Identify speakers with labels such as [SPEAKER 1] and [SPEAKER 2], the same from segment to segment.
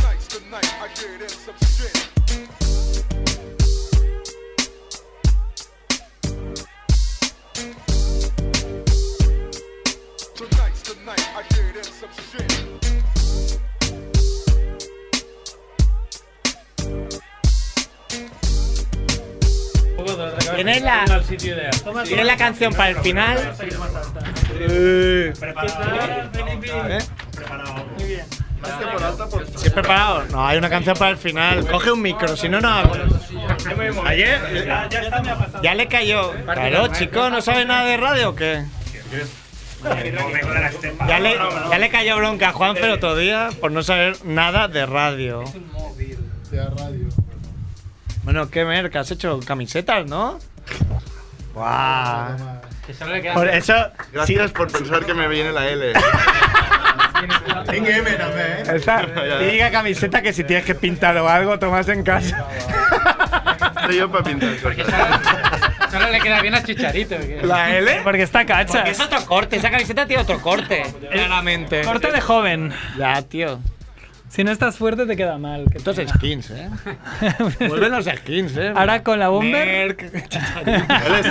[SPEAKER 1] night I get in some shit. Tonight's the night I get in some shit.
[SPEAKER 2] Tienes la-
[SPEAKER 3] Al sitio ideal.
[SPEAKER 2] ¿Tienes la canción para el final? ¿Sí preparado? No, hay una canción para el final. Coge un micro, si no, no hablas. Ayer
[SPEAKER 3] Ya, ya está, me ha pasado.
[SPEAKER 2] ya le cayó. Claro, chico, ¿no sabes nada de radio o qué? Ya le, ya le cayó bronca a Juan pero otro día por no saber nada de radio. Bueno, qué merca, has hecho camisetas, ¿no? ¡Guau!
[SPEAKER 3] Que solo le queda-
[SPEAKER 2] Por eso,
[SPEAKER 4] Gracias por pensar que me viene la L.
[SPEAKER 2] ¿eh?
[SPEAKER 5] Esta típica camiseta que si tienes que pintar o algo, tomas en casa.
[SPEAKER 4] Estoy yo para pintar
[SPEAKER 3] Que
[SPEAKER 4] cosas.
[SPEAKER 3] solo, solo le queda bien a Chicharito. que-
[SPEAKER 5] ¿La L? Porque está cacha.
[SPEAKER 2] porque es otro corte, esa camiseta tiene otro corte. Claramente.
[SPEAKER 5] Corte de joven.
[SPEAKER 2] Ya, tío.
[SPEAKER 5] Si no estás fuerte, te queda mal. Que
[SPEAKER 2] Estos skins, ¿eh? Vuelven los skins, ¿eh?
[SPEAKER 5] Ahora con la bomber.
[SPEAKER 2] Merck.
[SPEAKER 4] Él es-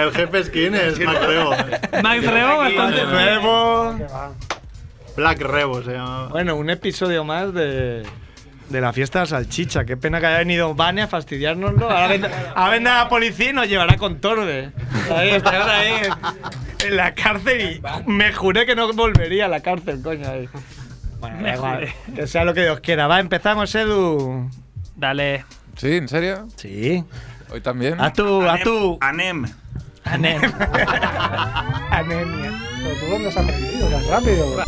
[SPEAKER 4] el jefe skin es Mac Rebo.
[SPEAKER 5] Max Rebo bastante.
[SPEAKER 4] Rebo. Black Rebo se llama.
[SPEAKER 2] Bueno, un episodio más de, de la fiesta de la salchicha. Qué pena que haya venido Vane a fastidiárnoslo. Ahora vendrá, ahora vendrá la policía y nos llevará con torde. Ahí estarán ahí en, en la cárcel y me juré que no volvería a la cárcel, coño. ahí. Bueno, da igual. Que sea lo que Dios quiera. Va, empezamos, Edu.
[SPEAKER 5] Dale.
[SPEAKER 6] Sí, ¿en serio?
[SPEAKER 2] Sí.
[SPEAKER 6] Hoy también.
[SPEAKER 2] A tú, a tú.
[SPEAKER 7] Anem.
[SPEAKER 5] Anemia. Pero tú dónde has aprendido tan rápido.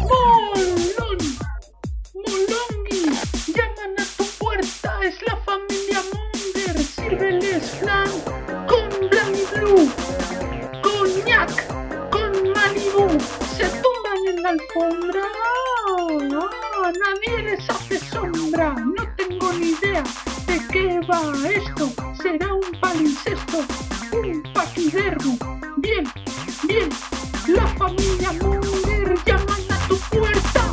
[SPEAKER 8] Molón, Molongi, llaman a tu puerta, es la familia Munger, sírveles flan con Blanc y Blue, coñac, con Malibu, se tumban en la alfombra, no, nadie les hace sombra, no tengo ni idea de qué va esto, será un palincesto, un paquidermo, bien, bien, la familia Munger llaman a tu puerta.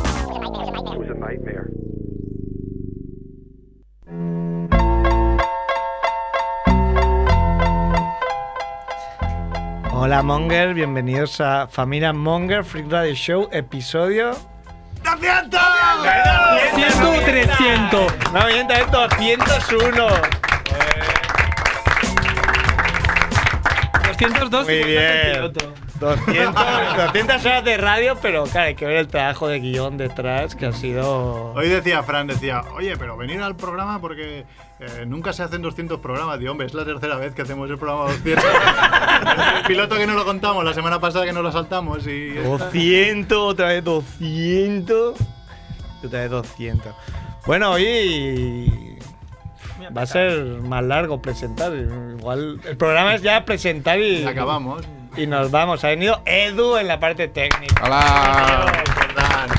[SPEAKER 2] Hola, Monger. Bienvenidos a Familia Monger Freak Radio Show, episodio.
[SPEAKER 5] ¿Ciento o 300?
[SPEAKER 2] No, bien, también 201.
[SPEAKER 5] 202
[SPEAKER 2] Muy
[SPEAKER 5] y mandas el
[SPEAKER 2] bien.
[SPEAKER 5] piloto.
[SPEAKER 2] 200, 200 horas de radio, pero claro, hay que ver el trabajo de guión detrás que ha sido.
[SPEAKER 4] Hoy decía Fran, decía, oye, pero venir al programa porque eh, nunca se hacen 200 programas. Digo, hombre, es la tercera vez que hacemos el programa 200. el piloto que no lo contamos, la semana pasada que no lo saltamos y...
[SPEAKER 2] 200, otra vez 200. y otra vez 200. Bueno, hoy. Va a ser más largo presentar. Igual el programa es ya presentar y.
[SPEAKER 4] Acabamos.
[SPEAKER 2] Y nos vamos. Ha venido Edu en la parte técnica.
[SPEAKER 6] Hola.
[SPEAKER 4] Fran.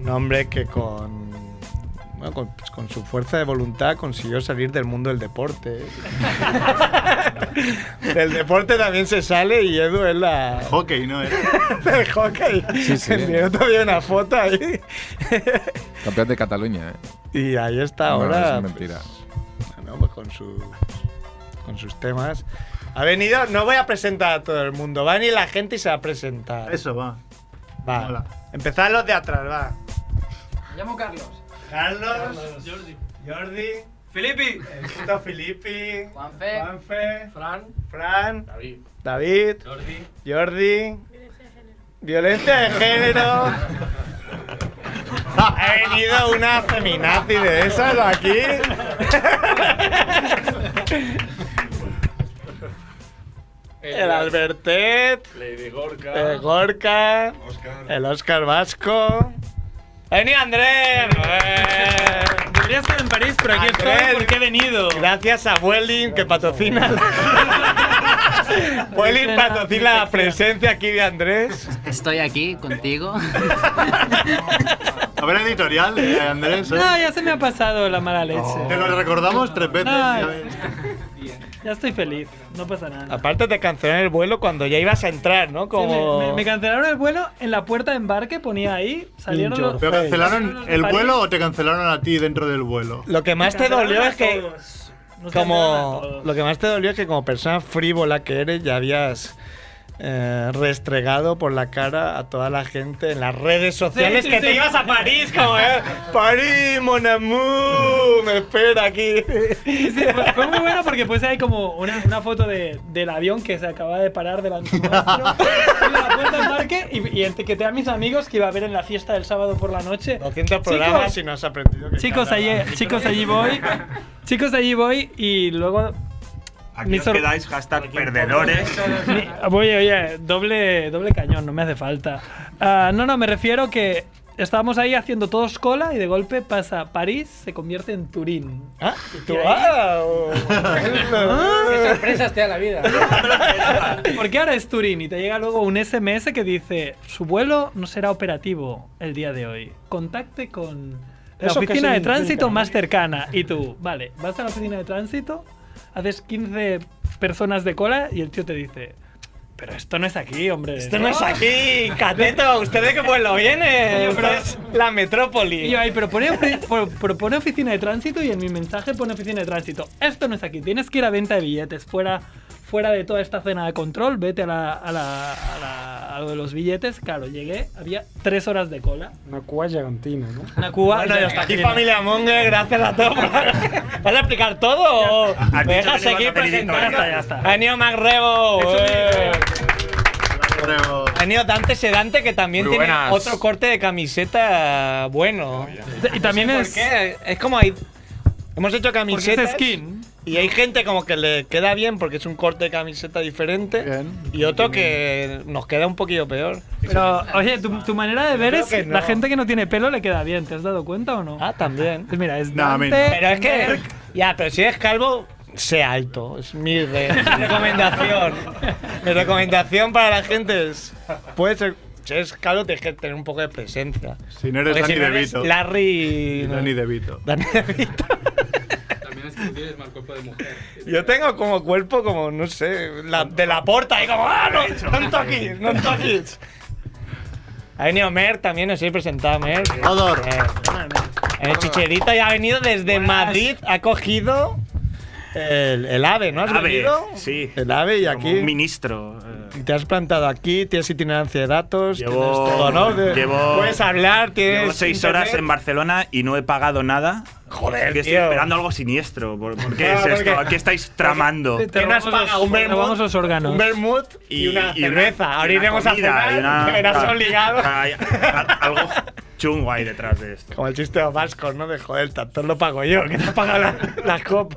[SPEAKER 2] Un hombre que con, bueno, con, pues, con su fuerza de voluntad consiguió salir del mundo del deporte. del deporte también se sale y Edu es la
[SPEAKER 4] Hockey, ¿no? Era.
[SPEAKER 2] del hockey.
[SPEAKER 6] Sí, sí.
[SPEAKER 2] Envió todavía una foto ahí.
[SPEAKER 6] Campeón de Cataluña, ¿eh?
[SPEAKER 2] y ahí está
[SPEAKER 6] No,
[SPEAKER 2] ahora.
[SPEAKER 6] es mentira.
[SPEAKER 2] pues, bueno, pues, con, su, con sus temas. Ha venido, no voy a presentar a todo el mundo, va a venir la gente y se va a presentar.
[SPEAKER 4] Eso va.
[SPEAKER 2] Va.
[SPEAKER 4] Hola.
[SPEAKER 2] Empezad los de atrás, va.
[SPEAKER 3] Llamo Carlos.
[SPEAKER 2] Carlos, Jordi,
[SPEAKER 3] Felipe.
[SPEAKER 2] el puto Filippi,
[SPEAKER 3] Juanfe.
[SPEAKER 2] Juanfe,
[SPEAKER 3] Fran.
[SPEAKER 2] Fran,
[SPEAKER 3] David.
[SPEAKER 2] David,
[SPEAKER 3] Jordi.
[SPEAKER 2] Jordi, violencia de género. Ha venido una feminazi de esas aquí. El Albertet,
[SPEAKER 7] Lady Gorka.
[SPEAKER 2] el Gorka, el Oscar Vasco. ¡Ha venido Andrés! ¡Eh!
[SPEAKER 5] Debería estar en París, pero aquí
[SPEAKER 2] Andrés.
[SPEAKER 5] estoy porque he venido.
[SPEAKER 2] Gracias a Welling que patrocina. Welling patrocina la presencia aquí de Andrés.
[SPEAKER 9] Estoy aquí contigo.
[SPEAKER 4] A ver, editorial, eh, Andrés. ¿eh?
[SPEAKER 5] No, ya se me ha pasado la mala leche.
[SPEAKER 4] Te lo recordamos tres veces.
[SPEAKER 5] Ay.
[SPEAKER 4] ya ves.
[SPEAKER 5] Ya estoy feliz, no pasa nada.
[SPEAKER 2] Aparte te cancelaron el vuelo cuando ya ibas a entrar, ¿no?
[SPEAKER 5] Sí, me-
[SPEAKER 2] Como...
[SPEAKER 5] me, me cancelaron el vuelo en la puerta de embarque, ponía ahí, salieron
[SPEAKER 2] your
[SPEAKER 5] los.
[SPEAKER 4] ¿Pero cancelaron
[SPEAKER 5] París.
[SPEAKER 4] el vuelo o te cancelaron a ti dentro del vuelo?
[SPEAKER 2] Lo que más te
[SPEAKER 5] cancelaron
[SPEAKER 2] dolió
[SPEAKER 5] a
[SPEAKER 2] es que
[SPEAKER 5] todos. Nos cancelaron a
[SPEAKER 2] como
[SPEAKER 5] todos.
[SPEAKER 2] lo que más te dolió es que como persona frívola que eres ya habías eh, restregado por la cara a toda la gente en las redes sociales
[SPEAKER 5] Sí, sí,
[SPEAKER 2] que te
[SPEAKER 5] sí.
[SPEAKER 2] ibas a París como eh, París mon amour me espera aquí
[SPEAKER 5] Sí, fue, fue muy bueno porque pues hay como una, una foto de, del avión que se acaba de parar delante nuestro en la puerta de embarque y, y etiqueté a mis amigos que iba a ver en la fiesta del sábado por la noche.
[SPEAKER 2] 200 programas
[SPEAKER 5] Chicos,
[SPEAKER 2] y no has aprendido que
[SPEAKER 5] Chicos,
[SPEAKER 2] cada-
[SPEAKER 5] allí, chicos, allí voy. Chicos, allí voy y luego.
[SPEAKER 10] Aquí
[SPEAKER 5] Mi
[SPEAKER 10] os
[SPEAKER 5] sor-
[SPEAKER 10] quedáis hashtag perdedores.
[SPEAKER 5] ni- Oye, ah, oye, doble, doble cañón, no me hace falta. Ah, no, no, me refiero que estábamos ahí haciendo todos cola y de golpe pasa París, se convierte en Turín.
[SPEAKER 2] Ah, tú, ah, oh.
[SPEAKER 11] Qué sorpresas te da la vida.
[SPEAKER 5] Porque ahora es Turín y te llega luego un SMS que dice su vuelo no será operativo el día de hoy. Contacte con la
[SPEAKER 2] ¿Eso qué
[SPEAKER 5] oficina de
[SPEAKER 2] significa?
[SPEAKER 5] tránsito más cercana. Y tú, vale, vas a la oficina de tránsito, haces 15 personas de cola y el tío te dice, pero esto no es aquí, hombre.
[SPEAKER 2] Esto Este no es aquí, cateto, ¿usted de qué pueblo viene?
[SPEAKER 5] Oye, pero-
[SPEAKER 2] Usted es la
[SPEAKER 5] Y
[SPEAKER 2] metrópoli.
[SPEAKER 5] yo ahí, pero pone, ofi- por- pero pone oficina de tránsito y en mi mensaje pone oficina de tránsito. Esto no es aquí, tienes que ir a venta de billetes. Fuera, fuera de toda esta cena de control, vete a, la, a, la- a la- a lo de los billetes. Claro, llegué, había tres horas de cola.
[SPEAKER 12] Una cuba gegantina, ¿no?
[SPEAKER 5] Una Cuba.
[SPEAKER 2] Bueno, y hasta aquí familia Monger, gracias a todos. por- ¿Vas a explicar todo o
[SPEAKER 10] A ti
[SPEAKER 2] me
[SPEAKER 10] te
[SPEAKER 2] dejas
[SPEAKER 10] llevas la
[SPEAKER 2] seguir
[SPEAKER 10] pelillito,
[SPEAKER 2] presentando?
[SPEAKER 5] Ya está, ya está.
[SPEAKER 2] Ha venido Mac Rebo, eh.
[SPEAKER 4] Pero-
[SPEAKER 2] Ha venido Dante Sedante, que también
[SPEAKER 10] Muy
[SPEAKER 2] tiene
[SPEAKER 10] buenas.
[SPEAKER 2] otro corte de
[SPEAKER 5] Ah,
[SPEAKER 2] camiseta bueno.
[SPEAKER 5] Y también
[SPEAKER 2] Ah, ¿Por
[SPEAKER 5] es.
[SPEAKER 2] qué? Es como hay... Hemos hecho
[SPEAKER 5] Porque
[SPEAKER 2] camisetas
[SPEAKER 5] es skin.
[SPEAKER 2] y hay gente como que le queda bien porque es un corte de camiseta diferente
[SPEAKER 4] Bien.
[SPEAKER 2] y otro que nos queda un poquillo peor.
[SPEAKER 5] Pero, oye, tu, tu manera de ver
[SPEAKER 2] Creo
[SPEAKER 5] es
[SPEAKER 2] que no.
[SPEAKER 5] la gente que no tiene pelo le queda bien. ¿Te has dado cuenta o no?
[SPEAKER 2] Ah, también.
[SPEAKER 5] Pues mira, es
[SPEAKER 4] No, a mí no.
[SPEAKER 5] Dante,
[SPEAKER 2] Pero es que.
[SPEAKER 5] Merck,
[SPEAKER 2] Ya, pero si eres calvo, sé alto. Es mi re- recomendación. mi recomendación para la gente es. Puede ser. Si eres calvo, tienes que tener un poco de presencia.
[SPEAKER 4] Si no eres
[SPEAKER 2] Porque
[SPEAKER 4] Danny
[SPEAKER 2] si no eres
[SPEAKER 4] DeVito.
[SPEAKER 2] Larry.
[SPEAKER 4] Danny DeVito.
[SPEAKER 2] Danny DeVito.
[SPEAKER 13] También es que tú tienes mal cuerpo de mujer.
[SPEAKER 2] Yo tengo como cuerpo, como, no sé, la- de la porta. Y como, ¡ah, no! ¡No me toques! ¡No me toques! Ha venido Mer también, os he presentado a Mer.
[SPEAKER 4] Odor.
[SPEAKER 2] Eh, El chicherito ya ha venido desde Madrid, ha cogido el, el ave, ¿no? ¿Has
[SPEAKER 10] Ave,
[SPEAKER 2] venido?
[SPEAKER 10] sí.
[SPEAKER 2] El ave y
[SPEAKER 10] Como
[SPEAKER 2] aquí.
[SPEAKER 10] un ministro.
[SPEAKER 2] y
[SPEAKER 10] eh,
[SPEAKER 2] Te has plantado aquí, tienes itinerancia de datos,
[SPEAKER 10] Llevo-
[SPEAKER 2] tienes todo, ¿no? De-
[SPEAKER 10] llevo-
[SPEAKER 2] puedes hablar, tienes.
[SPEAKER 10] Llevo seis
[SPEAKER 2] internet.
[SPEAKER 10] horas en Barcelona y no he pagado nada.
[SPEAKER 2] Joder,
[SPEAKER 10] Que estoy
[SPEAKER 2] tío.
[SPEAKER 10] esperando algo siniestro. ¿Por, por qué
[SPEAKER 2] Ah,
[SPEAKER 10] es esto?
[SPEAKER 2] porque-
[SPEAKER 10] Aquí estáis tramando.
[SPEAKER 5] te
[SPEAKER 2] ¿Qué nos
[SPEAKER 5] robamos
[SPEAKER 2] paga?
[SPEAKER 5] los-
[SPEAKER 2] Un
[SPEAKER 5] te robamos
[SPEAKER 2] vermut,
[SPEAKER 5] los órganos.
[SPEAKER 2] un vermut y,
[SPEAKER 10] Y-
[SPEAKER 2] una
[SPEAKER 10] y una-
[SPEAKER 2] cerveza.
[SPEAKER 10] y
[SPEAKER 2] Ahora
[SPEAKER 10] una
[SPEAKER 2] iremos a
[SPEAKER 10] comida,
[SPEAKER 2] cenar,
[SPEAKER 10] y una-
[SPEAKER 2] te verás
[SPEAKER 10] claro.
[SPEAKER 2] obligado.
[SPEAKER 10] Hay- al- algo chungo ahí detrás de esto.
[SPEAKER 2] Como el chiste de los vascos, ¿no? De joder, el tanto lo pago yo, que te ha pagado la, la copa.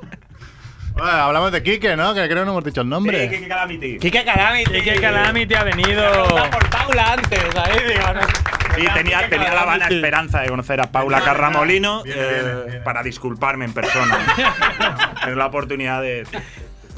[SPEAKER 4] Bueno, hablamos de Quique, ¿no? Que creo que no hemos dicho el nombre.
[SPEAKER 10] Sí, que- que calamity.
[SPEAKER 2] Kike Calami,
[SPEAKER 5] Kike Calamity ha venido.
[SPEAKER 2] por Paula antes, ¿sabéis? Digo, no.
[SPEAKER 10] Sí, tenía, tenía la vana
[SPEAKER 2] Sí.
[SPEAKER 10] esperanza de conocer a Paula Carramolino
[SPEAKER 4] Viene,
[SPEAKER 10] eh,
[SPEAKER 4] viene, viene.
[SPEAKER 10] para disculparme en persona. Tener la oportunidad de,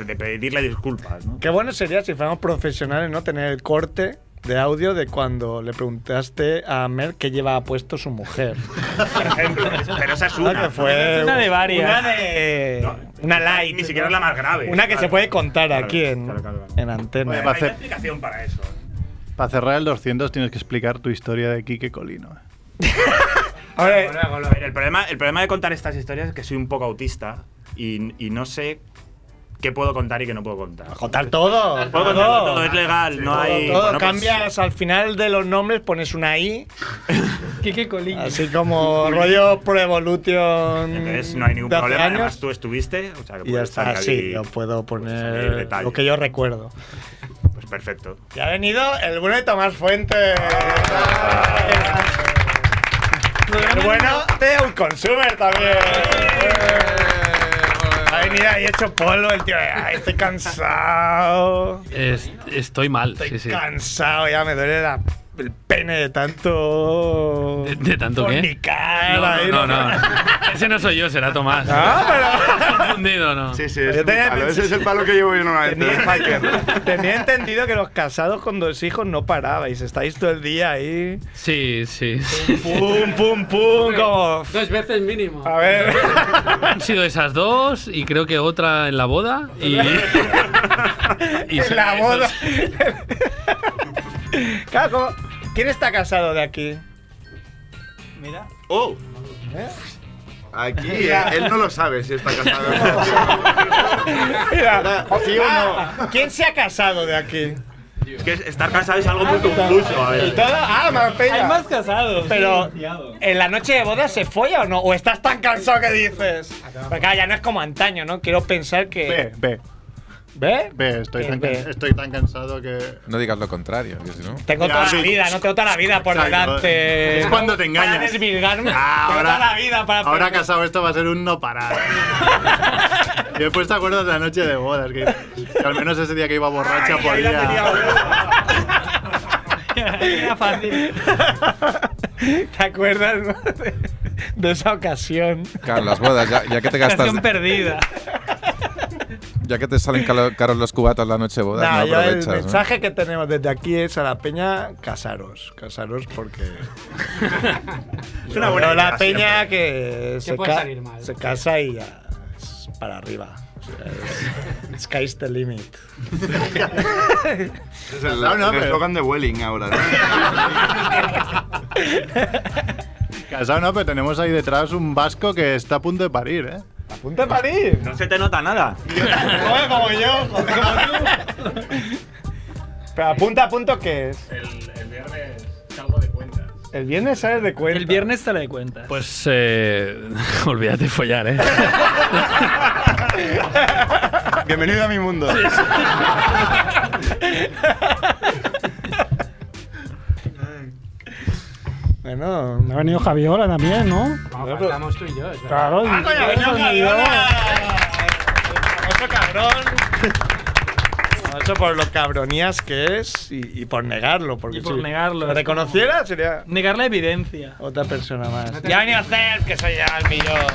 [SPEAKER 10] de pedirle disculpas. ¿no?
[SPEAKER 2] Qué bueno sería si fuéramos profesionales, ¿no? Tener el corte de audio de cuando le preguntaste a Mer qué lleva puesto su mujer.
[SPEAKER 10] Por ejemplo, pero esa es
[SPEAKER 2] ¿No?
[SPEAKER 10] una.
[SPEAKER 2] Que fue
[SPEAKER 5] Una de varias.
[SPEAKER 2] Una de-
[SPEAKER 10] No,
[SPEAKER 2] una light.
[SPEAKER 10] Ni siquiera es la más grave.
[SPEAKER 2] Una que
[SPEAKER 10] Claro.
[SPEAKER 2] se puede contar
[SPEAKER 10] Claro,
[SPEAKER 2] aquí en,
[SPEAKER 10] claro, claro.
[SPEAKER 2] en antena.
[SPEAKER 4] Oye,
[SPEAKER 10] Hay una
[SPEAKER 4] hacer-
[SPEAKER 10] explicación para eso.
[SPEAKER 4] Para cerrar el 200 tienes que explicar tu historia de Quique Colino. eh.
[SPEAKER 2] Ahora,
[SPEAKER 10] A ver, el problema, el problema de contar estas historias es que soy un poco autista y, y no sé qué puedo contar y qué no puedo contar.
[SPEAKER 2] contar todo.
[SPEAKER 10] Puedo contar
[SPEAKER 2] todo.
[SPEAKER 10] todo, es legal, no
[SPEAKER 2] Todo,
[SPEAKER 10] hay.
[SPEAKER 2] todo.
[SPEAKER 10] bueno, pues,
[SPEAKER 2] cambias al final de los nombres, pones una I,
[SPEAKER 5] Kike Colín.
[SPEAKER 2] así como rollo Pro Evolution.
[SPEAKER 10] entonces no hay ningún
[SPEAKER 2] de hace
[SPEAKER 10] problema.
[SPEAKER 2] años.
[SPEAKER 10] Además, tú estuviste, o sea que
[SPEAKER 2] Y ya
[SPEAKER 10] puedes
[SPEAKER 2] está,
[SPEAKER 10] sacar
[SPEAKER 2] sí,
[SPEAKER 10] ahí-
[SPEAKER 2] yo puedo
[SPEAKER 10] salir
[SPEAKER 2] poner
[SPEAKER 10] detalle.
[SPEAKER 2] lo que yo recuerdo.
[SPEAKER 10] Pues perfecto.
[SPEAKER 2] Y ha venido el bueno de Tomás Fuentes. el bueno de un consumer también. Ha venido ahí hecho polvo el tío. Ay, estoy cansado.
[SPEAKER 13] Es- estoy mal, sí, sí.
[SPEAKER 2] Cansado, ya me duele la el pene de tanto. ¿De,
[SPEAKER 14] tanto qué?
[SPEAKER 2] Fornicar,
[SPEAKER 14] No,
[SPEAKER 2] ahí,
[SPEAKER 14] no, no, no. Ese no soy yo, será Tomás.
[SPEAKER 2] Ah,
[SPEAKER 14] pero. Confundido, ¿no?
[SPEAKER 3] Sí, sí, ese es mi palo, ese es el palo que llevo yo normalmente. de Spiker.
[SPEAKER 2] Tenía entendido que los casados con dos hijos no parabais, estáis todo el día ahí.
[SPEAKER 14] Sí, sí.
[SPEAKER 2] Pum, pum, pum, como.
[SPEAKER 13] Dos veces mínimo.
[SPEAKER 2] A ver.
[SPEAKER 14] Han sido esas dos y creo que otra en la boda. Y. y
[SPEAKER 2] En la
[SPEAKER 14] esos-
[SPEAKER 2] boda. Claro, como- ¿quién está casado de aquí?
[SPEAKER 3] Mira. ¡Oh! Aquí, eh,
[SPEAKER 2] ¿Eh? Ya.
[SPEAKER 3] él no lo sabe si está casado.
[SPEAKER 2] Mira,
[SPEAKER 3] sí o no.
[SPEAKER 2] ah, ¿Quién se ha casado de aquí?
[SPEAKER 10] Es que estar casado es algo muy confuso, a
[SPEAKER 2] ¿Y
[SPEAKER 10] ver.
[SPEAKER 2] todo? Ah, más peña.
[SPEAKER 10] Hay
[SPEAKER 2] más casados. Pero, ¿en la noche de boda se folla o no? ¿O estás tan cansado que dices? Porque claro, ya no es como antaño, ¿no? Quiero pensar que.
[SPEAKER 4] Ve, ve.
[SPEAKER 2] ¿Ve?
[SPEAKER 4] Ve, estoy,
[SPEAKER 2] ¿Qué
[SPEAKER 4] tan,
[SPEAKER 2] ve?
[SPEAKER 4] can- estoy tan cansado que.
[SPEAKER 6] No digas lo contrario, que si no.
[SPEAKER 2] Tengo
[SPEAKER 4] Ya,
[SPEAKER 2] toda
[SPEAKER 4] sí.
[SPEAKER 2] la vida, no tengo toda la vida por
[SPEAKER 4] Exacto.
[SPEAKER 2] delante.
[SPEAKER 4] Es cuando te engañas.
[SPEAKER 2] Para desvirgarme.
[SPEAKER 4] Ah,
[SPEAKER 2] Tengo
[SPEAKER 4] ahora-
[SPEAKER 2] toda la vida para
[SPEAKER 4] Ahora
[SPEAKER 2] perder.
[SPEAKER 4] casado esto va a ser un no parar. Y después te acuerdas de la noche de bodas, que, que al menos ese día que iba borracha podía.
[SPEAKER 5] Era fácil.
[SPEAKER 2] ¿Te acuerdas no? de, de esa ocasión?
[SPEAKER 6] Claro, las bodas, ya, ya que te gastas.
[SPEAKER 2] Ocasión perdida.
[SPEAKER 6] Ya que te salen calo- caros los cubatos la noche de bodas,
[SPEAKER 2] Nah,
[SPEAKER 6] no
[SPEAKER 2] yo el
[SPEAKER 6] aprovechas. ¿no?
[SPEAKER 2] mensaje que tenemos desde aquí es a la peña casaros. Casaros porque.
[SPEAKER 10] Es una buena
[SPEAKER 2] Pero la
[SPEAKER 10] idea,
[SPEAKER 2] peña
[SPEAKER 10] siempre.
[SPEAKER 2] que
[SPEAKER 10] ¿Qué
[SPEAKER 2] se,
[SPEAKER 10] puede
[SPEAKER 2] ca-
[SPEAKER 10] salir mal?
[SPEAKER 2] se casa y ya es para arriba. O sea, es- Sky's the limit.
[SPEAKER 3] Es el,
[SPEAKER 2] No, no,
[SPEAKER 3] el
[SPEAKER 2] pero-
[SPEAKER 3] eslogan de Welling ahora. ¿no?
[SPEAKER 4] Casado no, pero tenemos ahí detrás un vasco que está a punto de parir, ¿eh?
[SPEAKER 2] ¿A punto de parir?
[SPEAKER 10] No se te nota nada.
[SPEAKER 2] Joder, como yo, joder, como tú. Pero a punto a punto, ¿qué es?
[SPEAKER 13] El, el viernes salgo de cuentas.
[SPEAKER 2] El viernes sales de cuenta. El
[SPEAKER 5] viernes sale de cuenta.
[SPEAKER 14] Pues. Eh, olvídate de follar, ¿eh?
[SPEAKER 3] Bienvenido a mi mundo.
[SPEAKER 2] Bueno.
[SPEAKER 12] Ha venido Javiola también, ¿no?
[SPEAKER 13] Estamos tú y yo. es verdad.
[SPEAKER 12] Claro, y-
[SPEAKER 2] ¡Ah, coño, ha venido Javiola! Famoso cabrón. Famoso por lo cabronías que es y, y por negarlo. Porque
[SPEAKER 5] Y por
[SPEAKER 2] si
[SPEAKER 5] negarlo,
[SPEAKER 2] lo
[SPEAKER 5] es
[SPEAKER 2] reconociera,
[SPEAKER 5] como-
[SPEAKER 2] sería
[SPEAKER 5] Negar la evidencia.
[SPEAKER 2] otra persona más.
[SPEAKER 5] No te-
[SPEAKER 2] Ya ha venido Cel, que soy ya el millón.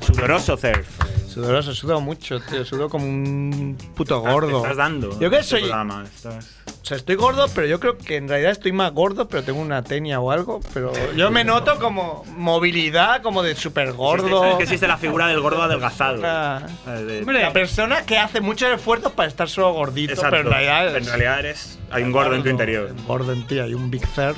[SPEAKER 10] Sudoroso, Cerf.
[SPEAKER 2] Sudoroso, sudo mucho, tío. Sudo como un puto gordo.
[SPEAKER 10] Te estás dando.
[SPEAKER 2] Yo que
[SPEAKER 10] este
[SPEAKER 2] soy.
[SPEAKER 10] programa, estás-
[SPEAKER 2] O sea, estoy gordo, pero yo creo que en realidad estoy más gordo, pero tengo una tenia o algo. Pero yo me noto como movilidad, como de súper gordo.
[SPEAKER 10] Existe- Es que existe la figura del gordo adelgazado. Eh, de-
[SPEAKER 2] Ah. la persona que hace muchos esfuerzos para estar solo gordito,
[SPEAKER 10] Exacto.
[SPEAKER 2] pero en realidad,
[SPEAKER 10] En realidad eres. Hay un gordo en tu interior.
[SPEAKER 2] Un gordo en ti, hay un Big Surf.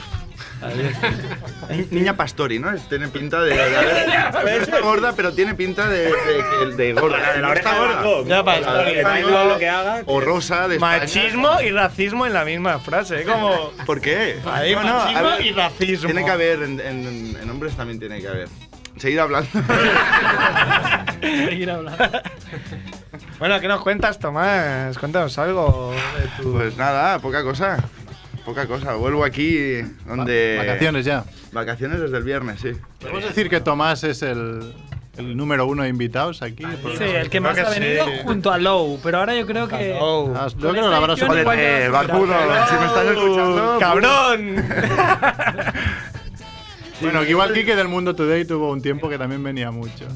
[SPEAKER 3] Ni- Niña Pastori, ¿no? Es- Tiene pinta de. de haber- no está gorda, pero tiene pinta de, de, de, de gorda.
[SPEAKER 10] Pues La de la
[SPEAKER 3] No
[SPEAKER 10] oreja de
[SPEAKER 3] está gorda.
[SPEAKER 10] Van Gogh. Ya, Pastori,
[SPEAKER 3] La de Van
[SPEAKER 10] da igual lo que
[SPEAKER 3] Gogh
[SPEAKER 10] haga,
[SPEAKER 3] O rosa de España.
[SPEAKER 2] Machismo y racismo en la misma frase, ¿eh? como
[SPEAKER 3] ¿Por qué?
[SPEAKER 2] Ahí, machismo
[SPEAKER 3] a ver,
[SPEAKER 2] y racismo.
[SPEAKER 3] Tiene que haber, en, en- en hombres también tiene que haber. Seguir hablando.
[SPEAKER 5] Seguir hablando.
[SPEAKER 2] Bueno, ¿qué nos cuentas, Tomás? Cuéntanos algo de tu.
[SPEAKER 3] Pues nada, poca cosa. Poca cosa. Vuelvo aquí donde.
[SPEAKER 4] Va- vacaciones ya.
[SPEAKER 3] Vacaciones desde el viernes, sí.
[SPEAKER 4] ¿Podemos decir que Tomás es el, el número uno de invitados aquí?
[SPEAKER 5] Sí, el que más ha venido junto a Low, pero ahora yo creo que.
[SPEAKER 4] Ah, yo
[SPEAKER 5] Con
[SPEAKER 4] creo que
[SPEAKER 5] esta
[SPEAKER 4] lo habrá
[SPEAKER 5] edición
[SPEAKER 4] superado.
[SPEAKER 5] igual ya
[SPEAKER 4] Eh,
[SPEAKER 5] lo ha superado.
[SPEAKER 4] vacuno, si me estás escuchando,
[SPEAKER 2] ¡Cabrón!
[SPEAKER 4] Bueno, que igual Kike del Mundo Today tuvo un tiempo que también venía mucho.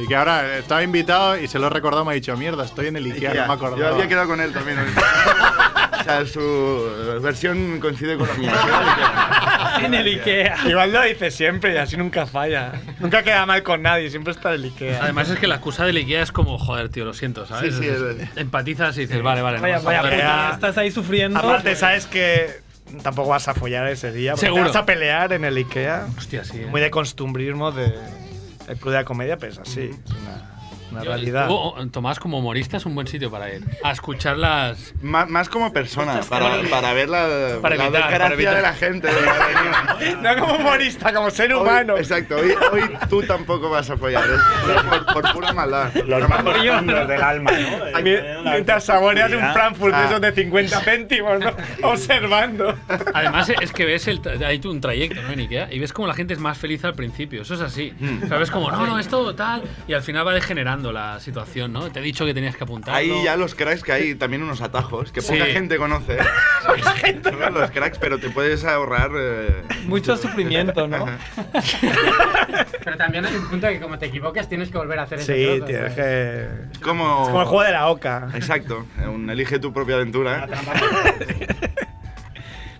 [SPEAKER 4] Y que ahora estaba invitado y se lo he recordado, me ha dicho, mierda, estoy en el Ikea,
[SPEAKER 3] Ya,
[SPEAKER 4] no me acordaba.
[SPEAKER 3] Yo había quedado con él también. o sea, su versión coincide con la mía.
[SPEAKER 2] En el Ikea. Igual lo dice siempre y así nunca falla. Nunca queda mal con nadie, siempre está en el Ikea.
[SPEAKER 14] Además es que la excusa del IKEA es como, joder, tío, lo siento, ¿sabes?
[SPEAKER 2] Sí, sí,
[SPEAKER 14] Es-
[SPEAKER 2] es-
[SPEAKER 14] Empatizas y dices, vale, vale. no
[SPEAKER 2] Vaya,
[SPEAKER 14] vas a
[SPEAKER 2] vaya
[SPEAKER 14] poder-
[SPEAKER 2] puta,
[SPEAKER 5] Estás ahí sufriendo.
[SPEAKER 2] Aparte, sabes que tampoco vas a follar ese día. porque
[SPEAKER 5] Seguro.
[SPEAKER 2] Te vas a pelear en el Ikea.
[SPEAKER 14] Hostia, sí. eh.
[SPEAKER 2] Muy de costumbrismo de el club de la comedia, pero es así. Es una, una
[SPEAKER 14] Yo- uh,
[SPEAKER 2] realidad.
[SPEAKER 14] tú, o- Tomás, como humorista, es un buen sitio para ir. A escuchar las.
[SPEAKER 3] Más, como persona, para, para ver la,
[SPEAKER 14] Para
[SPEAKER 3] la
[SPEAKER 14] evitar, para
[SPEAKER 3] desgracia
[SPEAKER 14] evitar.
[SPEAKER 3] de la gente.
[SPEAKER 2] no como humorista, como ser
[SPEAKER 3] humano. exacto, hoy, hoy tú tampoco vas a apoyar. es por, por pura maldad.
[SPEAKER 10] Los más profundos del alma,
[SPEAKER 2] Ay, Mientras saboreas un Frankfurt de
[SPEAKER 14] Ah.
[SPEAKER 2] esos de 50 céntimos, ¿no? observando.
[SPEAKER 14] Además, es que ves el tra- hay un trayecto ¿no? en Ikea y ves como la gente es más feliz al principio. Eso es así. Sabes como, no, no, esto tal. Y al final va degenerando. apuntando la situación, ¿no? Te he dicho que tenías que apuntar.
[SPEAKER 3] Ahí ya los cracks que hay también unos atajos que
[SPEAKER 14] Sí.
[SPEAKER 3] poca gente conoce. poca gente. los cracks, pero te puedes ahorrar. eh,
[SPEAKER 5] Mucho sufrimiento, ¿no?
[SPEAKER 13] Pero también hay un punto que como te equivoques tienes que volver a hacer ese
[SPEAKER 3] Sí,
[SPEAKER 13] trozo, ¿sabes?
[SPEAKER 3] tienes que. Es como.
[SPEAKER 13] Es como el juego de
[SPEAKER 2] la oca.
[SPEAKER 3] Exacto. eh, Un elige tu propia aventura. ¿eh?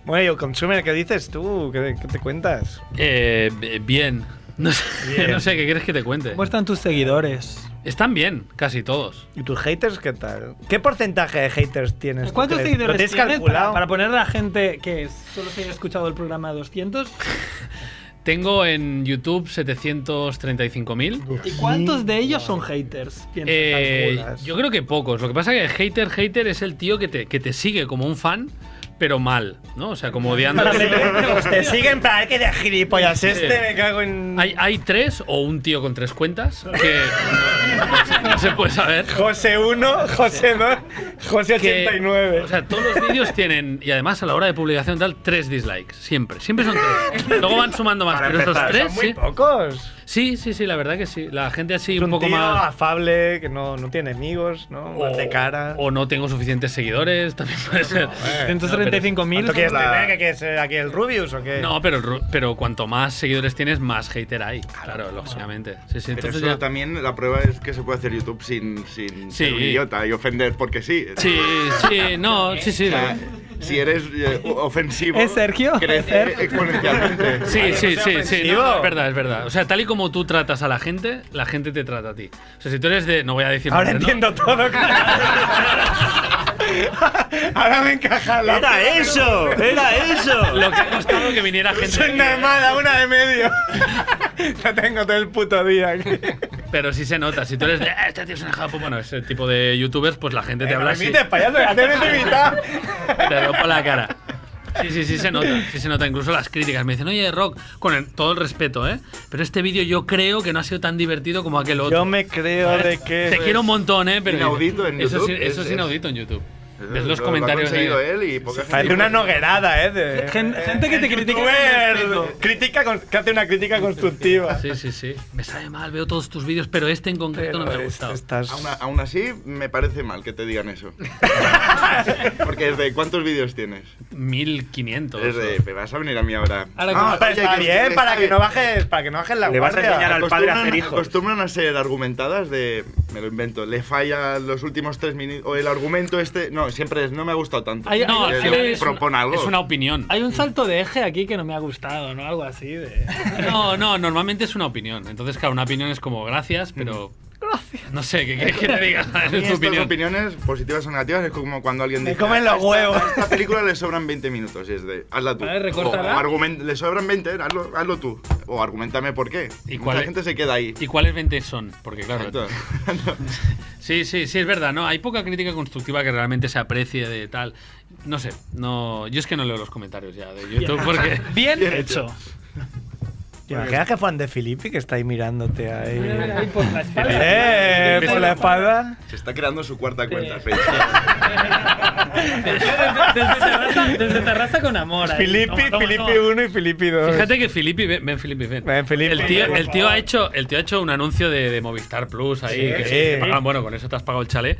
[SPEAKER 2] Bueno, y el consumer, ¿qué dices tú? ¿Qué, qué te cuentas?
[SPEAKER 14] Eh, b- bien. No sé,
[SPEAKER 2] Bien.
[SPEAKER 14] no sé, ¿qué quieres que te cuente?
[SPEAKER 5] ¿Cómo están tus seguidores?
[SPEAKER 14] Están bien, casi todos.
[SPEAKER 2] ¿Y tus haters qué tal? ¿Qué porcentaje de haters tienes? tú,
[SPEAKER 5] ¿Cuántos
[SPEAKER 2] crees?
[SPEAKER 5] seguidores
[SPEAKER 2] ¿Lo tienes
[SPEAKER 5] tienes para,
[SPEAKER 2] calculado?
[SPEAKER 5] para poner a la gente que solo se haya escuchado el programa 200?
[SPEAKER 14] Tengo en YouTube 735.000.
[SPEAKER 5] ¿Y cuántos de ellos son haters? Piensa,
[SPEAKER 14] Eh,
[SPEAKER 5] calculas.
[SPEAKER 14] yo creo que pocos. Lo que pasa que hater, hater es el tío que te, que te sigue como un fan, pero mal, ¿no? O sea, como odiando.
[SPEAKER 2] Te siguen para ver que de gilipollas este, me cago en.
[SPEAKER 14] Hay, hay tres o un tío con tres cuentas que no, se puede saber.
[SPEAKER 2] José 1, José 2, José 89.
[SPEAKER 14] o sea, todos los vídeos tienen, y además a la hora de publicación tal, tres dislikes. Siempre, siempre son tres. Luego van sumando más,
[SPEAKER 2] Para
[SPEAKER 14] pero estos
[SPEAKER 2] empezar,
[SPEAKER 14] tres.
[SPEAKER 2] son muy
[SPEAKER 14] sí.
[SPEAKER 2] pocos.
[SPEAKER 14] Sí, sí, sí, la verdad que sí. La gente así
[SPEAKER 2] Es
[SPEAKER 14] un poco
[SPEAKER 2] tío
[SPEAKER 14] más. Oh.
[SPEAKER 2] afable, que no, no tiene amigos, ¿no? eh,
[SPEAKER 14] O, o no tengo suficientes seguidores, también puede ser.
[SPEAKER 2] eh, ¿Cuánto quieres
[SPEAKER 14] No,
[SPEAKER 2] tener?
[SPEAKER 14] pero-
[SPEAKER 2] ¿Que quieres ser aquí el Rubius o qué?
[SPEAKER 14] No, pero, ru- pero cuanto más seguidores tienes, más hater hay. Eh. Claro, lógicamente. Sí, sí,
[SPEAKER 3] Pero
[SPEAKER 14] entonces
[SPEAKER 3] eso
[SPEAKER 14] ya-
[SPEAKER 3] también la prueba es que se puede hacer YouTube sin, sin
[SPEAKER 14] Sí.
[SPEAKER 3] ser un idiota y ofender porque sí.
[SPEAKER 14] Sí, sí, no, sí, sí.
[SPEAKER 3] O sea, si eres eh, ofensivo.
[SPEAKER 14] ¿Es Sergio?
[SPEAKER 3] Crece
[SPEAKER 14] ¿Es Sergio? pues
[SPEAKER 3] exponencialmente.
[SPEAKER 14] Sí,
[SPEAKER 3] Vale,
[SPEAKER 14] sí,
[SPEAKER 3] no sea
[SPEAKER 14] sí, sí, no,
[SPEAKER 3] ofensivo.
[SPEAKER 14] no, es verdad, es verdad. O sea, tal y como tú tratas a la gente, la gente te trata a ti. O sea, si tú eres de. No voy a decir.
[SPEAKER 2] Ahora
[SPEAKER 14] nombres, ¿no?
[SPEAKER 2] entiendo todo. Ahora me encaja la.
[SPEAKER 14] ¡Era
[SPEAKER 2] eso!
[SPEAKER 14] ¡Era eso! Lo que ha costado que viniera gente.
[SPEAKER 2] Soy una mala, una de medio. La tengo todo el puto día aquí.
[SPEAKER 14] Pero sí se nota. Si tú eres de. "Ah, Este tío es un japo. Bueno, ese tipo de youtubers, pues la gente te habla
[SPEAKER 2] Me
[SPEAKER 14] así.
[SPEAKER 2] invites, payaso, ya te he invitado.
[SPEAKER 14] Te rompo la cara. Sí, sí, sí se nota, sí se nota. Incluso las críticas me dicen, oye, Rock, con el- todo el respeto, ¿eh? Pero este vídeo yo creo que no ha sido tan divertido como aquel otro.
[SPEAKER 2] Yo me creo de que.
[SPEAKER 14] Te quiero un montón, ¿eh? Pero
[SPEAKER 3] Inaudito en
[SPEAKER 14] Eso, sí-
[SPEAKER 3] YouTube,
[SPEAKER 14] eso
[SPEAKER 3] es-
[SPEAKER 14] es,
[SPEAKER 3] es-
[SPEAKER 14] inaudito en YouTube. Ves
[SPEAKER 3] lo-
[SPEAKER 14] los
[SPEAKER 3] lo ha
[SPEAKER 14] comentarios.
[SPEAKER 3] conseguido
[SPEAKER 14] ahí.
[SPEAKER 3] él y poca gente-
[SPEAKER 2] Parece una noguerada, ¿eh? De-
[SPEAKER 5] Gen- gente que te critica.
[SPEAKER 2] Youtuber, crítica con- que hace una crítica constructiva.
[SPEAKER 14] Sí, sí, sí. Me sabe mal, veo todos tus vídeos, pero este en concreto no me ha gustado.
[SPEAKER 3] Aún, aún así, me parece mal que te digan eso. Porque desde cuántos vídeos tienes?
[SPEAKER 14] 1500.
[SPEAKER 3] Es de, me vas a venir a mí ahora.
[SPEAKER 2] Ahora que- pero
[SPEAKER 3] oye,
[SPEAKER 2] está
[SPEAKER 3] que
[SPEAKER 2] bien,
[SPEAKER 3] usted
[SPEAKER 2] para
[SPEAKER 3] está
[SPEAKER 2] que no bajes- para que no bajes la guardia.
[SPEAKER 3] Acostumbran-
[SPEAKER 2] Acostumbran-
[SPEAKER 3] Acostumbran a ser argumentadas de, me lo invento, le falla los últimos tres minutos, o el argumento este, no, siempre es, no me ha gustado tanto.
[SPEAKER 5] Hay- No,
[SPEAKER 3] Eh,
[SPEAKER 5] al final es
[SPEAKER 3] propon
[SPEAKER 5] una-
[SPEAKER 3] algo.
[SPEAKER 14] Es una opinión.
[SPEAKER 5] Hay un salto de eje aquí que no me ha gustado, ¿no? Algo así de.
[SPEAKER 14] No, no, normalmente es una opinión. Entonces, claro, una opinión es como gracias, pero.
[SPEAKER 2] Mm.
[SPEAKER 14] Gracias. No sé, ¿qué quieres que te diga?
[SPEAKER 3] A mí
[SPEAKER 14] Es tu
[SPEAKER 3] estas
[SPEAKER 14] opinión.
[SPEAKER 3] opiniones positivas o negativas es como cuando alguien dice.
[SPEAKER 2] comen los
[SPEAKER 3] "A esta-
[SPEAKER 2] huevos".
[SPEAKER 3] A esta película le sobran 20 minutos. Y es de. Hazla tú.
[SPEAKER 2] Vale, recórtala.
[SPEAKER 3] O argument- le sobran 20, hazlo, hazlo tú. O argumentame por qué.
[SPEAKER 14] ¿Y
[SPEAKER 3] Mucha
[SPEAKER 14] cuál-
[SPEAKER 3] gente se queda ahí.
[SPEAKER 14] ¿Y cuáles 20 son? Porque claro. Sí, sí, sí, es verdad, ¿no? Hay poca crítica constructiva que realmente se aprecie de tal. No sé, no. Yo es que no leo los comentarios ya de YouTube porque.
[SPEAKER 5] Bien Bien hecho.
[SPEAKER 2] ¿Te imaginas que Juan de Filippi que está ahí mirándote ahí?
[SPEAKER 5] ahí por
[SPEAKER 3] Eh,
[SPEAKER 5] la espalda.
[SPEAKER 2] Eh, por la espalda.
[SPEAKER 3] Se está creando su cuarta cuenta.
[SPEAKER 5] Desde terraza, desde terraza con amor. ahí.
[SPEAKER 2] Filippi,
[SPEAKER 5] Toma, toma,
[SPEAKER 2] Filippi
[SPEAKER 5] toma.
[SPEAKER 2] 1 y Filippi 2.
[SPEAKER 14] Fíjate que Filippi, ven, ven, Filippi, ven.
[SPEAKER 2] Filippi,
[SPEAKER 14] el, tío,
[SPEAKER 2] por
[SPEAKER 14] el, tío
[SPEAKER 2] favor.
[SPEAKER 14] ha hecho, el tío ha hecho un anuncio de, de Movistar Plus ahí.
[SPEAKER 2] Sí.
[SPEAKER 14] que
[SPEAKER 2] Sí.
[SPEAKER 14] te pagan- bueno, con eso te has pagado el chalet.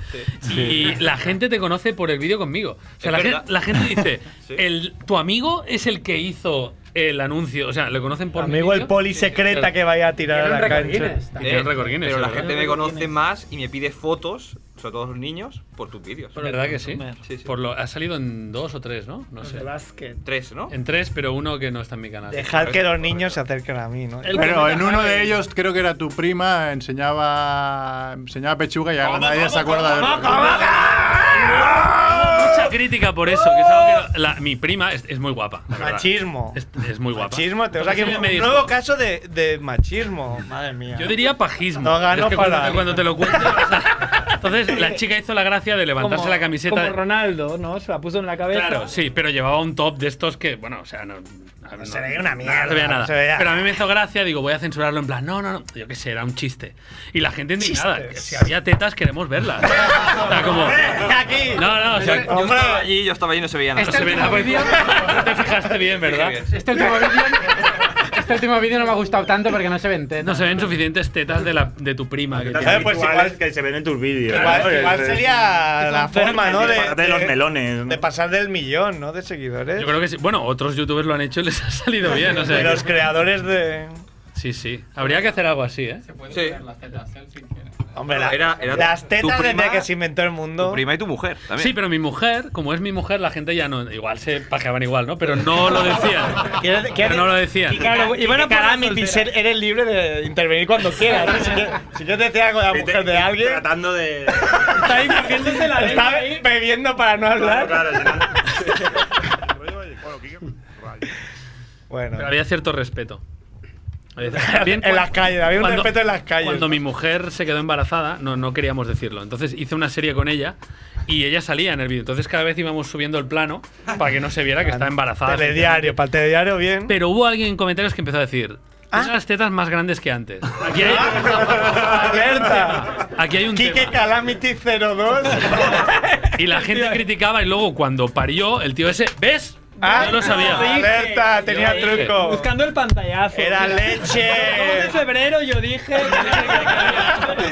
[SPEAKER 14] Y la gente te conoce por el vídeo conmigo. O
[SPEAKER 15] Es
[SPEAKER 14] sea, la, gen-
[SPEAKER 15] verdad.
[SPEAKER 14] la gente dice: el, tu amigo es el que hizo el anuncio. O sea, lo conocen por. mi
[SPEAKER 2] Amigo, el
[SPEAKER 14] vídeo.
[SPEAKER 2] poli secreta que vaya a tirar a la cancha.
[SPEAKER 14] Y tiene un récord Guinness,
[SPEAKER 15] Pero la
[SPEAKER 14] ¿verdad?
[SPEAKER 15] gente me conoce más y me pide fotos, sobre todo los niños, por tus vídeos.
[SPEAKER 14] ¿Verdad que sí?
[SPEAKER 15] Sí, sí.
[SPEAKER 14] Por lo, ha salido en dos o tres, ¿no? No
[SPEAKER 15] Los
[SPEAKER 14] sé.
[SPEAKER 15] de
[SPEAKER 5] básquet.
[SPEAKER 15] Tres, ¿no?
[SPEAKER 14] En tres, pero uno que no está en mi canal.
[SPEAKER 2] Dejar que los niños se acerquen a mí, ¿no?
[SPEAKER 4] Pero en uno de ellos, creo que era tu prima, enseñaba, enseñaba pechuga y ahora nadie se acuerda de
[SPEAKER 14] Mucha crítica por eso, que es algo que la- mi prima es, es muy guapa. la verdad.
[SPEAKER 2] Machismo.
[SPEAKER 14] Es, es muy guapa.
[SPEAKER 2] Machismo, te vas
[SPEAKER 14] Entonces
[SPEAKER 2] aquí
[SPEAKER 14] ella
[SPEAKER 2] un
[SPEAKER 14] me dijo,
[SPEAKER 2] nuevo caso de, de machismo. Madre mía.
[SPEAKER 14] Yo diría pajismo.
[SPEAKER 2] No gano
[SPEAKER 14] Es que cuando
[SPEAKER 2] para-
[SPEAKER 14] te- Cuando, te lo cuento. o sea, Entonces la chica hizo la gracia de levantarse
[SPEAKER 5] Como-
[SPEAKER 14] la camiseta.
[SPEAKER 5] Como Ronaldo, ¿no? Se la puso en la cabeza.
[SPEAKER 14] Claro, sí, pero llevaba un top de estos que, bueno, o sea, no. No,
[SPEAKER 2] se veía una mierda,
[SPEAKER 14] No se veía
[SPEAKER 2] no
[SPEAKER 14] nada.
[SPEAKER 2] se veía.
[SPEAKER 14] Pero a mí me hizo gracia, digo, voy a censurarlo en plan, no, no, no. Yo qué sé, era un chiste. Y la gente indignada, que si había tetas queremos verlas. O sea, como.
[SPEAKER 2] Aquí.
[SPEAKER 14] No, no, o sea,
[SPEAKER 15] yo estaba allí, yo estaba allí y no se veía nada.
[SPEAKER 14] no se ve nada, pues, no te fijaste bien, ¿verdad?
[SPEAKER 15] Este último vídeo
[SPEAKER 13] Este último vídeo no me ha gustado tanto porque no se ven tetas.
[SPEAKER 14] No se ven suficientes tetas de, la, de tu prima. Que
[SPEAKER 10] Tetas
[SPEAKER 2] pues,
[SPEAKER 10] virtuales
[SPEAKER 14] que se ven en tus vídeos.
[SPEAKER 2] Igual, igual sería la forma, ¿no?
[SPEAKER 10] De, los melones.
[SPEAKER 2] De pasar del millón, ¿no? De seguidores.
[SPEAKER 14] Yo creo que sí. Bueno, otros youtubers lo han hecho y les ha salido bien. O sea,
[SPEAKER 2] de
[SPEAKER 14] que-
[SPEAKER 2] los creadores de.
[SPEAKER 14] Sí, sí. Habría que hacer algo así, ¿eh?
[SPEAKER 15] Sí.
[SPEAKER 2] Hombre, la-
[SPEAKER 15] Era- era
[SPEAKER 2] las
[SPEAKER 15] tu
[SPEAKER 2] tetas
[SPEAKER 15] prima-
[SPEAKER 2] desde que se inventó el mundo.
[SPEAKER 15] Prima y tu mujer también.
[SPEAKER 14] Sí, pero mi mujer, como es mi mujer, la gente ya no. Igual se pajeaban igual, ¿no? Pero no lo decían. Pero no lo decían.
[SPEAKER 2] Y claro, y bueno, pues- para mi ser, eres libre de intervenir cuando quieras. ¿no? Si, que- si yo te decía algo de la mujer de alguien.
[SPEAKER 10] Tratando de.
[SPEAKER 2] Está ahí cogiéndose la Está bebiendo para no hablar. Bueno.
[SPEAKER 14] Pero había cierto respeto. Había cierto-
[SPEAKER 2] En las calles, había un
[SPEAKER 14] cuando-
[SPEAKER 2] respeto en las calles,
[SPEAKER 14] Cuando
[SPEAKER 2] ¿no?
[SPEAKER 14] mi mujer se quedó embarazada, no, no queríamos decirlo. Entonces hice una serie con ella y ella salía en el vídeo. Entonces cada vez íbamos subiendo el plano para que no se viera que estaba embarazada.
[SPEAKER 2] Telediario, para el telediario bien. Ah.
[SPEAKER 14] Pero hubo alguien en comentarios que empezó a decir: Tienes las tetas más grandes que antes. Aquí hay, Aquí hay un tema.
[SPEAKER 2] Kike Calamity 02.
[SPEAKER 14] Y la gente criticaba y luego cuando parió, el tío ese, ¿ves? Yo lo sabía.
[SPEAKER 2] Ah, Alerta,
[SPEAKER 14] Yo
[SPEAKER 2] tenía
[SPEAKER 14] lo dije.
[SPEAKER 2] truco.
[SPEAKER 5] Buscando el pantallazo.
[SPEAKER 2] Era leche.
[SPEAKER 5] En febrero yo dije.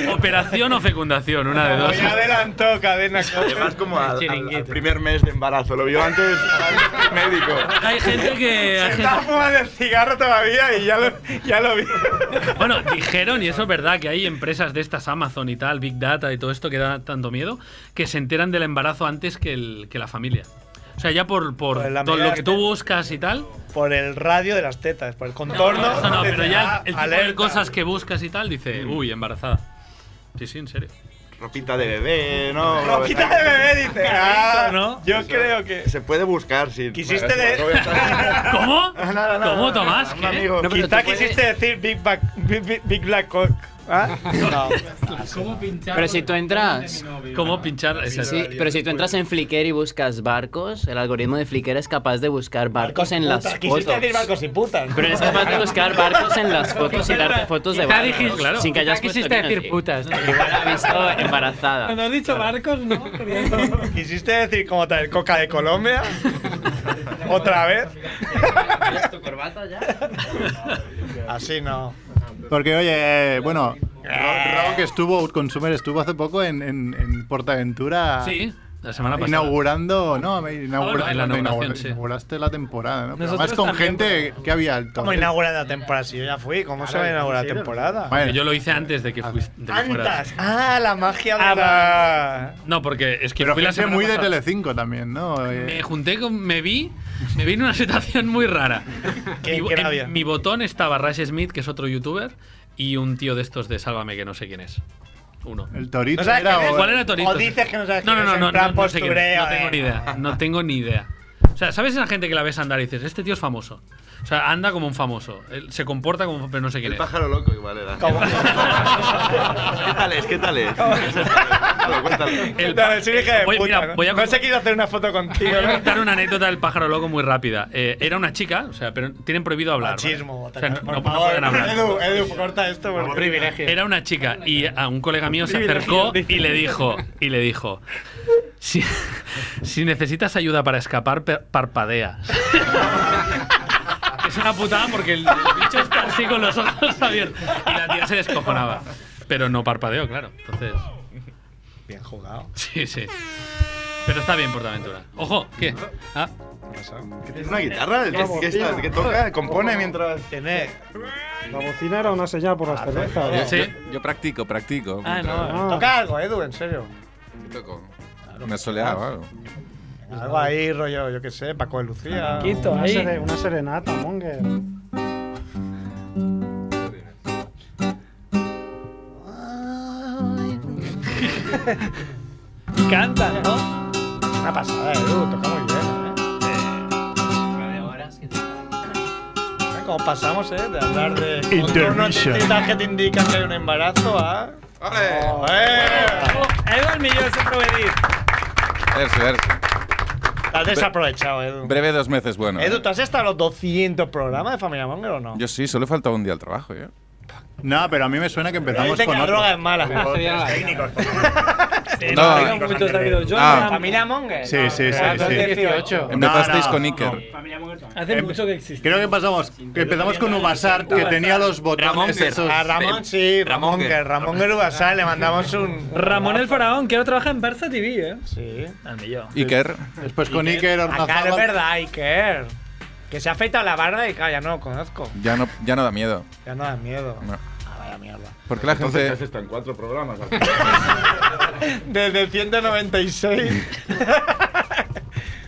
[SPEAKER 14] Operación o fecundación, una de dos.
[SPEAKER 2] Me adelantó cadena. Además,
[SPEAKER 3] como al, al- al primer mes de embarazo. Lo vio antes antes el médico.
[SPEAKER 14] Hay gente que.
[SPEAKER 2] Se
[SPEAKER 14] hay
[SPEAKER 2] estaba
[SPEAKER 14] gente-
[SPEAKER 2] fumando el cigarro todavía y ya lo, ya lo vi.
[SPEAKER 14] Bueno, dijeron, y eso es verdad, que hay empresas de estas, Amazon y tal, Big Data y todo esto que da tanto miedo, que se enteran del embarazo antes que, el- que la familia. O sea, ya por, por
[SPEAKER 2] Por Pues la
[SPEAKER 14] todo
[SPEAKER 2] medida
[SPEAKER 14] lo que
[SPEAKER 2] que-
[SPEAKER 14] tú buscas y tal.
[SPEAKER 2] Por el radio de las tetas, por el contorno.
[SPEAKER 14] eso no, pero ya el tipo de
[SPEAKER 2] Alerta. Mm.
[SPEAKER 14] cosas que buscas y tal, dice, uy, embarazada. Sí, sí, en serio.
[SPEAKER 3] Ropita de bebé, Eh, ¿no?
[SPEAKER 2] Ropita de bebé, dice. Ah, Yo creo que.
[SPEAKER 3] Se puede buscar, sí.
[SPEAKER 2] Quisiste leer.
[SPEAKER 14] ¿Cómo?
[SPEAKER 3] Nada, nada,
[SPEAKER 14] ¿Cómo,
[SPEAKER 3] nada,
[SPEAKER 14] Tomás?
[SPEAKER 3] nada, un
[SPEAKER 14] ¿Qué?
[SPEAKER 3] amigo.
[SPEAKER 14] No, pero
[SPEAKER 2] Quizá
[SPEAKER 14] tú puedes-
[SPEAKER 2] quisiste decir Big, Black Big, Big- Big Black Cock. ¿Ah? No.
[SPEAKER 11] ¿Cómo pinchar?
[SPEAKER 16] Pero si tú entras.
[SPEAKER 14] ¿Cómo pinchar?
[SPEAKER 16] Sí, pero si tú entras en Flickr y buscas barcos, el algoritmo de Flickr es capaz de buscar barcos en las
[SPEAKER 2] Puta,
[SPEAKER 16] fotos.
[SPEAKER 2] Quisiste decir barcos y putas.
[SPEAKER 16] Pero eres capaz de buscar barcos en las fotos y darte fotos de
[SPEAKER 2] Quizá
[SPEAKER 16] barcos.
[SPEAKER 2] dijiste- claro.
[SPEAKER 16] Sin que hayas
[SPEAKER 2] Quizá
[SPEAKER 16] puesto
[SPEAKER 2] quisiste
[SPEAKER 16] bien
[SPEAKER 2] decir
[SPEAKER 16] así.
[SPEAKER 2] putas, ¿no?
[SPEAKER 16] Igual ha visto embarazada.
[SPEAKER 5] Cuando has dicho barcos, no. quería-
[SPEAKER 2] ¿Quisiste decir como tal coca de Colombia? ¿Otra vez?
[SPEAKER 16] tu corbata ya?
[SPEAKER 2] Así no.
[SPEAKER 4] Porque, oye, eh, bueno,
[SPEAKER 2] Eh.
[SPEAKER 4] Ro- Rock estuvo, Consumer estuvo hace poco en, en, en Portaventura.
[SPEAKER 14] Sí, la semana pasada.
[SPEAKER 4] Inaugurando, no, me inaugura-
[SPEAKER 14] Ah, en la inauguración,
[SPEAKER 4] cuando inaugura-
[SPEAKER 14] sí.
[SPEAKER 4] inauguraste la temporada, ¿no? Pero
[SPEAKER 2] Nosotros
[SPEAKER 4] además con
[SPEAKER 2] también,
[SPEAKER 4] gente que había alto.
[SPEAKER 2] ¿Cómo inaugura la temporada? Si yo ya fui, ¿cómo se va a inaugurar la temporada?
[SPEAKER 14] Porque Yo lo hice antes de que, fuiste, de que fueras.
[SPEAKER 2] Antas. Ah, la magia de la.
[SPEAKER 14] No, porque es que
[SPEAKER 4] Pero
[SPEAKER 14] fui la
[SPEAKER 4] gente
[SPEAKER 14] semana
[SPEAKER 4] muy de
[SPEAKER 14] pasada.
[SPEAKER 4] Telecinco también, ¿no? Eh,
[SPEAKER 14] Me junté con. Me vi. Me vi en una situación muy rara.
[SPEAKER 2] ¿Qué-
[SPEAKER 14] mi,
[SPEAKER 2] qué
[SPEAKER 14] en
[SPEAKER 2] había?
[SPEAKER 14] mi botón estaba Rash Smith, que es otro youtuber, y un tío de estos de Sálvame, que no sé quién es. Uno.
[SPEAKER 4] El Torito
[SPEAKER 2] ¿No sabes
[SPEAKER 4] era,
[SPEAKER 2] quién es?
[SPEAKER 4] o-
[SPEAKER 14] ¿Cuál era Torito?
[SPEAKER 2] O dices que no sabes
[SPEAKER 14] No,
[SPEAKER 2] quién
[SPEAKER 14] no,
[SPEAKER 2] es,
[SPEAKER 14] no, no,
[SPEAKER 2] en plan
[SPEAKER 14] no, no sé quién es.
[SPEAKER 2] postureo,
[SPEAKER 14] No tengo
[SPEAKER 2] eh.
[SPEAKER 14] ni idea. No tengo ni idea. O sea, ¿sabes esa gente que la ves andar y dices, este tío es famoso? O sea, anda como un famoso. Él se comporta como un pero no sé quién
[SPEAKER 3] El
[SPEAKER 14] es.
[SPEAKER 3] pájaro loco igual era. ¿Qué tal es? ¿Qué tal es?
[SPEAKER 14] El
[SPEAKER 2] No, sí, hija de
[SPEAKER 14] Voy-
[SPEAKER 2] puta,
[SPEAKER 14] mira,
[SPEAKER 2] ¿no?
[SPEAKER 14] voy a-
[SPEAKER 2] No sé quién hacer una foto contigo.
[SPEAKER 14] Voy a
[SPEAKER 2] ¿no?
[SPEAKER 14] contar una anécdota del pájaro loco muy rápida. Eh, era una chica, o sea, pero tienen prohibido hablar. ¿vale?
[SPEAKER 2] Machismo,
[SPEAKER 14] O sea, no,
[SPEAKER 2] por
[SPEAKER 14] no- no
[SPEAKER 2] favor.
[SPEAKER 14] pueden hablar.
[SPEAKER 2] Edu, Edu, corta esto por privilegio.
[SPEAKER 14] Era una chica y a un colega mío se acercó y le dijo, y le dijo, si, si necesitas ayuda para escapar, pe- parpadea. Es una putada porque el bicho está así con los ojos abiertos y la tía se descojonaba. Pero no parpadeó, claro. Entonces,
[SPEAKER 2] Bien jugado.
[SPEAKER 14] sí, sí. Pero está bien Portaventura. Ojo, ¿qué? Ah,
[SPEAKER 3] ¿Es una guitarra? ¿El que, que está- que toca? ¿Compone mientras.?
[SPEAKER 2] Tiene.
[SPEAKER 17] La bocina era una señal por las cervezas. ¿no?
[SPEAKER 6] Yo, yo- yo practico, practico.
[SPEAKER 2] Ah, no.
[SPEAKER 17] Ah.
[SPEAKER 2] Toca algo, Edu, en serio.
[SPEAKER 6] Una soleada o algo.
[SPEAKER 2] Algo ahí, rollo, yo qué sé, Paco de Lucía.
[SPEAKER 17] una, sere- una serenata, monger.
[SPEAKER 5] Canta, ¿no?
[SPEAKER 2] Una pasada, Edu, toca muy bien. ¿eh? ¿Cómo pasamos, eh? De hablar de.
[SPEAKER 4] Intermission.
[SPEAKER 2] Contornos que te indican que hay un embarazo a.
[SPEAKER 5] Edu el millón siempre voy a decir.
[SPEAKER 6] Eso, eso.
[SPEAKER 2] Te has desaprovechado, Edu.
[SPEAKER 6] Breve dos meses bueno. ¿eh?
[SPEAKER 2] Edu, ¿tú has estado a los 200 programas de Familia Monger o no?
[SPEAKER 6] Yo sí, solo faltaba un día al trabajo. ¿eh?
[SPEAKER 4] No, pero a mí me suena que empezamos
[SPEAKER 2] Dice que
[SPEAKER 4] con
[SPEAKER 2] la
[SPEAKER 4] otro.
[SPEAKER 2] droga es mala.
[SPEAKER 4] Con otro.
[SPEAKER 2] Técnicos, por favor.
[SPEAKER 6] No, ha habido muchos, ha habido Jordan.
[SPEAKER 11] Familia Monger.
[SPEAKER 4] Ah. Sí, sí, sí.
[SPEAKER 11] Ah,
[SPEAKER 4] sí.
[SPEAKER 11] 2018.
[SPEAKER 6] Empezasteis
[SPEAKER 4] No, no.
[SPEAKER 6] con Iker.
[SPEAKER 5] Hace mucho que existe.
[SPEAKER 4] Creo que pasamos, que empezamos con Ubasart, que tenía los botones esos. eh,
[SPEAKER 2] A Ramón, sí, Ramón, que Ramón Gerubasá, le mandamos un.
[SPEAKER 5] Ramón el Faraón, que ahora trabaja en Barça TV, ¿eh?
[SPEAKER 2] Sí.
[SPEAKER 6] Iker.
[SPEAKER 4] Después con Iker
[SPEAKER 2] Acá es
[SPEAKER 4] Ornazábal.
[SPEAKER 2] verdad, Iker. Que se ha afeitado la barba y claro, ya no lo conozco.
[SPEAKER 6] Ya no, ya no da miedo.
[SPEAKER 2] Ya no da miedo.
[SPEAKER 6] No.
[SPEAKER 2] Ah, vaya mierda.
[SPEAKER 6] ¿Por qué la
[SPEAKER 3] Entonces, ¿qué
[SPEAKER 6] gente.?
[SPEAKER 3] haces tan cuatro programas?
[SPEAKER 2] Desde el 196.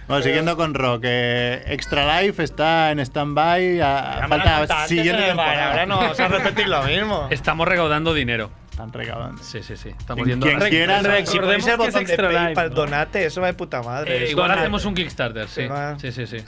[SPEAKER 4] Bueno, siguiendo con Rock, eh, Extra Life está en stand-by. a- a
[SPEAKER 2] Ya me lo han contado
[SPEAKER 4] Falta
[SPEAKER 2] antes
[SPEAKER 4] siguiente
[SPEAKER 2] en el bar,
[SPEAKER 4] temporada.
[SPEAKER 2] ahora no vamos a repetir lo mismo.
[SPEAKER 14] Estamos recaudando dinero.
[SPEAKER 4] Están recaudando.
[SPEAKER 14] Sí, sí, sí. Estamos
[SPEAKER 4] Quien-
[SPEAKER 14] yendo
[SPEAKER 4] quien quiera,
[SPEAKER 14] Recordemos
[SPEAKER 2] Si ponéis el
[SPEAKER 14] que es
[SPEAKER 2] botón de
[SPEAKER 14] Extra Life,
[SPEAKER 2] PayPal,
[SPEAKER 14] ¿no?
[SPEAKER 2] donate, eso va de puta
[SPEAKER 14] Eh,
[SPEAKER 2] madre.
[SPEAKER 14] igual
[SPEAKER 2] Donate.
[SPEAKER 14] hacemos un Kickstarter, sí. Sí, sí, sí.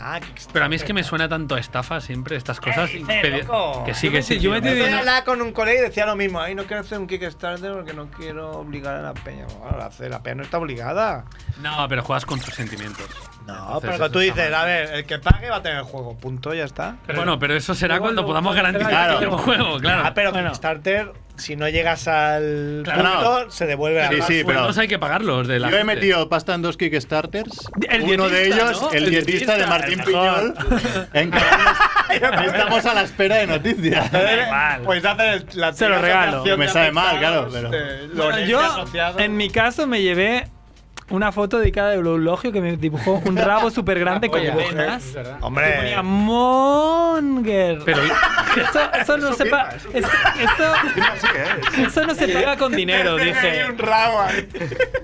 [SPEAKER 14] Pero a mí es que me suena tanto a estafa siempre estas cosas. y
[SPEAKER 2] dices,
[SPEAKER 14] pedir-
[SPEAKER 2] Eh, loco?
[SPEAKER 14] Que sí, que sí.
[SPEAKER 2] Yo me
[SPEAKER 14] tío.
[SPEAKER 2] hablaba con un colega y decía lo mismo. Ay, no quiero hacer un Kickstarter porque no quiero obligar a la peña. Bueno, la, la peña no está obligada.
[SPEAKER 14] No, pero juegas con tus sentimientos.
[SPEAKER 2] No, pero que tú dices, a ver, el que pague va a tener el juego. Punto, ya está.
[SPEAKER 14] Bueno, pero eso será cuando podamos garantizar que hay un juego, claro.
[SPEAKER 2] Ah, pero Kickstarter, si no llegas al
[SPEAKER 14] Claro,
[SPEAKER 2] punto,
[SPEAKER 14] no.
[SPEAKER 2] se devuelve la
[SPEAKER 4] Sí, sí, pero-
[SPEAKER 14] Los hay que pagarlos de la
[SPEAKER 4] Yo he
[SPEAKER 14] gente.
[SPEAKER 4] metido pasta en dos Kickstarters.
[SPEAKER 14] El
[SPEAKER 4] Uno de
[SPEAKER 14] dietista,
[SPEAKER 4] ellos,
[SPEAKER 14] ¿no?
[SPEAKER 4] el,
[SPEAKER 14] El
[SPEAKER 4] dietista, de
[SPEAKER 14] dietista,
[SPEAKER 4] Martín
[SPEAKER 14] el
[SPEAKER 4] Piñol.
[SPEAKER 14] mejor.
[SPEAKER 4] Estamos a la espera de noticias.
[SPEAKER 2] Pues haces la
[SPEAKER 5] Se lo regalo.
[SPEAKER 4] Me sabe mal, claro,
[SPEAKER 2] este,
[SPEAKER 4] pero.
[SPEAKER 5] Bueno, yo, en mi caso, me llevé una foto dedicada de Eulogio que me dibujó un rabo súper grande con
[SPEAKER 2] Oye,
[SPEAKER 5] bojas.
[SPEAKER 2] Hombre.
[SPEAKER 5] Y ponía Monger.
[SPEAKER 14] Pero
[SPEAKER 5] eso, eso no se pa- es- eso- eso no se paga con dinero, dije.
[SPEAKER 2] un rabo ahí.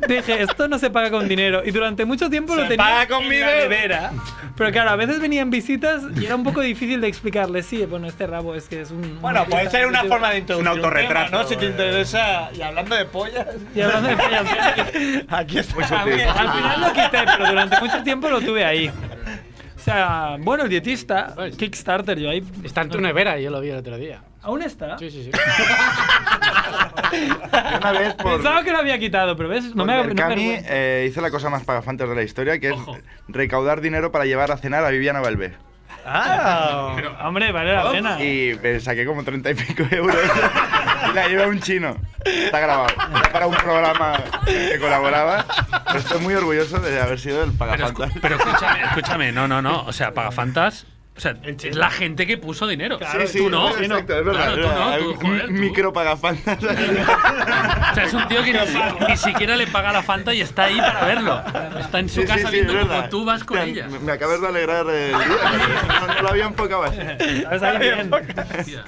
[SPEAKER 5] Dije, esto no se paga con dinero. Y durante mucho tiempo lo
[SPEAKER 2] Se
[SPEAKER 5] tenía
[SPEAKER 2] paga con
[SPEAKER 5] en
[SPEAKER 2] mi
[SPEAKER 5] la
[SPEAKER 2] dedo.
[SPEAKER 5] nevera. Pero claro, a veces venían visitas y era un poco difícil de explicarles. Sí, bueno, este rabo es que es un.
[SPEAKER 2] Bueno, puede ser una forma de introducir
[SPEAKER 5] un
[SPEAKER 2] autorretrato,
[SPEAKER 5] tema,
[SPEAKER 2] ¿no?
[SPEAKER 3] eh.
[SPEAKER 2] Si te interesa. Y hablando de pollas.
[SPEAKER 5] Y hablando de pollas,
[SPEAKER 2] Aquí está.
[SPEAKER 5] Al final lo quité, pero durante mucho tiempo lo tuve ahí. O sea, bueno, el dietista, Kickstarter, yo ahí.
[SPEAKER 11] Está en tu nevera, yo lo vi el otro día.
[SPEAKER 5] ¿Aún está?
[SPEAKER 11] Sí, sí, sí.
[SPEAKER 5] Pensaba que lo había quitado, pero ves, no me haga no me
[SPEAKER 3] Mercami
[SPEAKER 5] avergüenza.
[SPEAKER 3] eh, hizo la cosa más pagafantas de la historia, que es recaudar dinero para llevar a cenar a Viviana Valvé.
[SPEAKER 5] Ah, hombre, vale la pena.
[SPEAKER 3] Y me saqué como 30 y pico euros. y la llevé a un chino. Está grabado. Era para un programa que colaboraba. Pero estoy muy orgulloso de haber sido el pagafantas.
[SPEAKER 14] Pero escúchame, escúchame, no, no, no. O sea, Pagafantas. O sea, es la gente que puso dinero.
[SPEAKER 3] Sí, sí,
[SPEAKER 14] tú no.
[SPEAKER 3] Exacto, es verdad.
[SPEAKER 14] Claro,
[SPEAKER 3] es verdad.
[SPEAKER 14] tú no. tú-
[SPEAKER 3] Un micro pagafantas.
[SPEAKER 14] o sea, es un tío que ni, si- ni siquiera le paga la Fanta y está ahí para verlo. Está en su
[SPEAKER 3] Sí, sí,
[SPEAKER 14] casa
[SPEAKER 3] sí,
[SPEAKER 14] viendo
[SPEAKER 3] es
[SPEAKER 14] cómo
[SPEAKER 3] verdad.
[SPEAKER 14] tú vas con
[SPEAKER 3] Hostia,
[SPEAKER 14] ella.
[SPEAKER 3] Me, me acabas de alegrar eh, el día. No, no lo había enfocado así.
[SPEAKER 5] Estás ahí bien.
[SPEAKER 14] Hostia.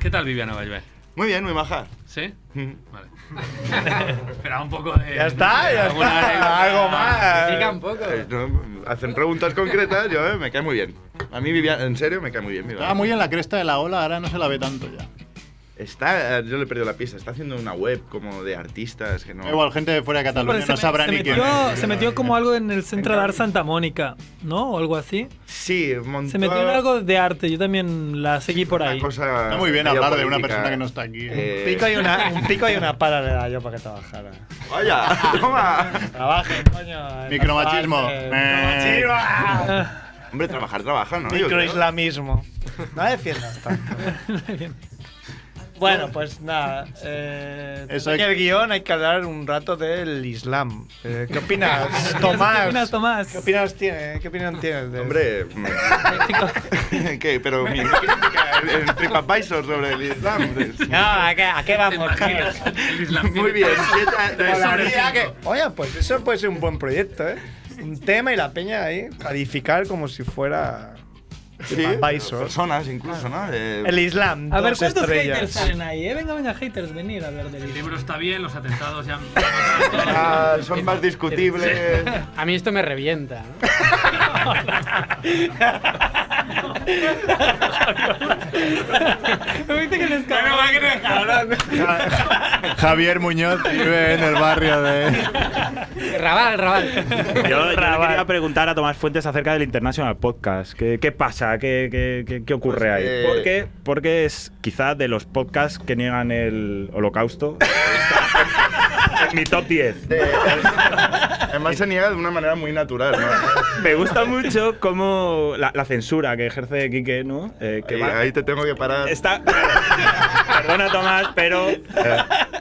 [SPEAKER 14] ¿Qué tal, Viviana Valverde?
[SPEAKER 3] Muy bien, muy maja.
[SPEAKER 14] ¿Sí? Vale. Esperaba un poco de.
[SPEAKER 3] Ya está, ya
[SPEAKER 14] alguna Ah,
[SPEAKER 3] está.
[SPEAKER 14] anécdota.
[SPEAKER 3] Algo más.
[SPEAKER 14] Critica un poco.
[SPEAKER 3] Eh, no, hacen preguntas concretas, yo eh, me cae muy bien. A mí, Viviana, en serio, me cae muy bien. Viviana.
[SPEAKER 4] Estaba muy en la cresta de la ola, ahora no se la ve tanto ya.
[SPEAKER 3] Está, eh, yo le he perdido la pista, está haciendo una web como de artistas que no.
[SPEAKER 4] Da Igual, gente de fuera de Cataluña
[SPEAKER 5] Porque
[SPEAKER 4] no
[SPEAKER 5] se
[SPEAKER 4] sabrá
[SPEAKER 5] me-
[SPEAKER 4] ni
[SPEAKER 5] se
[SPEAKER 4] quién
[SPEAKER 5] metió-
[SPEAKER 4] es.
[SPEAKER 5] Se metió como algo en el Centro de Art Santa Mónica, ¿no? O algo así.
[SPEAKER 3] Sí, montó
[SPEAKER 5] Se metió en algo de arte, yo también la seguí por ahí.
[SPEAKER 3] Está
[SPEAKER 4] muy bien hablar de una persona que no está aquí.
[SPEAKER 3] Ah, Eh,
[SPEAKER 2] Pico y una, un pico y una pala le da yo para que trabajara.
[SPEAKER 3] Vaya, toma.
[SPEAKER 2] Trabajen, coño. en
[SPEAKER 4] Micromachismo.
[SPEAKER 2] la parte. Micromachismo.
[SPEAKER 3] Hombre, trabajar trabaja, ¿no? Yo creo.
[SPEAKER 2] Microislamismo. No defiendas tanto. bueno, pues nada. Eh,
[SPEAKER 4] Eso
[SPEAKER 2] tendré
[SPEAKER 4] hay-
[SPEAKER 2] que el guión hay que hablar un rato del Islam. Eh, ¿Qué opinas,
[SPEAKER 5] ¿Qué
[SPEAKER 2] Tomás?
[SPEAKER 5] opinas, Tomás?
[SPEAKER 2] ¿Qué opinas tiene? ¿Qué opinión tienes? de-
[SPEAKER 3] Hombre, mm. ¿qué? Pero mi crítica en en TripAdvisor sobre el Islam.
[SPEAKER 2] No, ¿a qué, a qué vamos? tíos?
[SPEAKER 3] Muy bien. siete- de-
[SPEAKER 2] Molaría que- Oye, pues eso puede ser un buen proyecto, ¿eh? Un tema y la peña ahí, calificar como si fuera
[SPEAKER 3] Sí,
[SPEAKER 2] TripAdvisor.
[SPEAKER 3] personas incluso, ¿no? Eh, De-
[SPEAKER 2] El Islam,
[SPEAKER 5] A ver,
[SPEAKER 2] dos
[SPEAKER 5] ¿cuántos haters
[SPEAKER 2] estrellas.
[SPEAKER 5] salen ahí? eh? Venga, venga, haters, venir a hablar del
[SPEAKER 14] El libro está bien, los atentados ya.
[SPEAKER 3] Ah, son más discutibles.
[SPEAKER 11] A mí esto me revienta. ¿no?
[SPEAKER 5] Me viste que les cago.
[SPEAKER 4] Javier Muñoz vive en el barrio de.
[SPEAKER 11] Rabal, rabal.
[SPEAKER 18] Yo, yo le quería preguntar a Tomás Fuentes acerca del International Podcast. ¿Qué, qué pasa? ¿Qué, qué- qué- qué ocurre ahí?
[SPEAKER 3] que-
[SPEAKER 18] Porque, porque es quizá de los podcasts que niegan el holocausto. en mi top 10.
[SPEAKER 3] Además se niega de una manera muy natural, ¿no?
[SPEAKER 18] Me gusta mucho cómo la, la censura que ejerce Quique, ¿no? Eh, que
[SPEAKER 3] Ahí-
[SPEAKER 18] va-
[SPEAKER 3] ahí te tengo que parar.
[SPEAKER 18] Está. Perdona, Tomás, pero. eh,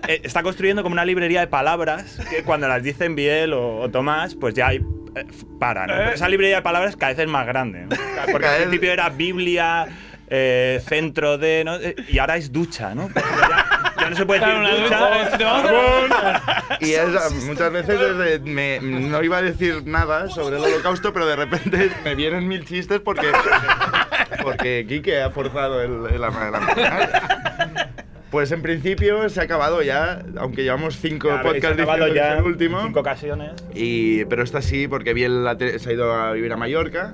[SPEAKER 18] eh, está construyendo como una librería de palabras que cuando las dicen Biel o, o Tomás, pues ya hay, eh, paran. ¿no? Pero esa librería de palabras cada vez es más grande. ¿no? Porque al principio era Biblia, eh, centro de. ¿no? Eh, Y ahora es ducha, ¿no? Porque Ya, ya no se puede decir
[SPEAKER 3] Claro, una
[SPEAKER 18] ducha.
[SPEAKER 3] ducha, eh, te vamos a- Y es, ah, muchas veces desde- me- no iba a decir nada sobre el holocausto, pero de repente me vienen mil chistes porque, porque Quique ha forzado el, el ama de la mañana. Pues en principio se ha acabado ya, aunque llevamos cinco
[SPEAKER 18] Ya, habéis
[SPEAKER 3] podcasts
[SPEAKER 18] acabado
[SPEAKER 3] diciendo que
[SPEAKER 18] ya
[SPEAKER 3] es el último.
[SPEAKER 18] cinco ocasiones.
[SPEAKER 3] Y, pero esta sí, porque Biel la te- se ha ido a vivir a Mallorca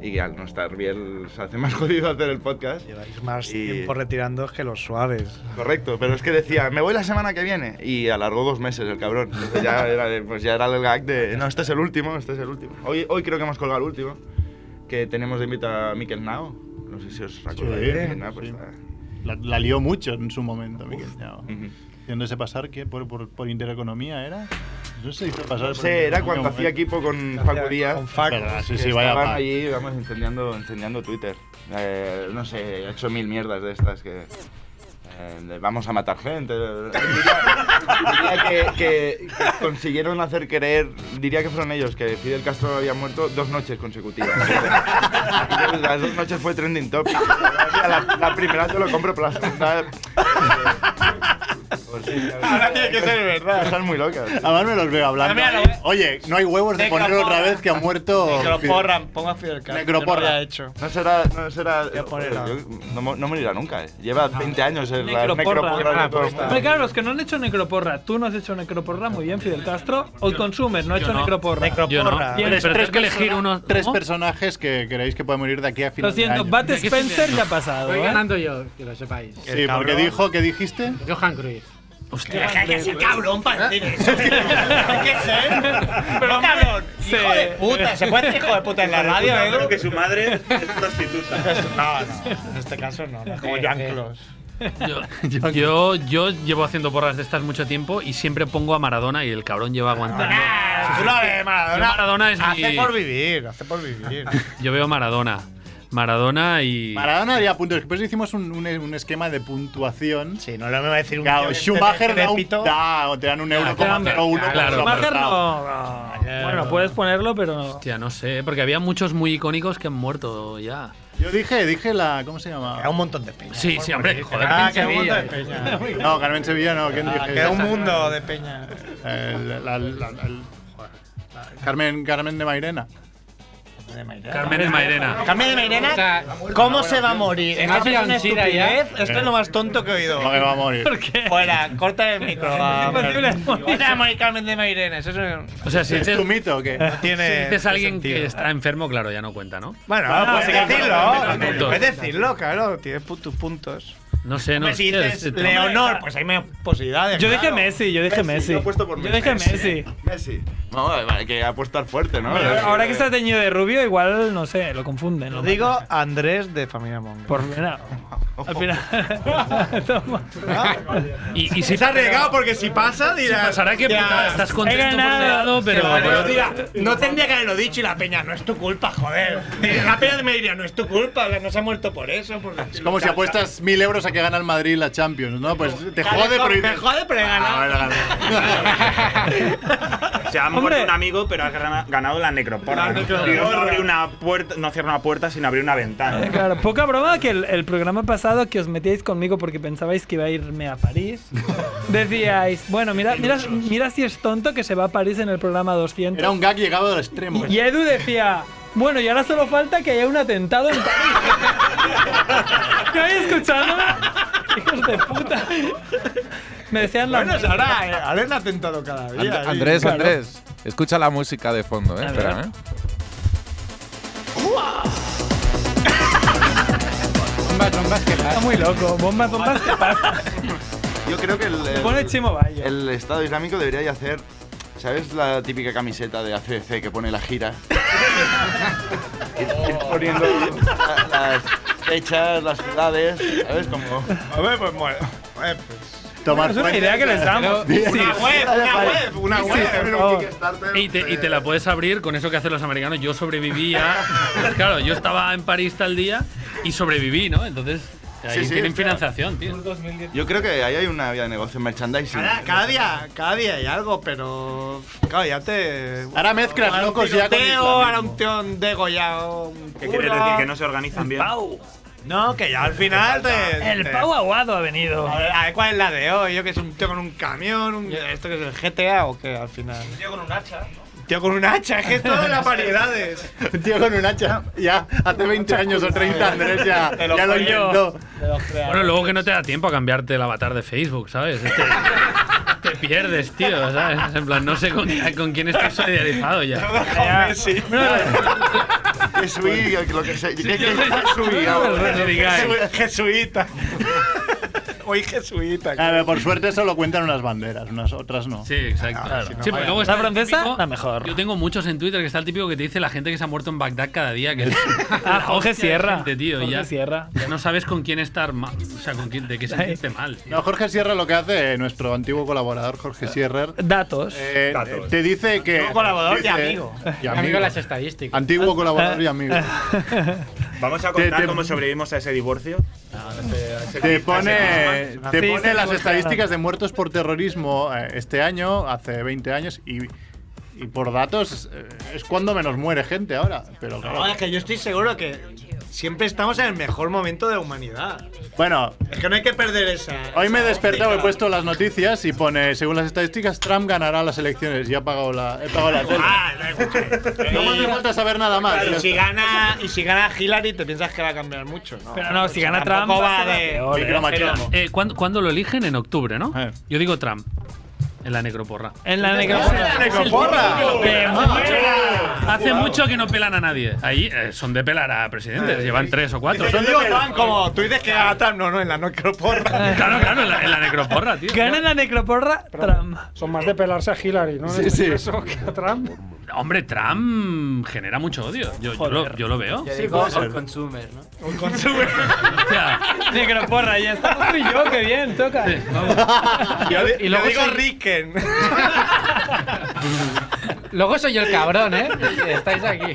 [SPEAKER 3] y al no estar Biel se hace más jodido hacer el podcast.
[SPEAKER 2] Lleváis más
[SPEAKER 3] Y-
[SPEAKER 2] tiempo retirando que los suaves.
[SPEAKER 3] Correcto, pero es que decía, me voy la semana que viene. Y alargó dos meses el cabrón. Entonces ya era, de- pues ya era el gag de, no, este es el último, este es el último. Hoy, hoy creo que hemos colgado el último, que tenemos de invita a Miquel Nao. No sé si os acordáis. de Miquel Nao, pues está-
[SPEAKER 4] La, la lió mucho en su momento, Miguel. Nao. Haciéndose pasar que por, por, por intereconomía era. No sé, hizo pasar
[SPEAKER 3] No
[SPEAKER 4] por
[SPEAKER 3] sé, era
[SPEAKER 4] intereconomía
[SPEAKER 3] cuando
[SPEAKER 4] un
[SPEAKER 3] hacía
[SPEAKER 4] momento.
[SPEAKER 3] equipo con Paco Díaz.
[SPEAKER 4] Verdad, Sí,
[SPEAKER 3] que
[SPEAKER 4] sí, vaya
[SPEAKER 3] Estaban
[SPEAKER 4] Paco.
[SPEAKER 3] allí, vamos, incendiando, incendiando Twitter. Eh, no sé, he hecho mil mierdas de estas que... eh, de vamos a matar gente. Diría que, que consiguieron hacer creer, diría que fueron ellos, que Fidel Castro había muerto dos noches consecutivas. Y Las dos noches fue trending topic. La, la primera te lo compro, pero la segunda- Eh, Pues sí, la verdad,
[SPEAKER 4] Ahora tiene que ser verdad.
[SPEAKER 3] Cosas muy locas.
[SPEAKER 4] Además me los veo hablando.
[SPEAKER 3] Ah, mira,
[SPEAKER 4] Oye, no hay huevos de poner otra vez que ha muerto.
[SPEAKER 2] Necroporra, pongo a Fidel Castro.
[SPEAKER 4] Necroporra.
[SPEAKER 2] Ya lo había hecho.
[SPEAKER 3] No será. No, será
[SPEAKER 2] ponerla.
[SPEAKER 3] yo- no, mo- no morirá nunca. eh. Lleva
[SPEAKER 5] Ah.
[SPEAKER 3] 20 años en la
[SPEAKER 5] Necroporra.
[SPEAKER 3] necroporra de todo el mundo.
[SPEAKER 5] pues Hombre, claro, los que no han hecho necroporra. Tú no has hecho necroporra, muy bien, Fidel Castro. O el consumer no ha
[SPEAKER 14] yo
[SPEAKER 5] hecho
[SPEAKER 14] no.
[SPEAKER 5] necroporra.
[SPEAKER 14] Yo no.
[SPEAKER 5] Bien.
[SPEAKER 14] Pero tienes que elegir
[SPEAKER 4] persona-
[SPEAKER 14] uno.
[SPEAKER 4] Tres personajes que creéis que pueden morir de aquí a final
[SPEAKER 5] Lo siento,
[SPEAKER 4] de año.
[SPEAKER 5] Bat Spencer ya ha pasado.
[SPEAKER 4] Voy
[SPEAKER 5] ¿eh?
[SPEAKER 4] ganando
[SPEAKER 13] yo, que lo sepáis.
[SPEAKER 4] Sí, porque dijo, ¿qué dijiste?
[SPEAKER 13] Johan Cruyff.
[SPEAKER 4] Hostia,
[SPEAKER 13] Johan Cruyff.
[SPEAKER 19] cabrón para
[SPEAKER 2] ¿Eh?
[SPEAKER 19] decir eso.
[SPEAKER 13] ¿Qué
[SPEAKER 19] Pero cabrón, hijo de puta. ¿Se puede decir hijo de puta en la radio, eh?
[SPEAKER 18] Creo que su madre es prostituta.
[SPEAKER 2] No, no, en este caso no. no, como Joan Clos.
[SPEAKER 14] Yo, yo, yo llevo haciendo porras de estas mucho tiempo y siempre pongo a Maradona y el cabrón lleva aguantando.
[SPEAKER 2] Tú lo ves, Maradona.
[SPEAKER 14] Yo Maradona es
[SPEAKER 2] hace
[SPEAKER 14] mi-
[SPEAKER 2] por vivir, hace por vivir.
[SPEAKER 14] Yo veo Maradona. Maradona y.
[SPEAKER 4] Maradona haría puntos. Después hicimos un, un- un esquema de puntuación. Sí,
[SPEAKER 2] no lo me va a decir un
[SPEAKER 4] Claro,
[SPEAKER 2] tío que
[SPEAKER 4] Schumacher
[SPEAKER 2] esté
[SPEAKER 4] da un.
[SPEAKER 2] decrépito.
[SPEAKER 4] Da, o te dan un euro, coma cero Ah, uno.
[SPEAKER 14] Claro.
[SPEAKER 5] Schumacher no. Bueno, puedes ponerlo, pero no.
[SPEAKER 14] Hostia, no sé, porque había muchos muy icónicos que han muerto ya.
[SPEAKER 4] Yo dije, dije la. ¿Cómo se llama? Era
[SPEAKER 2] un montón de peña. ¿eh?
[SPEAKER 14] Sí, sí, hombre, joder,
[SPEAKER 4] Ah,
[SPEAKER 14] pinche
[SPEAKER 4] que un montón de
[SPEAKER 14] Villa.
[SPEAKER 4] peña. Ah, No, Carmen Sevilla no. ¿Quién dije?
[SPEAKER 2] Queda un mundo de peña.
[SPEAKER 4] El- la- la- la- el- Carmen, Carmen de Mairena.
[SPEAKER 14] Carmen de Mairena.
[SPEAKER 2] Carmen de Mairena,
[SPEAKER 4] O sea,
[SPEAKER 2] ¿cómo se va a morir?
[SPEAKER 4] Se me
[SPEAKER 2] Esto
[SPEAKER 4] ha pillado
[SPEAKER 2] una
[SPEAKER 4] en Chira ya.
[SPEAKER 2] estupidez, Esto es lo más tonto que he oído.
[SPEAKER 4] No, que va a morir.
[SPEAKER 2] ¿Por qué? Fuera, corta el micro. va,
[SPEAKER 14] Es imposible.
[SPEAKER 2] hombre. Se va a morir Carmen de Mairena. Eso es un-
[SPEAKER 14] O sea, si
[SPEAKER 2] ¿Es
[SPEAKER 14] dices,
[SPEAKER 2] tu mito o qué? No tiene
[SPEAKER 14] si dices a alguien
[SPEAKER 2] sentido.
[SPEAKER 14] que está enfermo, claro, ya no cuenta, ¿no?
[SPEAKER 2] Bueno, pues
[SPEAKER 14] Ah, bueno,
[SPEAKER 2] puedes
[SPEAKER 14] bueno, bueno,
[SPEAKER 2] decirlo.
[SPEAKER 14] bueno.
[SPEAKER 2] Puedes decirlo, claro. Tienes pu- tus puntos.
[SPEAKER 14] No sé, no
[SPEAKER 2] Hombre, si
[SPEAKER 14] sé.
[SPEAKER 2] dices
[SPEAKER 14] este-
[SPEAKER 2] Leonor, pues hay menos posibilidades.
[SPEAKER 5] Yo dije
[SPEAKER 2] claro.
[SPEAKER 5] Messi, yo dije Messi.
[SPEAKER 3] Lo he puesto por
[SPEAKER 5] Yo dije Messi.
[SPEAKER 3] Messi. No, hay que apostar fuerte, ¿no?
[SPEAKER 5] Bueno, ahora que está teñido de rubio, igual, no sé, lo confunden.
[SPEAKER 2] Lo
[SPEAKER 5] Lo
[SPEAKER 2] digo Andrés de Familia Monge.
[SPEAKER 5] Por mira. Al final. Toma.
[SPEAKER 14] Y, y
[SPEAKER 2] Si
[SPEAKER 14] si
[SPEAKER 2] está arriesgado, porque si pasa, dirás.
[SPEAKER 14] Si pasará, qué
[SPEAKER 2] "Ya,
[SPEAKER 14] putada, estás contento
[SPEAKER 2] he ganado".
[SPEAKER 14] por ese lado, pero-
[SPEAKER 2] Sí, pero dirá, no tendría que haberlo dicho y la peña, no es tu culpa, joder. Y La peña me diría, no es tu culpa, no se ha muerto por eso. Por
[SPEAKER 4] Es como si apuestas mil euros a que gana el Madrid la Champions, ¿no? Pues te jode, pero
[SPEAKER 2] Me
[SPEAKER 4] dices,
[SPEAKER 2] jode, pero he ganado.
[SPEAKER 4] "Ah, bueno, gana".
[SPEAKER 18] Se ha muerto un amigo, pero ha gana- ganado la necroporra.
[SPEAKER 5] La necroporra.
[SPEAKER 18] Digo, No, abre una puerta, no cierra una puerta sin abrir una ventana.
[SPEAKER 5] Claro, poca broma que el, el programa pasado que os metíais conmigo porque pensabais que iba a irme a París. Decíais, bueno, mira, mira, mira si es tonto que se va a París en el programa 200.
[SPEAKER 4] Era un gag llegado al extremo. eh.
[SPEAKER 5] Y Edu decía, bueno, y ahora solo falta que haya un atentado en París. ¿Estáis escuchando? Hijos de puta. Me decían la
[SPEAKER 2] Bueno, ahora, eh, ahora es un atentado cada día.
[SPEAKER 6] And-
[SPEAKER 2] sí.
[SPEAKER 6] Andrés,
[SPEAKER 2] Claro.
[SPEAKER 6] Andrés, escucha la música de fondo, eh.
[SPEAKER 2] A ver.
[SPEAKER 6] Espera, eh.
[SPEAKER 5] Bomba, trombas que Está muy loco. Bomba, trombas que pasa.
[SPEAKER 3] Yo creo que el, el-
[SPEAKER 5] pone Chimo Bayo.
[SPEAKER 3] el Estado Islámico debería ya hacer. ¿Sabes la típica camiseta de ACC que pone la gira? Ir- ir poniendo la- las fechas, las ciudades, ¿sabes? Como.
[SPEAKER 2] A ver, pues muero. Eh, pues.
[SPEAKER 14] Tomar
[SPEAKER 2] Bueno, es una
[SPEAKER 14] fuentes.
[SPEAKER 2] idea que les damos.
[SPEAKER 14] Pero-
[SPEAKER 2] Una
[SPEAKER 14] Sí.
[SPEAKER 2] web, una web, una
[SPEAKER 14] Sí,
[SPEAKER 2] web.
[SPEAKER 14] por
[SPEAKER 2] un
[SPEAKER 14] favor.
[SPEAKER 2] Kickstarter.
[SPEAKER 14] Y te, y te la puedes abrir con eso que hacen los americanos. pues Yo sobrevivía. claro, yo estaba en París tal día y sobreviví, ¿no? Entonces, Ahí tienen financiación, tío.
[SPEAKER 3] Yo creo que ahí hay una vía de negocio en merchandising.
[SPEAKER 2] Cada, cada día, cada día hay algo, pero. Claro, ya te.
[SPEAKER 3] Ahora mezclas
[SPEAKER 2] Ahora un
[SPEAKER 3] locos ya con
[SPEAKER 2] tiroteo,
[SPEAKER 3] islamismo.
[SPEAKER 2] Ahora un teón degollado. un
[SPEAKER 10] ¿Qué quieres
[SPEAKER 2] cura.
[SPEAKER 10] decir? ¿Que no se organizan bien?
[SPEAKER 2] No, que ya al final te.
[SPEAKER 10] El
[SPEAKER 2] te-
[SPEAKER 10] pavo
[SPEAKER 2] aguado ha venido. A ver, a ver, ¿cuál es la de hoy? Yo que es un tío con un camión, un- esto que es el GTA o qué al final.
[SPEAKER 10] Yo con un hacha.
[SPEAKER 2] Un tío con un hacha, es que es todas las variedades.
[SPEAKER 4] Un tío con un hacha, ya hace 20 años o 30, Andrés ya,
[SPEAKER 14] Te lo
[SPEAKER 4] ya lo
[SPEAKER 14] creo.
[SPEAKER 4] inventó.
[SPEAKER 14] Bueno, luego que no te da tiempo a cambiarte el avatar de Facebook, ¿sabes? Es que Te, pierdes, tío, ¿sabes? Es En plan, no sé con, con quién estoy solidarizado ya.
[SPEAKER 3] Jesuí, lo que sea. ¿Qué- qué-
[SPEAKER 14] soy
[SPEAKER 3] jesuí, ahora?
[SPEAKER 2] Jesuita. Hoy jesuita.
[SPEAKER 4] A ver, por suerte solo cuentan unas banderas, unas otras no. Ah,
[SPEAKER 14] Sí, exacto. Sí, porque luego está
[SPEAKER 4] ¿La
[SPEAKER 14] el
[SPEAKER 4] francesa?
[SPEAKER 14] típico-
[SPEAKER 4] La mejor.
[SPEAKER 14] Yo tengo muchos en Twitter que está el típico que te dice la gente que se ha muerto en Bagdad cada día. Que es la
[SPEAKER 5] Ah, Jorge
[SPEAKER 14] hostia de
[SPEAKER 5] Sierra.
[SPEAKER 14] gente, tío, y
[SPEAKER 5] Jorge
[SPEAKER 14] ya,
[SPEAKER 5] Sierra.
[SPEAKER 14] ya no sabes con quién estar mal. O sea, con quién, de qué sentirte mal. tío.
[SPEAKER 4] No, Jorge Sierra lo que hace, eh, nuestro antiguo colaborador
[SPEAKER 14] Eh,
[SPEAKER 4] Jorge Sierra. Datos.
[SPEAKER 14] Datos.
[SPEAKER 4] Te dice que.
[SPEAKER 14] Antiguo colaborador y
[SPEAKER 4] dice-
[SPEAKER 14] amigo.
[SPEAKER 4] Y
[SPEAKER 14] Amigo
[SPEAKER 4] amigo.
[SPEAKER 14] de las estadísticas.
[SPEAKER 4] Antiguo colaborador y amigo.
[SPEAKER 10] Vamos a
[SPEAKER 4] Te-
[SPEAKER 10] contar
[SPEAKER 4] te-
[SPEAKER 10] cómo sobrevivimos a ese divorcio. A ese- a ese- a
[SPEAKER 4] Te
[SPEAKER 10] ese-
[SPEAKER 4] pone,
[SPEAKER 10] a ese-
[SPEAKER 4] te
[SPEAKER 10] Sí,
[SPEAKER 4] pone
[SPEAKER 10] sí,
[SPEAKER 4] las
[SPEAKER 10] sí,
[SPEAKER 4] estadísticas de muertos por terrorismo eh, este año, hace 20 años, y, y por datos eh, es cuando menos muere gente ahora. Pero claro.
[SPEAKER 2] No, es que yo estoy seguro que siempre estamos en el mejor momento de la humanidad.
[SPEAKER 4] Bueno,
[SPEAKER 2] Es que no hay que perder esa.
[SPEAKER 4] hoy me he
[SPEAKER 2] esa
[SPEAKER 4] despertado, he
[SPEAKER 2] óptica.
[SPEAKER 4] puesto las noticias y pone, según las estadísticas, Trump ganará las elecciones. Ya he pagado la, he pagado la tele. No me hace falta saber nada más.
[SPEAKER 2] Claro, y si gana y si gana Hillary, te piensas que va a cambiar mucho, ¿no?
[SPEAKER 5] Pero no, si gana
[SPEAKER 2] Tampoco
[SPEAKER 5] Trump, va
[SPEAKER 2] va
[SPEAKER 5] a ser
[SPEAKER 2] de
[SPEAKER 5] peor,
[SPEAKER 2] de
[SPEAKER 5] eh.
[SPEAKER 14] Pero,
[SPEAKER 2] machismo.
[SPEAKER 14] eh, ¿cuándo, cuándo lo eligen? En octubre, ¿no?
[SPEAKER 2] Eh.
[SPEAKER 14] Yo digo Trump. En la necroporra.
[SPEAKER 5] En la necroporra.
[SPEAKER 14] ¡Te
[SPEAKER 5] muera!
[SPEAKER 14] Hace mucho que no pelan a nadie. Ahí eh, son de pelar a presidentes, llevan tres o cuatro.
[SPEAKER 2] Yo digo, Juan, como tú dices que gana Trump, no, no, en la necroporra.
[SPEAKER 14] Claro, claro, en la, en la necroporra, tío.
[SPEAKER 5] Gana la necroporra Trump.
[SPEAKER 17] Son más de pelarse a Hillary, ¿no? En
[SPEAKER 14] Sí,
[SPEAKER 17] este
[SPEAKER 14] sí.
[SPEAKER 17] caso que a Trump.
[SPEAKER 14] Hombre, Trump genera mucho odio. Yo, yo, lo, yo lo veo.
[SPEAKER 13] Sí, como un consumer, ¿no?
[SPEAKER 2] Un consumer.
[SPEAKER 5] Necroporra, ya estamos tú y yo, qué bien, toca.
[SPEAKER 2] Yo di-
[SPEAKER 5] Y luego
[SPEAKER 2] yo digo
[SPEAKER 5] soy-
[SPEAKER 2] Ricken.
[SPEAKER 11] Luego soy yo el cabrón, ¿eh? Estáis aquí.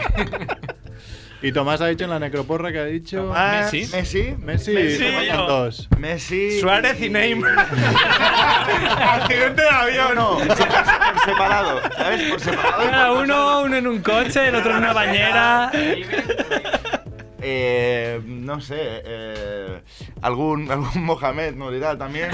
[SPEAKER 4] Y Tomás ha dicho en la necroporra que ha dicho.
[SPEAKER 3] Tomás, Messi.
[SPEAKER 4] Messi. Messi.
[SPEAKER 3] Messi,
[SPEAKER 4] se faltan
[SPEAKER 3] yo.
[SPEAKER 4] dos.
[SPEAKER 3] Messi.
[SPEAKER 4] Suárez y Neymar.
[SPEAKER 2] Accidente de avión.
[SPEAKER 3] No, no, por separado. ¿Sabes? Por separado.
[SPEAKER 5] Cada uno, uno en un coche, el otro en una bañera.
[SPEAKER 3] Eh, no sé, eh, algún, algún Mohamed morirá también.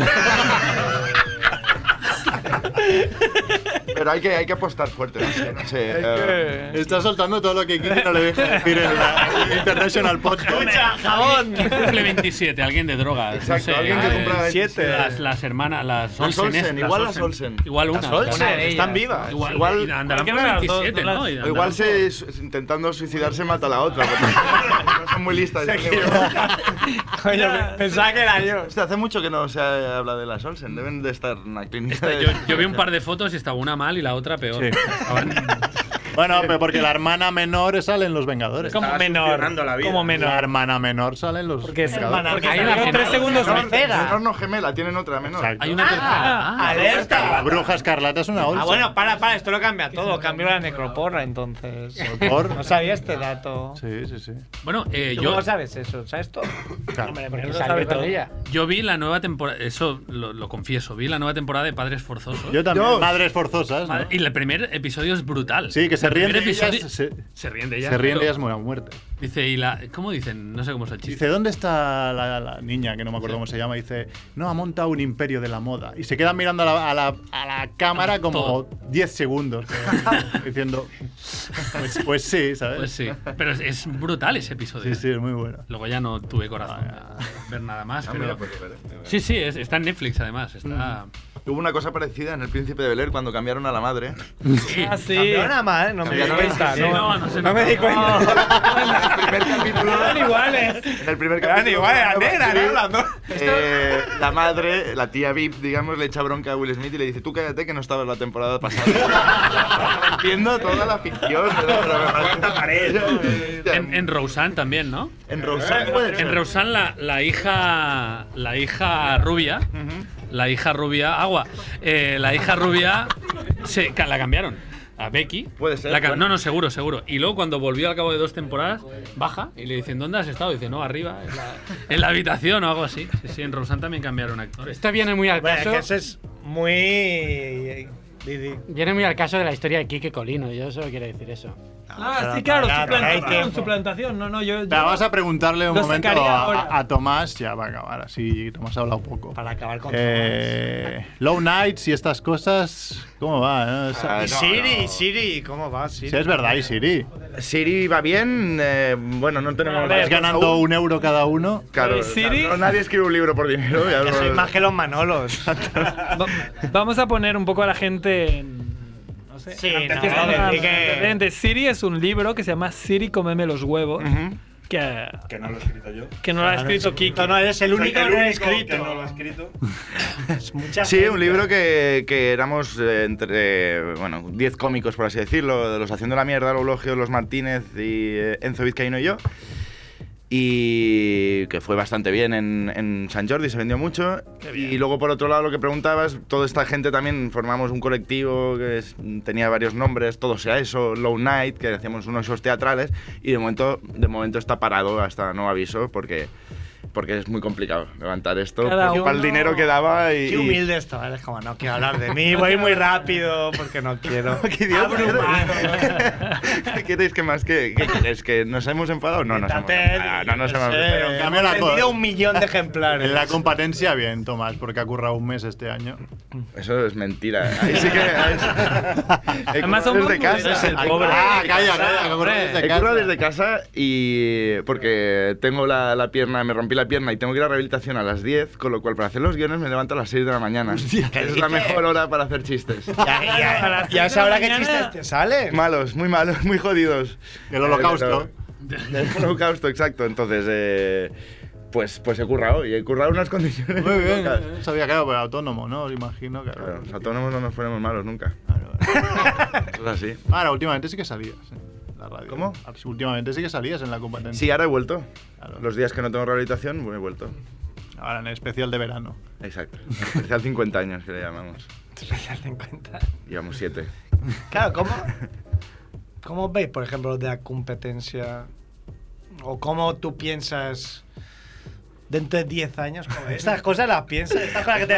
[SPEAKER 3] Pero hay que, hay que apostar fuerte, no sé. No sé eh,
[SPEAKER 4] Está soltando todo lo que quiere y no le deja decir en la en International Podcast.
[SPEAKER 14] jabón! Cumple 27, alguien de drogas.
[SPEAKER 4] Exacto,
[SPEAKER 14] no sé,
[SPEAKER 4] alguien que
[SPEAKER 14] eh,
[SPEAKER 4] cumpla 27.
[SPEAKER 14] Las, las hermanas, las
[SPEAKER 4] Las
[SPEAKER 14] Olsen.
[SPEAKER 4] Olsen,
[SPEAKER 14] estas,
[SPEAKER 4] igual las Olsen.
[SPEAKER 14] Igual una.
[SPEAKER 3] las Olsen,
[SPEAKER 14] Una de
[SPEAKER 3] están
[SPEAKER 14] ellas.
[SPEAKER 3] vivas.
[SPEAKER 14] Igual,
[SPEAKER 3] Igual,
[SPEAKER 14] y andarán por 27, ¿no? Y
[SPEAKER 3] O
[SPEAKER 14] andarán
[SPEAKER 3] igual
[SPEAKER 14] por-
[SPEAKER 3] se, su- intentando suicidarse mata a la otra. porque No son muy listas.
[SPEAKER 2] pensaba que era yo.
[SPEAKER 3] hace mucho que no se ha- habla de las Olsen. Deben de estar en la clínica.
[SPEAKER 14] Esta- yo, yo vi un par de fotos y estaba una mal y la otra peor.
[SPEAKER 4] Bueno, pero porque la hermana menor sale en Los Vengadores.
[SPEAKER 14] Como Estaba menor, solucionando la vida. como menor.
[SPEAKER 4] La hermana menor sale en Los Vengadores.
[SPEAKER 3] Menor- Menor no gemela, tienen otra menor.
[SPEAKER 4] Exacto.
[SPEAKER 3] Hay
[SPEAKER 2] una tercera. Ah, alerta.
[SPEAKER 4] La bruja escarlata es una Olsen.
[SPEAKER 2] Ah, bueno, para, para, esto lo cambia todo. Cambió la necroporra, entonces.
[SPEAKER 4] ¿Por?
[SPEAKER 2] No sabía este dato.
[SPEAKER 4] Sí, sí, sí.
[SPEAKER 14] Bueno, eh,
[SPEAKER 2] ¿Tú
[SPEAKER 14] yo.
[SPEAKER 2] cómo sabes eso? ¿Sabes todo? Hombre, porque
[SPEAKER 14] Yo
[SPEAKER 2] salió
[SPEAKER 14] sabe
[SPEAKER 2] con
[SPEAKER 14] todo.
[SPEAKER 2] ella.
[SPEAKER 14] Yo vi la nueva temporada, eso lo, lo confieso, vi la nueva temporada de Padres Forzosos.
[SPEAKER 4] Yo también. Madres forzosas. ¿no?
[SPEAKER 14] Madre- Y el primer episodio es brutal.
[SPEAKER 4] Sí, que se
[SPEAKER 14] El
[SPEAKER 4] ríen de
[SPEAKER 14] primer
[SPEAKER 4] ellas.
[SPEAKER 14] episodio-
[SPEAKER 4] Se,
[SPEAKER 14] se ríen de ellas.
[SPEAKER 4] se ríen
[SPEAKER 14] pero-
[SPEAKER 4] de ellas muy a muerte.
[SPEAKER 14] Dice, y la. ¿Cómo dicen? No sé cómo es el chiste.
[SPEAKER 4] Dice, ¿dónde está la, la niña, que no me acuerdo cómo se llama? Dice, no, ha montado un imperio de la moda. Y se quedan mirando a la, a la- a la cámara como 10 segundos. como diciendo, pues, pues sí, ¿sabes?
[SPEAKER 14] Pues sí. Pero es, es brutal ese episodio.
[SPEAKER 4] Sí, sí, es muy bueno.
[SPEAKER 14] Luego ya no tuve corazón de ver nada más.
[SPEAKER 3] Ah,
[SPEAKER 14] pero-
[SPEAKER 3] mira, pues, espera, espera.
[SPEAKER 14] sí, sí, es- está en Netflix además.
[SPEAKER 4] Mm. Ah.
[SPEAKER 14] Está.
[SPEAKER 3] Hubo una cosa parecida en El Príncipe de Beler cuando cambiaron a la madre.
[SPEAKER 2] Ah, sí.
[SPEAKER 3] Cambiaron
[SPEAKER 2] Cambió nada, ¿eh? No me di
[SPEAKER 3] Cambiaron-
[SPEAKER 2] cuenta.
[SPEAKER 3] sí,
[SPEAKER 2] no,
[SPEAKER 3] no, no se
[SPEAKER 2] no me di cuenta.
[SPEAKER 3] Eran
[SPEAKER 2] iguales.
[SPEAKER 3] En el primer
[SPEAKER 2] Eran
[SPEAKER 3] capítulo.
[SPEAKER 2] iguales, eran negras,
[SPEAKER 3] Sí.
[SPEAKER 2] eran las dos.
[SPEAKER 3] Eh, la madre, la tía VIP, digamos, le echa bronca a Will Smith y le dice: Tú cállate que no estabas la temporada pasada. Entiendo toda la ficción, pero pero me falta pared.
[SPEAKER 14] En, en Roseanne también, ¿no?
[SPEAKER 3] En
[SPEAKER 11] Eh,
[SPEAKER 3] Roseanne puede
[SPEAKER 14] En
[SPEAKER 3] ser.
[SPEAKER 14] Roseanne la, la hija. La hija rubia. La hija rubia. Agua. eh, la hija rubia. Se, ca- la cambiaron. a Becky.
[SPEAKER 3] Puede ser,
[SPEAKER 14] La ca-
[SPEAKER 3] bueno.
[SPEAKER 14] No, no, seguro, seguro. Y luego cuando volvió al cabo de dos temporadas, baja y le dicen, ¿dónde has estado? dice, no, arriba, en la, en la habitación o algo así. Sí, sí, en Roseanne también cambiaron actores.
[SPEAKER 11] Esto viene muy al
[SPEAKER 14] Hombre, es
[SPEAKER 11] caso.
[SPEAKER 14] que ese
[SPEAKER 11] es
[SPEAKER 2] eh,
[SPEAKER 11] muy. Viene muy al caso de la historia de Quique Colino, yo solo quiero decir eso.
[SPEAKER 5] Ah, sí,
[SPEAKER 4] Pero
[SPEAKER 5] claro,
[SPEAKER 4] para- para-
[SPEAKER 5] suplantación,
[SPEAKER 4] para-
[SPEAKER 5] suplantación. No, no, yo.
[SPEAKER 4] Pero vamos a preguntarle un
[SPEAKER 5] Lo
[SPEAKER 4] momento
[SPEAKER 5] sacaría
[SPEAKER 4] a,
[SPEAKER 5] ahora.
[SPEAKER 4] a- a Tomás, ya va a acabar así, Tomás ha hablado poco. Para
[SPEAKER 2] acabar con
[SPEAKER 4] eh, Low Nights y estas cosas, ¿cómo va? no? Es-
[SPEAKER 3] Ah,
[SPEAKER 2] Y Siri, Siri, ¿cómo va Siri?
[SPEAKER 4] Sí, es verdad, y Siri.
[SPEAKER 3] Siri va bien, eh, bueno, no tenemos
[SPEAKER 4] Vais ganando un euro cada uno.
[SPEAKER 3] Claro,
[SPEAKER 11] Pues
[SPEAKER 3] no- nadie escribe un libro por dinero. Ya,
[SPEAKER 2] Que soy más que los Manolos.
[SPEAKER 5] Vamos a poner un poco a la gente en. No sé.
[SPEAKER 2] Sí,
[SPEAKER 5] en
[SPEAKER 2] no,
[SPEAKER 5] antecedentes.
[SPEAKER 2] a ver, y que-
[SPEAKER 5] Antecedentes. Siri es un libro que se llama Siri, comeme los huevos. que,
[SPEAKER 18] Que no lo he escrito yo.
[SPEAKER 5] que no lo ha
[SPEAKER 2] Claro,
[SPEAKER 5] escrito
[SPEAKER 2] sí.
[SPEAKER 5] Kiki.
[SPEAKER 2] Ah, No, no, eres el
[SPEAKER 18] Soy
[SPEAKER 2] único que lo ha escrito.
[SPEAKER 18] que no lo ha escrito.
[SPEAKER 3] Sí, un libro que, que éramos eh, entre, bueno, 10 cómicos, por así decirlo, de los Haciendo la Mierda, los Eulogio, los Martínez y eh, Enzo Vizcaíno y yo. Y que fue bastante bien en, en San Jordi, se vendió mucho. Y luego, por otro lado, lo que preguntabas, toda esta gente también formamos un colectivo que es- tenía varios nombres, todo sea eso, Low Night, que hacíamos unos shows teatrales. Y de momento, de momento está parado hasta no aviso porque, porque es muy complicado levantar esto.
[SPEAKER 2] Cada
[SPEAKER 3] pues, para el
[SPEAKER 2] uno-
[SPEAKER 3] dinero que daba y.
[SPEAKER 2] Qué
[SPEAKER 3] y-
[SPEAKER 2] humilde estaba, es como, no quiero hablar de mí, voy muy rápido porque no quiero. Abrumado.
[SPEAKER 3] ¿Qué queréis que más? ¿Qué, qué queréis? ¿Que nos hemos enfadado? No, nos hemos enfadado. No, nos hemos enfadado.
[SPEAKER 4] Pero en cambio la co-
[SPEAKER 2] un millón de ejemplares.
[SPEAKER 4] En la competencia bien, Tomás, porque ha currado un mes este año.
[SPEAKER 3] Eso es mentira. Ahí sí que. ahí sí- He
[SPEAKER 4] Además,
[SPEAKER 3] currado
[SPEAKER 4] somos
[SPEAKER 3] desde casa.
[SPEAKER 4] muy- Pobre. Ah, calla, calla, que curro desde
[SPEAKER 3] He currado
[SPEAKER 4] casa.
[SPEAKER 3] ¿eh? desde casa y. Porque tengo la, la pierna, me rompí la pierna y tengo que ir a rehabilitación a las 10, con lo cual para hacer los guiones me levanto a las 6 de la mañana. Que es la mejor hora para hacer chistes.
[SPEAKER 2] Ya es ahora que chistes te sale.
[SPEAKER 3] Malos, muy malos, muy jodidos.
[SPEAKER 4] Del holocausto.
[SPEAKER 3] Eh, pero- Del holocausto, exacto. Entonces, eh, pues, pues he currado y he currado unas condiciones.
[SPEAKER 4] Muy bien,
[SPEAKER 3] locas.
[SPEAKER 4] eh, sabía que era pero autónomo, ¿no? Os imagino que.
[SPEAKER 3] Claro, los autónomos no nos ponemos malos nunca. Eso es así.
[SPEAKER 4] Ahora, últimamente sí que salías eh, en la radio. ¿Cómo? Últimamente sí que salías en la competencia.
[SPEAKER 3] Sí, ahora he vuelto. Los días que no tengo rehabilitación, pues he vuelto.
[SPEAKER 4] Ahora en el especial de verano.
[SPEAKER 3] Exacto. Especial 50 años que le llamamos. Especial 50. Llevamos 7.
[SPEAKER 2] Claro, ¿cómo, ¿cómo veis, por ejemplo, los de la competencia? ¿O cómo tú piensas dentro de 10 años? Como estas cosas las piensas, estas cosas que te,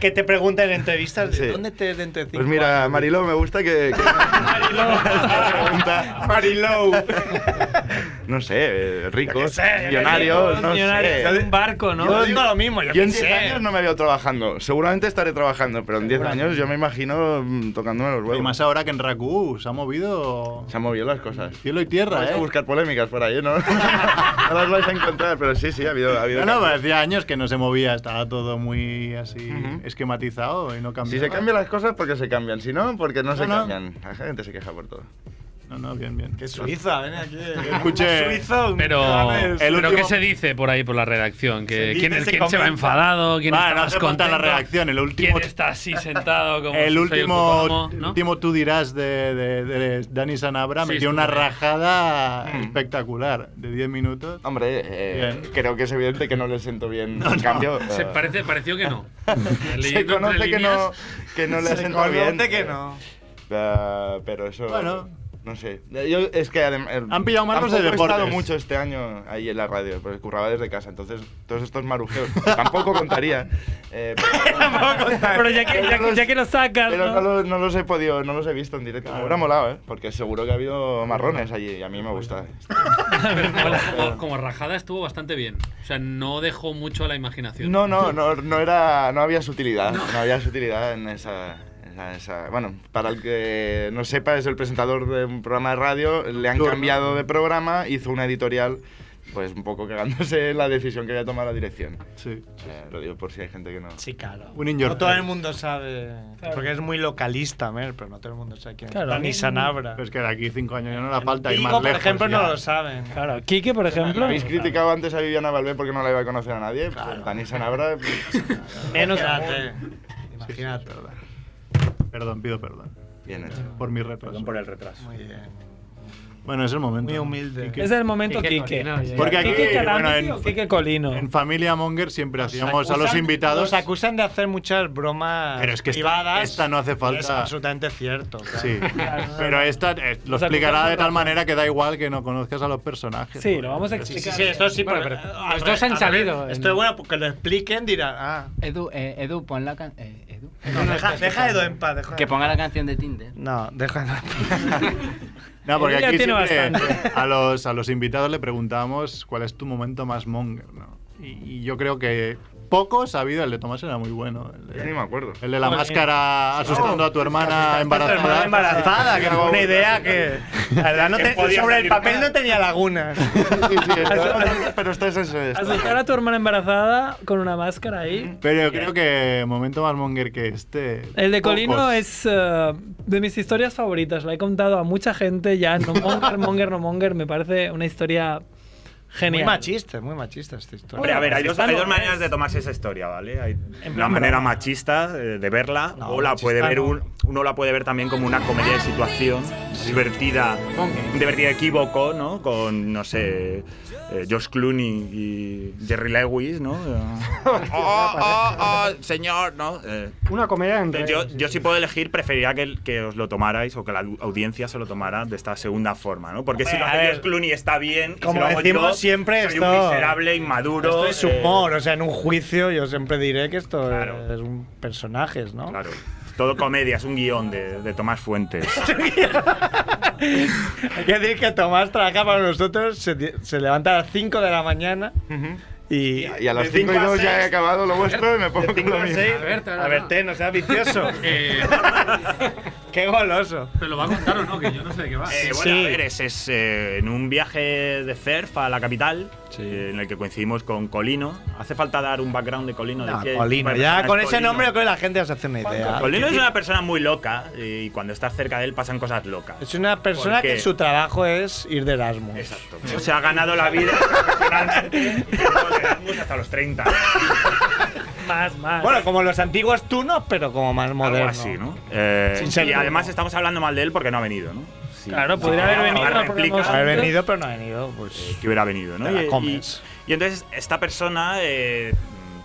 [SPEAKER 2] que te preguntan en entrevistas.
[SPEAKER 3] Sí.
[SPEAKER 2] ¿de ¿Dónde te ves dentro de 5
[SPEAKER 3] Pues mira, Mariló, me gusta que. Mariló. Mariló. No sé, eh,
[SPEAKER 2] Yo qué
[SPEAKER 3] ricos,
[SPEAKER 2] sé, yo qué
[SPEAKER 3] millonarios,
[SPEAKER 2] sé,
[SPEAKER 3] no
[SPEAKER 2] millonarios,
[SPEAKER 3] sé.
[SPEAKER 2] sale un barco, ¿no?
[SPEAKER 3] Yo,
[SPEAKER 2] Digo lo mismo, yo
[SPEAKER 3] yo
[SPEAKER 2] qué
[SPEAKER 3] en 10
[SPEAKER 2] sé.
[SPEAKER 3] años no me veo trabajando. Seguramente estaré trabajando, pero en 10 años yo me imagino mm, tocándome los huevos.
[SPEAKER 4] Y más ahora que en Raku se ha movido.
[SPEAKER 3] Se han movido las cosas.
[SPEAKER 4] Cielo y tierra,
[SPEAKER 3] Vais a
[SPEAKER 4] ¿eh?
[SPEAKER 3] buscar polémicas por ahí, ¿no? no las vais a encontrar, pero sí, sí, ha habido. Ha habido
[SPEAKER 4] No, no,
[SPEAKER 3] cambios.
[SPEAKER 4] hacía años que no se movía, estaba todo muy así esquematizado y no cambiaba.
[SPEAKER 3] Si se cambian las cosas, porque se cambian. Si no, porque no, se
[SPEAKER 4] No, no.
[SPEAKER 3] cambian. La gente se queja por todo.
[SPEAKER 4] No, no, bien, bien.
[SPEAKER 2] Que Suiza, ven aquí.
[SPEAKER 4] Escuche.
[SPEAKER 2] Suiza, un
[SPEAKER 14] Pero,
[SPEAKER 2] canes.
[SPEAKER 14] pero ¿qué se dice por ahí por la redacción? ¿Que,
[SPEAKER 4] dice,
[SPEAKER 14] ¿Quién,
[SPEAKER 4] se
[SPEAKER 14] quién se va
[SPEAKER 4] comenta.
[SPEAKER 14] enfadado? ¿Quién
[SPEAKER 4] Vale,
[SPEAKER 14] está
[SPEAKER 4] no
[SPEAKER 14] más
[SPEAKER 4] hace falta la
[SPEAKER 14] contento?
[SPEAKER 4] redacción, el último-
[SPEAKER 14] ¿Quién está así sentado como
[SPEAKER 4] el
[SPEAKER 14] soy
[SPEAKER 4] último,
[SPEAKER 14] puto amo,
[SPEAKER 4] el
[SPEAKER 14] ¿no?
[SPEAKER 4] último tú dirás de, de- de Dani Sanabra
[SPEAKER 14] Sí,
[SPEAKER 4] metió una
[SPEAKER 14] estuvo bien.
[SPEAKER 4] rajada
[SPEAKER 3] Mm.
[SPEAKER 4] espectacular de 10 minutos.
[SPEAKER 3] Hombre, eh, creo que es evidente que no le siento bien. En cambio,
[SPEAKER 14] Se
[SPEAKER 3] eh,
[SPEAKER 14] parece, pareció que no.
[SPEAKER 3] se
[SPEAKER 14] Leyendo
[SPEAKER 3] conoce
[SPEAKER 14] entre
[SPEAKER 3] que no,
[SPEAKER 14] líneas,
[SPEAKER 3] que no le
[SPEAKER 14] se
[SPEAKER 3] ha sentado bien.
[SPEAKER 14] conoce que no.
[SPEAKER 3] Eh, pero eso.
[SPEAKER 4] Bueno.
[SPEAKER 3] No sé. Yo, es que además.
[SPEAKER 4] Han pillado marcos de
[SPEAKER 3] He estado
[SPEAKER 4] deportes.
[SPEAKER 3] mucho este año ahí en la radio, porque curraba desde casa. Entonces, todos estos marujeos. tampoco contaría. eh, pero-
[SPEAKER 5] Pero ya que, ya, que- ya que lo sacas.
[SPEAKER 3] Pero no
[SPEAKER 5] ¿no?
[SPEAKER 3] los, no los he podido, no los he visto en directo. Me hubiera molado, ¿eh? Porque seguro que ha habido marrones allí y a mí me gusta.
[SPEAKER 14] como, como rajada estuvo bastante bien. O sea, no dejó mucho a la imaginación.
[SPEAKER 3] No, no, no, no era, no había sutilidad, no había sutilidad en esa, esa- esa- Bueno, para el que no sepa, es el presentador de un programa de radio, le han
[SPEAKER 4] Turno.
[SPEAKER 3] cambiado de programa, hizo una editorial, pues un poco cagándose en la decisión que había tomado la dirección.
[SPEAKER 4] Sí.
[SPEAKER 3] lo digo por si hay gente que no.
[SPEAKER 2] Sí, claro.
[SPEAKER 4] Un in your
[SPEAKER 2] No todo
[SPEAKER 4] face.
[SPEAKER 2] el mundo sabe. Porque es muy localista, Mer, pero no todo el mundo sabe quién
[SPEAKER 5] Claro,
[SPEAKER 2] es. Dani
[SPEAKER 5] ni-
[SPEAKER 2] Sanabra.
[SPEAKER 4] Pero es que de aquí cinco años ya no la falta ir
[SPEAKER 2] Vigo,
[SPEAKER 4] más
[SPEAKER 2] por
[SPEAKER 4] lejos.
[SPEAKER 2] ejemplo,
[SPEAKER 4] ya.
[SPEAKER 2] no lo saben.
[SPEAKER 5] Claro, Kike, por ejemplo.
[SPEAKER 3] Habéis criticado antes a Viviana Valvé porque no la iba a conocer a nadie. Pues, Dani Sanabra. pues,
[SPEAKER 2] Menos antes. Imagínate.
[SPEAKER 4] Perdón, pido perdón.
[SPEAKER 3] Bien hecho.
[SPEAKER 4] Por mi retraso.
[SPEAKER 18] Perdón por el retraso.
[SPEAKER 2] Muy bien.
[SPEAKER 4] Bueno, es el momento.
[SPEAKER 2] Muy humilde.
[SPEAKER 5] Es el momento Quique.
[SPEAKER 4] Eh, Porque aquí,
[SPEAKER 5] Quique Calamity
[SPEAKER 4] bueno, en,
[SPEAKER 5] o Quique Colino.
[SPEAKER 4] en Familia Monger siempre hacíamos a los
[SPEAKER 2] Acusan-
[SPEAKER 4] invitados.
[SPEAKER 2] Los acusan de hacer muchas bromas
[SPEAKER 4] Pero es que esta-
[SPEAKER 2] privadas.
[SPEAKER 4] esta no hace
[SPEAKER 2] y
[SPEAKER 4] falta.
[SPEAKER 2] Es absolutamente cierto. claro.
[SPEAKER 4] Sí. Pero esta eh, lo
[SPEAKER 2] Los
[SPEAKER 4] explicará
[SPEAKER 2] acusan
[SPEAKER 4] de
[SPEAKER 2] de
[SPEAKER 4] tal
[SPEAKER 2] broma.
[SPEAKER 4] manera que da igual que no conozcas a los personajes.
[SPEAKER 5] Sí, lo vamos a
[SPEAKER 2] Sí,
[SPEAKER 5] explicar.
[SPEAKER 2] sí, sí, esto sí,
[SPEAKER 5] Bueno,
[SPEAKER 2] pero,
[SPEAKER 5] pero-
[SPEAKER 2] a
[SPEAKER 5] los
[SPEAKER 2] ver,
[SPEAKER 5] dos han
[SPEAKER 2] a ver,
[SPEAKER 5] salido en-
[SPEAKER 2] Esto es bueno, porque lo expliquen, dirán, ah.
[SPEAKER 16] Edu, eh, Edu, pon la can- eh, Edu.
[SPEAKER 2] No, deja, deja de en paz. deja de-
[SPEAKER 16] Que ponga la canción de Tinder.
[SPEAKER 2] No, déjalo.
[SPEAKER 4] No, porque
[SPEAKER 16] Ella
[SPEAKER 4] aquí
[SPEAKER 16] tiene
[SPEAKER 4] siempre
[SPEAKER 16] bastante.
[SPEAKER 4] a los, a los invitados le preguntamos cuál es tu momento más monger, ¿no? Y, y yo creo que pocos ha habido, el de Tomás era muy bueno. El de,
[SPEAKER 3] Yo ni me acuerdo.
[SPEAKER 4] El de la
[SPEAKER 3] Joder.
[SPEAKER 4] máscara
[SPEAKER 3] Sí.
[SPEAKER 4] asustando a tu hermana embarazada.
[SPEAKER 2] Hermana embarazada, que fue una idea que. La verdad, no
[SPEAKER 4] Que
[SPEAKER 2] te-
[SPEAKER 4] podía
[SPEAKER 2] sobre el
[SPEAKER 4] salir
[SPEAKER 2] papel
[SPEAKER 4] mal.
[SPEAKER 2] no tenía lagunas.
[SPEAKER 4] Pero esto es eso.
[SPEAKER 5] Asustar a tu hermana embarazada con una máscara ahí.
[SPEAKER 4] Pero yo creo que momento más monger que este.
[SPEAKER 5] El de Colino
[SPEAKER 4] pocos.
[SPEAKER 5] es eh, de mis historias favoritas. La he contado a mucha gente ya. No monger, monger, no monger. Me parece una historia
[SPEAKER 2] Muy
[SPEAKER 5] genial.
[SPEAKER 2] machista, muy machista esta historia.
[SPEAKER 18] Hombre, a ver, hay dos, hay dos
[SPEAKER 2] Bueno,
[SPEAKER 18] maneras de tomarse esa historia, ¿vale? Hay una
[SPEAKER 2] plan
[SPEAKER 18] manera machista eh, de verla, o la
[SPEAKER 2] machista
[SPEAKER 18] puede ver
[SPEAKER 2] no.
[SPEAKER 18] un, uno la puede ver también como una comedia de situación divertida, un divertida equívoco, ¿no? Con no sé, eh, George Clooney y Jerry Lewis, ¿no?
[SPEAKER 17] Ah,
[SPEAKER 18] Eh, oh, oh, oh, señor, ¿no? Eh,
[SPEAKER 17] Una comedia entre.
[SPEAKER 18] entonces yo, yo si puedo elegir, preferiría que, que os lo tomarais o que la au- audiencia se lo tomara de esta segunda forma, ¿no? Porque si
[SPEAKER 2] Hombre,
[SPEAKER 18] lo
[SPEAKER 2] a
[SPEAKER 18] hace
[SPEAKER 2] ver.
[SPEAKER 18] George Clooney está bien, y
[SPEAKER 2] Como
[SPEAKER 18] si lo hago
[SPEAKER 2] decimos
[SPEAKER 18] yo,
[SPEAKER 2] siempre,
[SPEAKER 18] soy un
[SPEAKER 2] esto-
[SPEAKER 18] miserable,
[SPEAKER 2] Esto
[SPEAKER 18] inmaduro.
[SPEAKER 2] es
[SPEAKER 18] eh,
[SPEAKER 2] humor, o sea, en un juicio yo siempre diré que esto es un personajes, ¿no?
[SPEAKER 18] Claro. Todo comedia, es un guión de, de Tomás Fuentes.
[SPEAKER 2] Hay que decir que Tomás trabaja para nosotros, se, di- se levanta a las 5 de la mañana y,
[SPEAKER 3] Y a las
[SPEAKER 2] de
[SPEAKER 3] 5 y
[SPEAKER 2] cinco
[SPEAKER 3] 2 ya he
[SPEAKER 2] seis-
[SPEAKER 3] acabado lo vuestro y me pongo con lo mío.
[SPEAKER 2] Alberto, no seas vicioso.
[SPEAKER 14] Eh,
[SPEAKER 2] Qué goloso.
[SPEAKER 14] ¿Pero lo va a contar o no? Que yo no sé de qué va.
[SPEAKER 18] Eh, bueno, a ver, es, es, eh, en un viaje de surf a la capital, eh, en el que coincidimos con Colino. Hace falta dar un background de Colino. de
[SPEAKER 2] Ah,
[SPEAKER 18] qué
[SPEAKER 2] Colino,
[SPEAKER 18] persona
[SPEAKER 2] ya
[SPEAKER 18] es
[SPEAKER 2] con ese
[SPEAKER 18] Colino.
[SPEAKER 2] nombre yo creo que la gente ya se hace una idea.
[SPEAKER 18] Colino es una persona muy loca y cuando estás cerca de él pasan cosas locas.
[SPEAKER 2] Es una persona
[SPEAKER 18] Porque-
[SPEAKER 2] que su trabajo es ir de Erasmus.
[SPEAKER 18] Exacto. Se ha ganado la vida hasta los 30.
[SPEAKER 5] Más, más.
[SPEAKER 2] Bueno, como los antiguos tunos, pero como más moderno.
[SPEAKER 18] así, ¿no? Eh,
[SPEAKER 2] Sin ser
[SPEAKER 18] y
[SPEAKER 2] tuno.
[SPEAKER 18] además estamos hablando mal de él porque no ha venido, ¿no? Sí.
[SPEAKER 2] Claro,
[SPEAKER 18] Sí,
[SPEAKER 2] podría haber
[SPEAKER 18] ahora
[SPEAKER 2] venido,
[SPEAKER 18] replica-
[SPEAKER 2] podríamos- Haber venido, pero no ha venido, pues.
[SPEAKER 18] que hubiera venido, ¿no?
[SPEAKER 2] Te la
[SPEAKER 18] Y- y-
[SPEAKER 2] comes.
[SPEAKER 18] Y, entonces esta persona eh,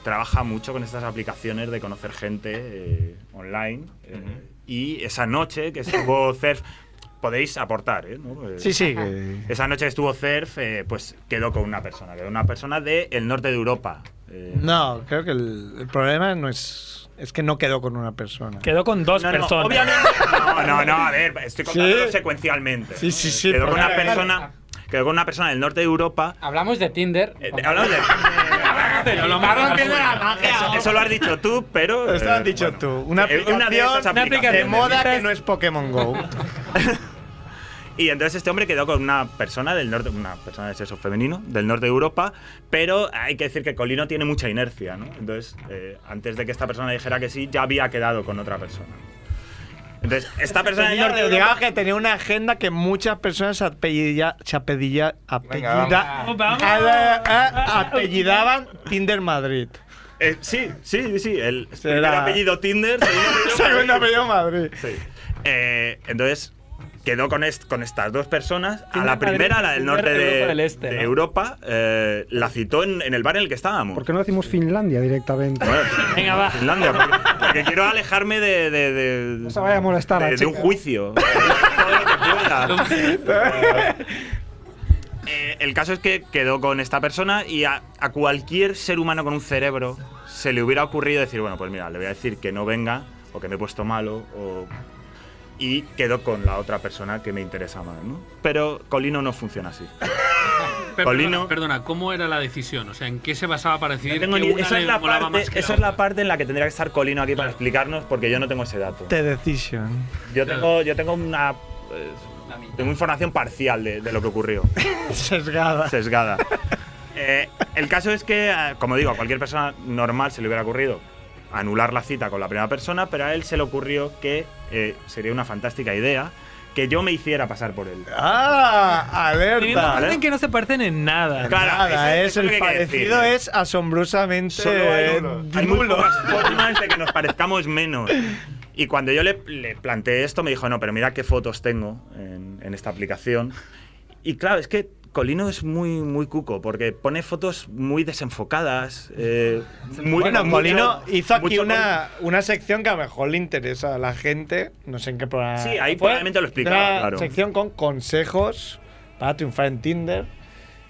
[SPEAKER 18] trabaja mucho con estas aplicaciones de conocer gente eh, online. eh, Y esa noche que estuvo surf, podéis aportar, ¿eh? ¿No? Eh,
[SPEAKER 2] Sí, sí. que-
[SPEAKER 18] Esa noche que estuvo surf, eh, pues quedó con una persona, quedó una persona del norte de Europa. eh,
[SPEAKER 2] No, creo que el, el problema no es. Es que no quedó con una persona.
[SPEAKER 5] Quedó con dos
[SPEAKER 18] No, no,
[SPEAKER 5] personas.
[SPEAKER 18] obviamente. No, no, no, a ver, estoy contándolo
[SPEAKER 2] Ah, Sí.
[SPEAKER 18] secuencialmente.
[SPEAKER 2] Sí, sí, sí.
[SPEAKER 18] Quedó con
[SPEAKER 2] pero-
[SPEAKER 18] una persona. Quedó con una persona del norte de Europa.
[SPEAKER 11] Hablamos de Tinder.
[SPEAKER 18] Eh, hablamos de.
[SPEAKER 11] Pero lo más rompiendo la magia.
[SPEAKER 18] Eso, eso lo has dicho tú, pero.
[SPEAKER 2] Esto lo has
[SPEAKER 18] eh,
[SPEAKER 2] dicho
[SPEAKER 18] bueno.
[SPEAKER 2] tú. Una
[SPEAKER 18] Eh,
[SPEAKER 2] aplicación,
[SPEAKER 18] una de esas
[SPEAKER 2] una aplicación de
[SPEAKER 18] aplicaciones.
[SPEAKER 2] moda que no es Pokémon Go.
[SPEAKER 18] Y entonces este hombre quedó con una persona del norte, una persona de sexo femenino, del norte de Europa, pero hay que decir que Colino tiene mucha inercia, ¿no? Entonces, eh, antes de que esta persona dijera que sí, ya había quedado con otra persona. Entonces, esta persona del
[SPEAKER 2] Tenía-
[SPEAKER 18] norte de Europa
[SPEAKER 2] digamos que tenía una agenda que muchas personas se apellida- se apellida- apellida-
[SPEAKER 18] vamos. Vamos.
[SPEAKER 2] a- a- apellidaban Tinder Madrid.
[SPEAKER 18] Eh, sí, sí, sí. El
[SPEAKER 2] Será.
[SPEAKER 18] primer apellido Tinder.
[SPEAKER 2] Segundo apellido Madrid.
[SPEAKER 18] Sí. Eh, entonces, quedó con, est- con estas dos personas. a
[SPEAKER 5] Tinder
[SPEAKER 18] la primera,
[SPEAKER 5] Madrid,
[SPEAKER 18] la del
[SPEAKER 5] Tinder
[SPEAKER 18] norte de,
[SPEAKER 5] Europa del Este,
[SPEAKER 18] de
[SPEAKER 5] ¿no?
[SPEAKER 18] Europa, eh, la citó en, en el bar en el que estábamos.
[SPEAKER 17] ¿Por qué no decimos Finlandia directamente?
[SPEAKER 18] Venga, va. Finlandia, porque, porque quiero alejarme de. de, de-
[SPEAKER 17] se vaya a molestar a
[SPEAKER 18] de-
[SPEAKER 17] la
[SPEAKER 18] de un
[SPEAKER 17] chica.
[SPEAKER 18] juicio. Eh, el caso es que quedó con esta persona y a, a cualquier ser humano con un cerebro se le hubiera ocurrido decir, bueno, pues mira, le voy a decir que no venga o que me he puesto malo o... Y quedó con la otra persona que me interesa más, ¿no? Pero Colino no funciona así.
[SPEAKER 14] Pero perdona,
[SPEAKER 18] Colino-
[SPEAKER 14] perdona, ¿cómo era la decisión? O sea, ¿en qué se basaba para decidir
[SPEAKER 18] Tengo
[SPEAKER 14] que
[SPEAKER 18] ni-
[SPEAKER 14] una
[SPEAKER 18] esa es
[SPEAKER 14] le
[SPEAKER 18] la
[SPEAKER 14] molaba
[SPEAKER 18] parte-
[SPEAKER 14] más que
[SPEAKER 18] esa
[SPEAKER 14] la
[SPEAKER 18] es la parte en la que tendría que estar Colino aquí para explicarnos porque yo no tengo ese dato.
[SPEAKER 2] The Decision.
[SPEAKER 18] Yo tengo, yo tengo una. eh, tengo información parcial de, de lo que ocurrió.
[SPEAKER 2] Sesgada.
[SPEAKER 18] Sesgada. Eh, el caso es que, eh, como digo, a cualquier persona normal se le hubiera ocurrido anular la cita con la primera persona, pero a él se le ocurrió que eh, sería una fantástica idea que yo me hiciera pasar por él.
[SPEAKER 2] ¡Ah!
[SPEAKER 5] Vivimos en
[SPEAKER 2] ¡Alerta!
[SPEAKER 5] un mundo en que no se parecen en nada.
[SPEAKER 18] Claro,
[SPEAKER 2] Nada,
[SPEAKER 18] eso-
[SPEAKER 2] es
[SPEAKER 18] eso es
[SPEAKER 2] el
[SPEAKER 18] lo que hay que
[SPEAKER 2] parecido
[SPEAKER 18] decir.
[SPEAKER 2] es asombrosamente
[SPEAKER 18] Solo hay uno.
[SPEAKER 2] eh,
[SPEAKER 18] Hay muy
[SPEAKER 2] nulo.
[SPEAKER 18] pocas formas de que nos parezcamos menos. Y cuando yo le, le planteé esto, me dijo, no, pero mira qué fotos tengo en, en esta aplicación. Y claro, es que Colino es muy, muy cuco, porque pone fotos muy desenfocadas. eh, muy-
[SPEAKER 2] bueno,
[SPEAKER 18] mucho-
[SPEAKER 2] Molino hizo aquí
[SPEAKER 18] mucho
[SPEAKER 2] una, una sección que a lo mejor le interesa a la gente. No sé en qué programa.
[SPEAKER 18] Sí, ahí
[SPEAKER 2] fue.
[SPEAKER 18] probablemente lo explicaba,
[SPEAKER 2] Una
[SPEAKER 18] claro.
[SPEAKER 2] sección con consejos para triunfar en Tinder.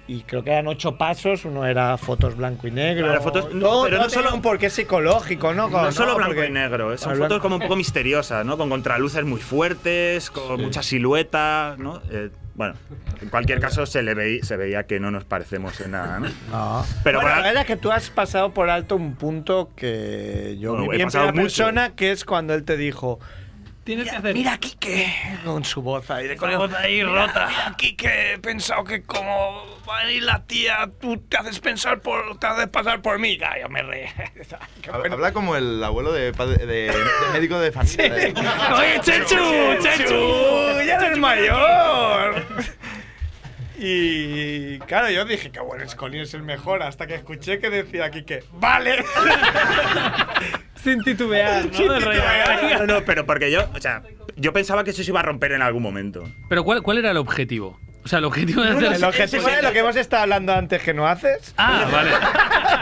[SPEAKER 2] Y creo que eran ocho pasos. Uno era fotos blanco y negro.
[SPEAKER 18] Claro, fotos- no,
[SPEAKER 2] Todo-
[SPEAKER 18] pero
[SPEAKER 2] todo
[SPEAKER 18] no
[SPEAKER 2] tenía
[SPEAKER 18] solo-
[SPEAKER 2] un porqué psicológico, ¿no?
[SPEAKER 18] No,
[SPEAKER 2] Como,
[SPEAKER 18] solo blanco
[SPEAKER 2] porque-
[SPEAKER 18] y negro, eh, son
[SPEAKER 2] Ah,
[SPEAKER 18] fotos
[SPEAKER 2] blanco-
[SPEAKER 18] como un poco misteriosas, ¿no? Con contraluces muy fuertes, con mucha silueta, ¿no? Eh, bueno, en cualquier caso se le veí- se veía que no nos parecemos en nada, ¿no?
[SPEAKER 2] No.
[SPEAKER 18] Pero
[SPEAKER 2] Bueno,
[SPEAKER 18] por
[SPEAKER 2] la verdad es que tú has pasado por alto un punto que yo
[SPEAKER 18] Bueno,
[SPEAKER 2] vi
[SPEAKER 18] he
[SPEAKER 2] en
[SPEAKER 18] pasado
[SPEAKER 2] primera
[SPEAKER 18] mucho.
[SPEAKER 2] persona, que es cuando él te dijo,
[SPEAKER 5] Tienes que hacer.
[SPEAKER 2] Mira, Kike. con su voz ahí de
[SPEAKER 5] Esa voz ahí rota.
[SPEAKER 2] Aquí que he pensado que como va a ir la tía, tú te haces pensar por, te haces pasar por mí. Ah, yo me reí.
[SPEAKER 3] Hab- Habla como el abuelo de, padre- de- de médico de familia. ¿eh?
[SPEAKER 2] Oye, Chechu, Chechu, ya eres mayor. Y claro, yo dije que bueno, Scolino es el mejor, hasta que escuché que decía aquí que vale.
[SPEAKER 5] Sin titubear, ¿no? El rey.
[SPEAKER 18] No, no, pero porque yo, o sea, yo pensaba que eso se iba a romper en algún momento.
[SPEAKER 14] Pero ¿cuál, cuál era el objetivo? O sea, el objetivo de
[SPEAKER 2] No,
[SPEAKER 14] hacer.
[SPEAKER 2] no, el objetivo es lo que hemos estado hablando antes que no haces.
[SPEAKER 14] Ah, vale.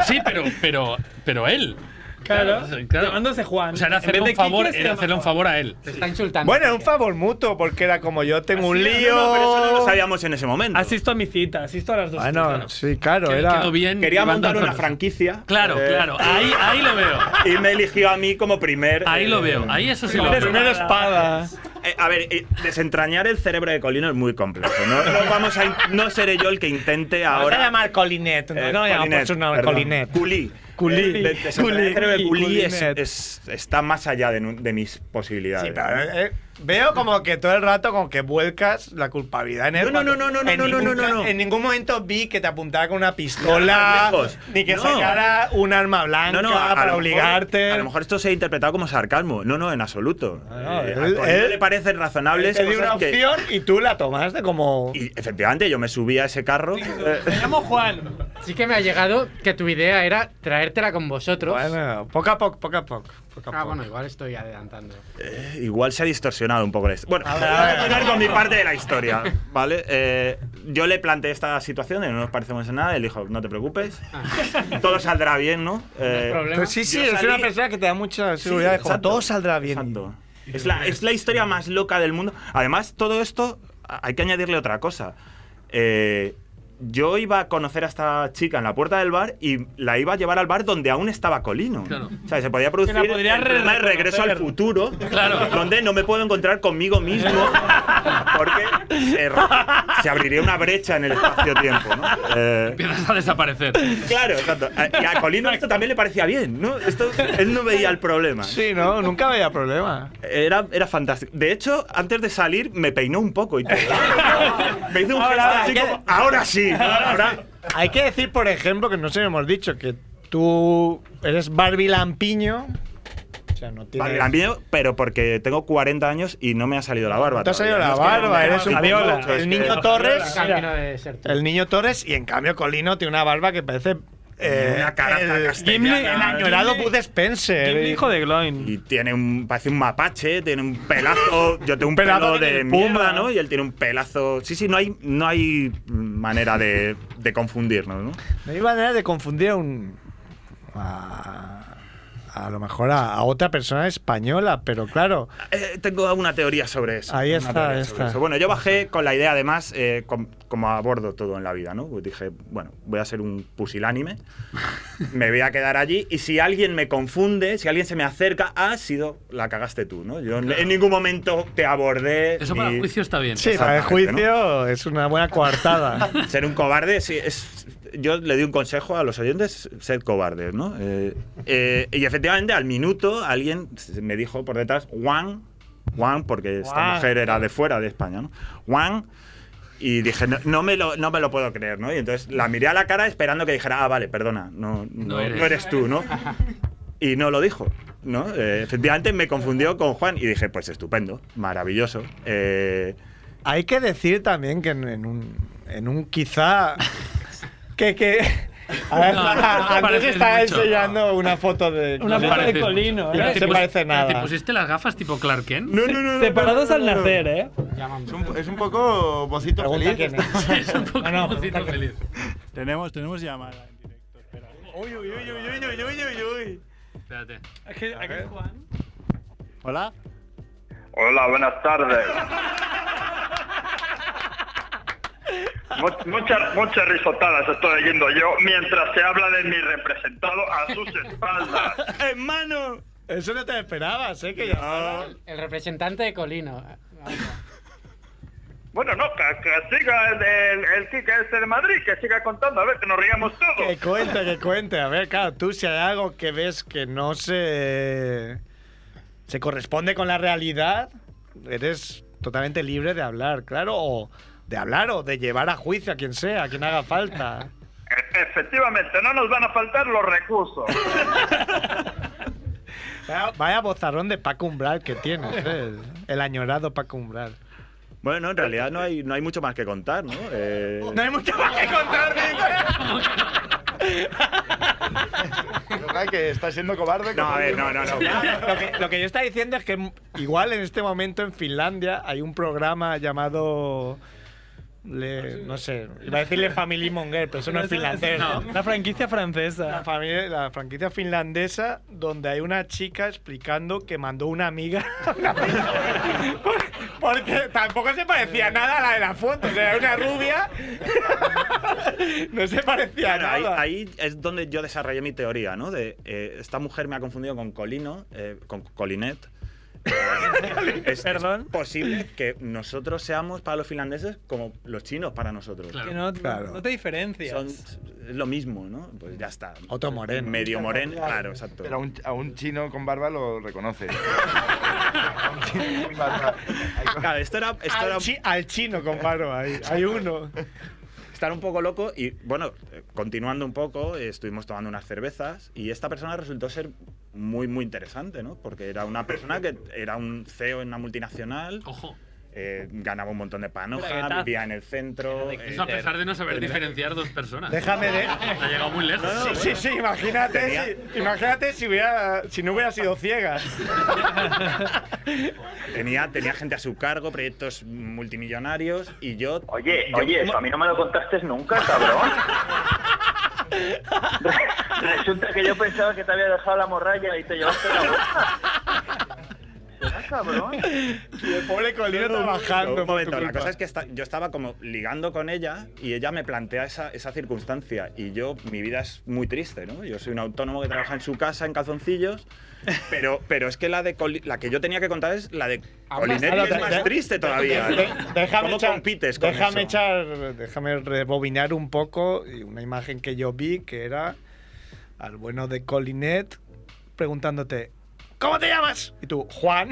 [SPEAKER 14] Sí, pero, pero, pero él.
[SPEAKER 5] Claro,
[SPEAKER 14] claro.
[SPEAKER 5] llamándose Juan.
[SPEAKER 14] O sea, era hacerle un favor, era hacerle un favor a él.
[SPEAKER 5] Está insultando.
[SPEAKER 2] Bueno, era un favor mutuo, porque era como yo tengo un lío.
[SPEAKER 18] sabíamos en ese momento.
[SPEAKER 5] Asisto a mi cita, asisto a las dos.
[SPEAKER 2] Bueno, sí, claro,
[SPEAKER 5] Que-
[SPEAKER 2] era.
[SPEAKER 5] quedó bien
[SPEAKER 18] Quería
[SPEAKER 5] llevando
[SPEAKER 18] montar una
[SPEAKER 5] flores.
[SPEAKER 18] franquicia. eh,
[SPEAKER 14] Claro, claro. Ahí, ahí lo veo.
[SPEAKER 18] Y me eligió a mí como primer.
[SPEAKER 14] Ahí lo veo, ahí eso sí lo veo.
[SPEAKER 18] Primera
[SPEAKER 14] Primera
[SPEAKER 18] espada. a ver, eh, desentrañar el cerebro de Colino es muy complejo. No, No vamos a in- no seré yo el que intente
[SPEAKER 2] Vamos a
[SPEAKER 18] ahora.
[SPEAKER 2] llamar Colinet. No, no, llamamos por su nombre, Colinet.
[SPEAKER 18] Culí.
[SPEAKER 2] Culí.
[SPEAKER 18] Eh, de- de-
[SPEAKER 2] Culí.
[SPEAKER 18] el cerebro de Culí es-
[SPEAKER 2] Culinet.
[SPEAKER 18] es- está más allá de, nu- de mis posibilidades.
[SPEAKER 2] Eh, Veo como que todo el rato como que vuelcas la culpabilidad en él.
[SPEAKER 18] No,
[SPEAKER 2] cuando
[SPEAKER 18] no, no, no, no,
[SPEAKER 2] en
[SPEAKER 18] no, no,
[SPEAKER 2] ningún
[SPEAKER 18] no, no,
[SPEAKER 2] ca-
[SPEAKER 18] no.
[SPEAKER 2] En ningún momento vi que te apuntaba con una pistola,
[SPEAKER 18] Lejos.
[SPEAKER 2] ni que
[SPEAKER 18] No.
[SPEAKER 2] sacara un arma blanca
[SPEAKER 18] No, no, a- a
[SPEAKER 2] para
[SPEAKER 18] lo
[SPEAKER 2] obligarte.
[SPEAKER 18] mejor- a lo mejor esto se ha interpretado como sarcasmo. No, no, en absoluto.
[SPEAKER 2] no,
[SPEAKER 18] Eh, a
[SPEAKER 2] él-
[SPEAKER 18] Colino
[SPEAKER 2] él-
[SPEAKER 18] le parecen razonables.
[SPEAKER 2] Te di
[SPEAKER 18] cosas
[SPEAKER 2] una
[SPEAKER 18] que-
[SPEAKER 2] opción y tú la tomaste como.
[SPEAKER 18] Y efectivamente, yo me subí a ese carro. eh,
[SPEAKER 5] Me llamo Juan.
[SPEAKER 13] Sí que me ha llegado que tu idea era traértela con vosotros.
[SPEAKER 2] Bueno, poco a poco, poco a poco. poco a
[SPEAKER 13] Ah,
[SPEAKER 2] poco.
[SPEAKER 13] bueno, igual estoy adelantando.
[SPEAKER 18] eh, igual se ha distorsionado un poco la historia. Bueno,
[SPEAKER 13] ver,
[SPEAKER 18] voy a
[SPEAKER 13] a ver.
[SPEAKER 18] continuar con mi parte de la historia, ¿vale? Eh, yo le planteé esta situación de no nos parecemos en nada. Él dijo, no te preocupes, todo saldrá bien, ¿no? Eh,
[SPEAKER 2] Ah. Pues sí, sí,
[SPEAKER 18] yo
[SPEAKER 2] es
[SPEAKER 18] salí-
[SPEAKER 2] una persona que te da mucha
[SPEAKER 18] Sí,
[SPEAKER 2] seguridad. como,
[SPEAKER 18] exacto,
[SPEAKER 2] todo saldrá bien.
[SPEAKER 18] exacto. Es la, es la historia más loca del mundo. Además, todo esto, a- hay que añadirle otra cosa. Eh, yo iba a conocer a esta chica en la puerta del bar y la iba a llevar al bar donde aún estaba Colino. O sea, se podía producir
[SPEAKER 5] Que la podría
[SPEAKER 18] el problema de
[SPEAKER 5] reconocer.
[SPEAKER 18] regreso al futuro, donde no me puedo encontrar conmigo mismo porque se, se abriría una brecha en el espacio-tiempo. ¿no? Eh,
[SPEAKER 14] Empiezas a desaparecer.
[SPEAKER 18] claro, exacto. A- Y a Colino esto también le parecía bien, ¿no? Esto, él no veía el problema.
[SPEAKER 2] Sí, no, nunca había problema.
[SPEAKER 18] Era, era fantástico. De hecho, antes de salir me peinó un poco y todo. ¿eh? me hizo un gesto
[SPEAKER 2] Ahora,
[SPEAKER 18] así
[SPEAKER 2] ¿qué?
[SPEAKER 18] como, ahora sí. Ahora,
[SPEAKER 2] Hay que decir, por ejemplo, que no se lo hemos dicho, que tú eres Barbie Lampiño. O sea, no tienes.
[SPEAKER 18] Vale, la envío, pero porque tengo 40 años y no me ha salido la barba.
[SPEAKER 2] Te ha salido la
[SPEAKER 18] todavía. No es que
[SPEAKER 2] barba,
[SPEAKER 18] me-
[SPEAKER 2] eres un
[SPEAKER 18] Fabiola,
[SPEAKER 2] poco-
[SPEAKER 18] es
[SPEAKER 2] El
[SPEAKER 18] que-
[SPEAKER 2] niño Torres.
[SPEAKER 13] Camino de ser tú.
[SPEAKER 2] El niño Torres, y en cambio Colino tiene una barba que parece. eh,
[SPEAKER 18] Una caraza
[SPEAKER 2] el,
[SPEAKER 18] castellana.
[SPEAKER 2] el añorado Bud Spencer. eh.
[SPEAKER 18] hijo
[SPEAKER 5] de Gloin.
[SPEAKER 18] Y tiene un. Parece un mapache, tiene un pelazo. Yo tengo un
[SPEAKER 2] pelazo
[SPEAKER 18] pelazo
[SPEAKER 2] que
[SPEAKER 18] de
[SPEAKER 2] tiene puma.
[SPEAKER 18] puma, ¿no? Y él tiene un pelazo. Sí, sí, no hay, no hay manera de, de confundirnos, ¿no?
[SPEAKER 2] No hay manera de confundir a un. A, a lo mejor a, a otra persona española, pero claro.
[SPEAKER 18] Eh, tengo una teoría sobre eso.
[SPEAKER 2] Ahí
[SPEAKER 18] Una
[SPEAKER 2] está,
[SPEAKER 18] teoría
[SPEAKER 2] ahí
[SPEAKER 18] sobre
[SPEAKER 2] está.
[SPEAKER 18] eso. Bueno, yo bajé con la idea, además, eh, com- como abordo todo en la vida, ¿no? Pues dije, bueno, voy a ser un pusilánime, me voy a quedar allí y si alguien me confunde, si alguien se me acerca, "Ah, ha sido la cagaste tú, ¿no? Yo en- en ningún momento te abordé.
[SPEAKER 14] Eso para
[SPEAKER 18] ni-
[SPEAKER 14] juicio está bien.
[SPEAKER 2] Sí, para el
[SPEAKER 18] Exactamente,
[SPEAKER 2] juicio es una buena coartada.
[SPEAKER 18] Ser un cobarde, sí, es, yo le di un consejo a los oyentes, ser cobardes, ¿no? Eh, eh, y efectivamente, al minuto, alguien se- me dijo por detrás, Juan, Juan, porque esta
[SPEAKER 2] Juan.
[SPEAKER 18] mujer era de fuera de España, ¿no? Juan, y dije, no, no me lo, no me lo puedo creer, ¿no? Y entonces la miré a la cara esperando que dijera, ah, vale, perdona, no, no, no eres.
[SPEAKER 14] eres".
[SPEAKER 18] tú, ¿no? Y no lo dijo. ¿no? Eh, efectivamente me confundió con Juan y dije, pues estupendo, maravilloso. Eh,
[SPEAKER 2] Hay que decir también que en, en un, en un quizá. que, que A ver,
[SPEAKER 14] No, no te
[SPEAKER 2] Andrés
[SPEAKER 14] pareces
[SPEAKER 2] está
[SPEAKER 14] mucho.
[SPEAKER 2] enseñando una foto de.
[SPEAKER 14] Una foto de
[SPEAKER 5] Colino, ¿eh?
[SPEAKER 2] Y
[SPEAKER 14] Pero
[SPEAKER 2] no
[SPEAKER 14] te
[SPEAKER 2] se
[SPEAKER 14] pus-
[SPEAKER 2] parece
[SPEAKER 14] ¿Te
[SPEAKER 2] nada.
[SPEAKER 14] pusiste las gafas tipo Clark Kent?
[SPEAKER 3] No, no, no, no,
[SPEAKER 5] Separados
[SPEAKER 3] no,
[SPEAKER 5] al
[SPEAKER 3] no, no.
[SPEAKER 5] nacer, ¿eh?
[SPEAKER 3] Es un, es un poco bocito feliz.
[SPEAKER 14] es un poco bocito feliz.
[SPEAKER 4] Tenemos, tenemos llamada.
[SPEAKER 5] Uy, uy, uy, uy, uy, uy, uy, uy.
[SPEAKER 14] Espérate.
[SPEAKER 5] Aquí, aquí es Juan.
[SPEAKER 4] Hola.
[SPEAKER 8] Hola, buenas tardes. Mu- Muchas, muchas risotadas estoy oyendo yo mientras se habla de mi representado a sus espaldas.
[SPEAKER 2] Hermano. Eso no te esperabas, ¿eh? Que ya.
[SPEAKER 11] El representante de Colino.
[SPEAKER 8] Bueno, no, que, que siga el, el, el Quique este de Madrid, que siga contando, a ver, que nos riamos todos.
[SPEAKER 2] Que cuente, que cuente. A ver, claro, tú si hay algo que ves que no se. se corresponde con la realidad, eres totalmente libre de hablar, claro, o de hablar o de llevar a juicio a quien sea, a quien haga falta.
[SPEAKER 8] E- efectivamente, no nos van a faltar los recursos.
[SPEAKER 2] Vaya- Vaya bozarrón de Paco Umbral que tienes, ¿eh? El añorado Paco Umbral.
[SPEAKER 18] Bueno, no, en realidad no hay, no hay mucho más que contar, ¿no? Eh,
[SPEAKER 2] No hay mucho más que contar,
[SPEAKER 3] ¿Verdad que está siendo cobarde?
[SPEAKER 18] No,
[SPEAKER 3] como
[SPEAKER 18] a ver,
[SPEAKER 3] yo?
[SPEAKER 18] no, no, no.
[SPEAKER 2] Lo que, lo que yo estaba diciendo es que m- igual en este momento en Finlandia hay un programa llamado... Le- no sé, iba a decirle Family Monger, Ah, pero eso no es finlandés. ¿no?
[SPEAKER 5] La franquicia francesa.
[SPEAKER 2] La, familia- la franquicia finlandesa donde hay una chica explicando que mandó una amiga. una amiga. Por- Porque tampoco se parecía nada a la de la foto. O sea, era una rubia. no se parecía
[SPEAKER 18] Claro,
[SPEAKER 2] nada.
[SPEAKER 18] Ahí, ahí es donde yo desarrollé mi teoría, ¿no? De eh, esta mujer me ha confundido con Colino, eh, con Colinet. es, Perdón. posible que nosotros seamos para los finlandeses como los chinos para nosotros.
[SPEAKER 5] Que no, no te diferencias.
[SPEAKER 18] Son es lo mismo, ¿no? Pues ya está.
[SPEAKER 2] Otro moreno.
[SPEAKER 18] Medio moreno, claro, exacto.
[SPEAKER 3] Pero a un, a un chino con barba lo reconoce. A un chino con barba.
[SPEAKER 18] Claro, esto era, esto
[SPEAKER 2] al,
[SPEAKER 18] era-
[SPEAKER 2] chi- al chino, comparo. Ahí. Hay uno.
[SPEAKER 18] estar un poco loco y bueno, eh, continuando un poco, eh, estuvimos tomando unas cervezas y esta persona resultó ser muy muy interesante, ¿no? Porque era una persona que era un CEO en una multinacional.
[SPEAKER 14] Ojo.
[SPEAKER 18] eh, ganaba un montón de panoja,
[SPEAKER 14] Braguetazo.
[SPEAKER 18] vivía en el centro.
[SPEAKER 14] Eso a
[SPEAKER 18] eh,
[SPEAKER 14] pesar de no saber
[SPEAKER 18] tenía-
[SPEAKER 14] diferenciar dos personas.
[SPEAKER 2] Déjame de-
[SPEAKER 14] Ha llegado muy lejos.
[SPEAKER 2] sí, sí, sí, imagínate,
[SPEAKER 14] Tenía-
[SPEAKER 2] si, imagínate si, hubiera, si no hubiera sido ciega.
[SPEAKER 18] Tenía, tenía gente a su cargo, proyectos multimillonarios y yo.
[SPEAKER 8] Oye,
[SPEAKER 18] yo-
[SPEAKER 8] oye, eso a mí no me lo contaste nunca, cabrón. Resulta que yo pensaba que te había dejado la morralla y te llevaste la bolsa. ¿Será, cabrón?
[SPEAKER 2] Y el pobre Colino trabajando.
[SPEAKER 18] Un momento,
[SPEAKER 2] por tu
[SPEAKER 18] la
[SPEAKER 2] culpa.
[SPEAKER 18] cosa es que esta- yo estaba como ligando con ella y ella me plantea esa, esa circunstancia y yo, mi vida es muy triste, ¿no? Yo soy un autónomo que trabaja en su casa, en calzoncillos, pero, pero es que la, de Coli- la que yo tenía que contar es la de Colinetti
[SPEAKER 2] Claro,
[SPEAKER 18] es
[SPEAKER 2] de-
[SPEAKER 18] más
[SPEAKER 2] de-
[SPEAKER 18] triste
[SPEAKER 2] de-
[SPEAKER 18] todavía.
[SPEAKER 2] de-
[SPEAKER 18] ¿no?
[SPEAKER 2] déjame
[SPEAKER 18] ¿Cómo
[SPEAKER 2] echar-
[SPEAKER 18] compites con
[SPEAKER 2] déjame
[SPEAKER 18] eso?
[SPEAKER 2] echar, déjame rebobinar un poco y una imagen que yo vi que era al bueno de Colinet preguntándote ¿Cómo te llamas? Y tú, Juan.